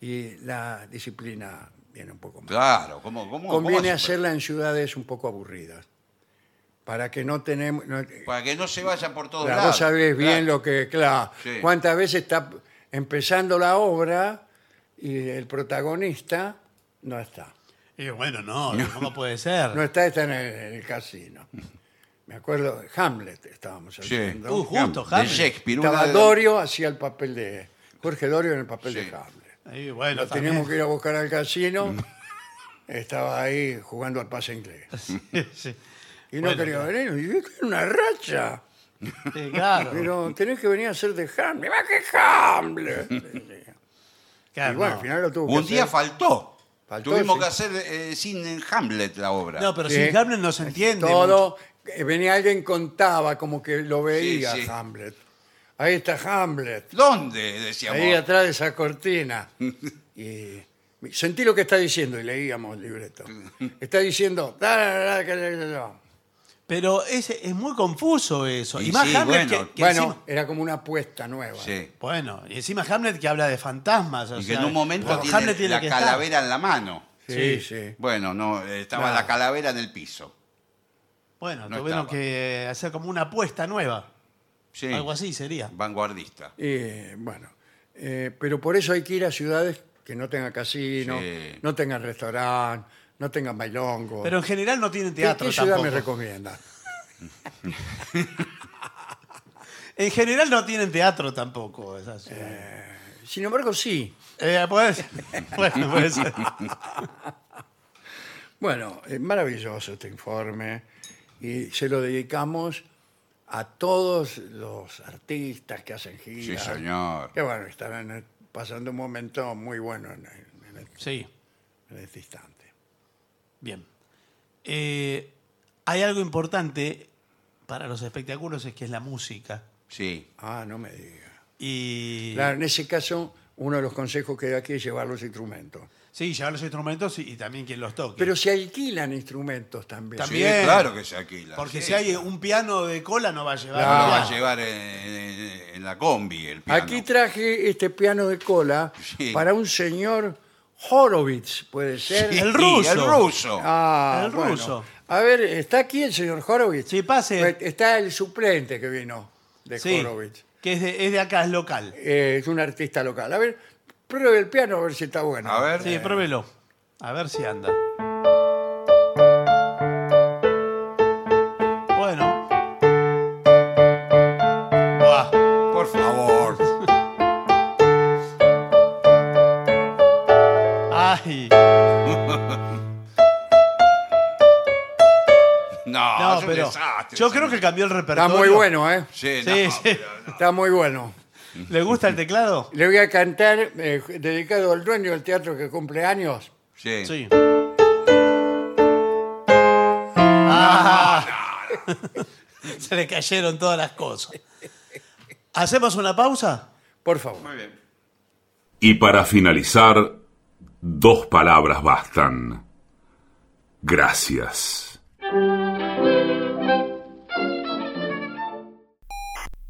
S1: y la disciplina viene un poco más.
S2: Claro, ¿cómo, cómo, cómo
S1: Conviene
S2: hace?
S1: hacerla en ciudades un poco aburridas, para que no tenemos... no-
S2: Para que no se vayan por todos
S1: Claro,
S2: lados.
S1: vos sabés bien
S2: Claro.
S1: lo que, claro,
S2: Sí.
S1: cuántas veces está empezando la obra y el protagonista no está.
S3: Y bueno, no, ¿cómo puede ser?
S1: No está, está en el, en el casino. Me acuerdo, Hamlet estábamos haciendo.
S3: Uh, justo,
S2: de
S3: Hamlet.
S2: Shakespeare. una
S1: Estaba
S2: de-
S1: Dorio, hacía el papel de. Jorge Dorio en el papel de
S2: Sí.
S1: Hamlet.
S3: Y bueno,
S1: Lo
S3: también.
S1: teníamos que ir a buscar al casino. Estaba ahí jugando al pase inglés.
S3: Sí,
S1: Y no ¿eh?
S3: Bueno,
S1: quería venir. Y yo "Esto es una racha.
S3: sí, claro.
S1: Pero tenés que venir a hacer de Hamlet. ¡Va que Hamlet! Y
S3: claro,
S1: bueno,
S3: no.
S1: al final lo tuvo que
S2: Un día
S1: hacer.
S2: faltó.
S1: Faltó,
S2: Tuvimos
S1: sí.
S2: que hacer eh, sin Hamlet la obra.
S3: No, pero
S1: Sí.
S3: sin Hamlet no se entiende. mucho.
S1: Todo. eh, Venía alguien, contaba, como que lo veía
S2: sí.
S1: Hamlet. Ahí está Hamlet.
S2: ¿Dónde? Decíamos.
S1: Ahí atrás de esa cortina. Y sentí lo que está diciendo y leíamos el libreto. Está diciendo. "Da, da, da, que, que, que, que".
S3: Pero es, es muy confuso eso. Y,
S2: Y
S3: más
S2: sí,
S3: Hamlet
S2: bueno.
S3: que, que
S1: Bueno,
S3: encima-
S1: era como una apuesta nueva.
S2: Sí.
S3: bueno, y encima Hamlet que habla de fantasmas. o
S2: Y que
S3: sea,
S2: en un momento
S3: bueno,
S2: tiene,
S3: Hamlet tiene
S2: la
S3: que estar.
S2: calavera en la mano.
S1: Sí, sí.
S2: Bueno, no, eh, estaba
S1: Claro.
S2: la calavera en el piso.
S3: Bueno,
S2: No
S3: tuvieron
S2: estaba.
S3: que hacer como una apuesta nueva.
S2: Sí.
S3: Algo así sería.
S2: Vanguardista.
S1: Y, bueno, eh, pero por eso hay que ir a ciudades que no tengan casino,
S2: Sí.
S1: no tengan restaurante, no tengan bailongo.
S3: Pero en general no tienen
S1: ¿Qué,
S3: teatro
S1: qué ciudad me
S3: tampoco.
S1: recomienda?
S3: En general no tienen teatro tampoco. esas ciudades.
S1: Sin embargo, sí.
S3: Eh, puede ser. bueno, pues, puede ser.
S1: Bueno, eh, maravilloso este informe y se lo dedicamos a todos los artistas que hacen
S2: Sí,
S1: giras.
S2: señor.
S1: Que bueno, estarán eh, pasando un momento muy bueno en, en- en-
S3: Sí,
S1: en este instante.
S3: bien. Eh, hay algo importante para los espectáculos es que es la música.
S2: Sí.
S1: Ah, no me diga.
S3: Y
S1: Claro, en ese caso, uno de los consejos que da aquí es llevar los instrumentos.
S3: sí, llevar los instrumentos y, y también quien los toque.
S1: Pero se alquilan instrumentos también.
S2: Sí,
S3: Bien.
S2: claro que se alquila.
S3: Porque
S2: sí.
S3: si hay un piano de cola no va a llevar.
S2: No lo
S1: Claro.
S2: va a
S3: piano.
S2: llevar en, en- en la combi el piano.
S1: Ah. Aquí traje este piano de cola
S2: Sí.
S1: para un señor Horowitz, puede ser.
S2: Sí,
S3: el ruso.
S2: El ruso.
S1: Ah,
S3: El
S1: bueno.
S3: ruso.
S1: A ver, ¿está aquí el señor Horowitz?
S3: Sí, pase.
S1: Pues Está el suplente que vino de
S3: Sí,
S1: Horowitz.
S3: que es de, es de acá, es local.
S1: Eh, es un artista local. A ver, pruebe el piano a ver si está bueno.
S2: A ver.
S3: Sí, pruébelo. Eh, A ver si anda. Bueno. Buah.
S2: Por favor.
S3: Ay.
S2: Ah, No,
S3: No,
S2: es un
S3: pero
S2: desastre.
S3: yo creo que cambió el
S1: Está
S3: repertorio.
S1: muy bueno, ¿eh?
S2: Sí,
S3: Sí,
S2: no,
S3: sí.
S2: pero no.
S1: Está muy bueno.
S3: ¿Le gusta el teclado?
S1: Le voy a cantar eh, dedicado al dueño del teatro que cumple años.
S2: Sí.
S3: Sí. Ah. Se le cayeron todas las cosas. ¿Hacemos una pausa?
S1: Por favor.
S2: Muy bien.
S4: Y para finalizar, dos palabras bastan. Gracias.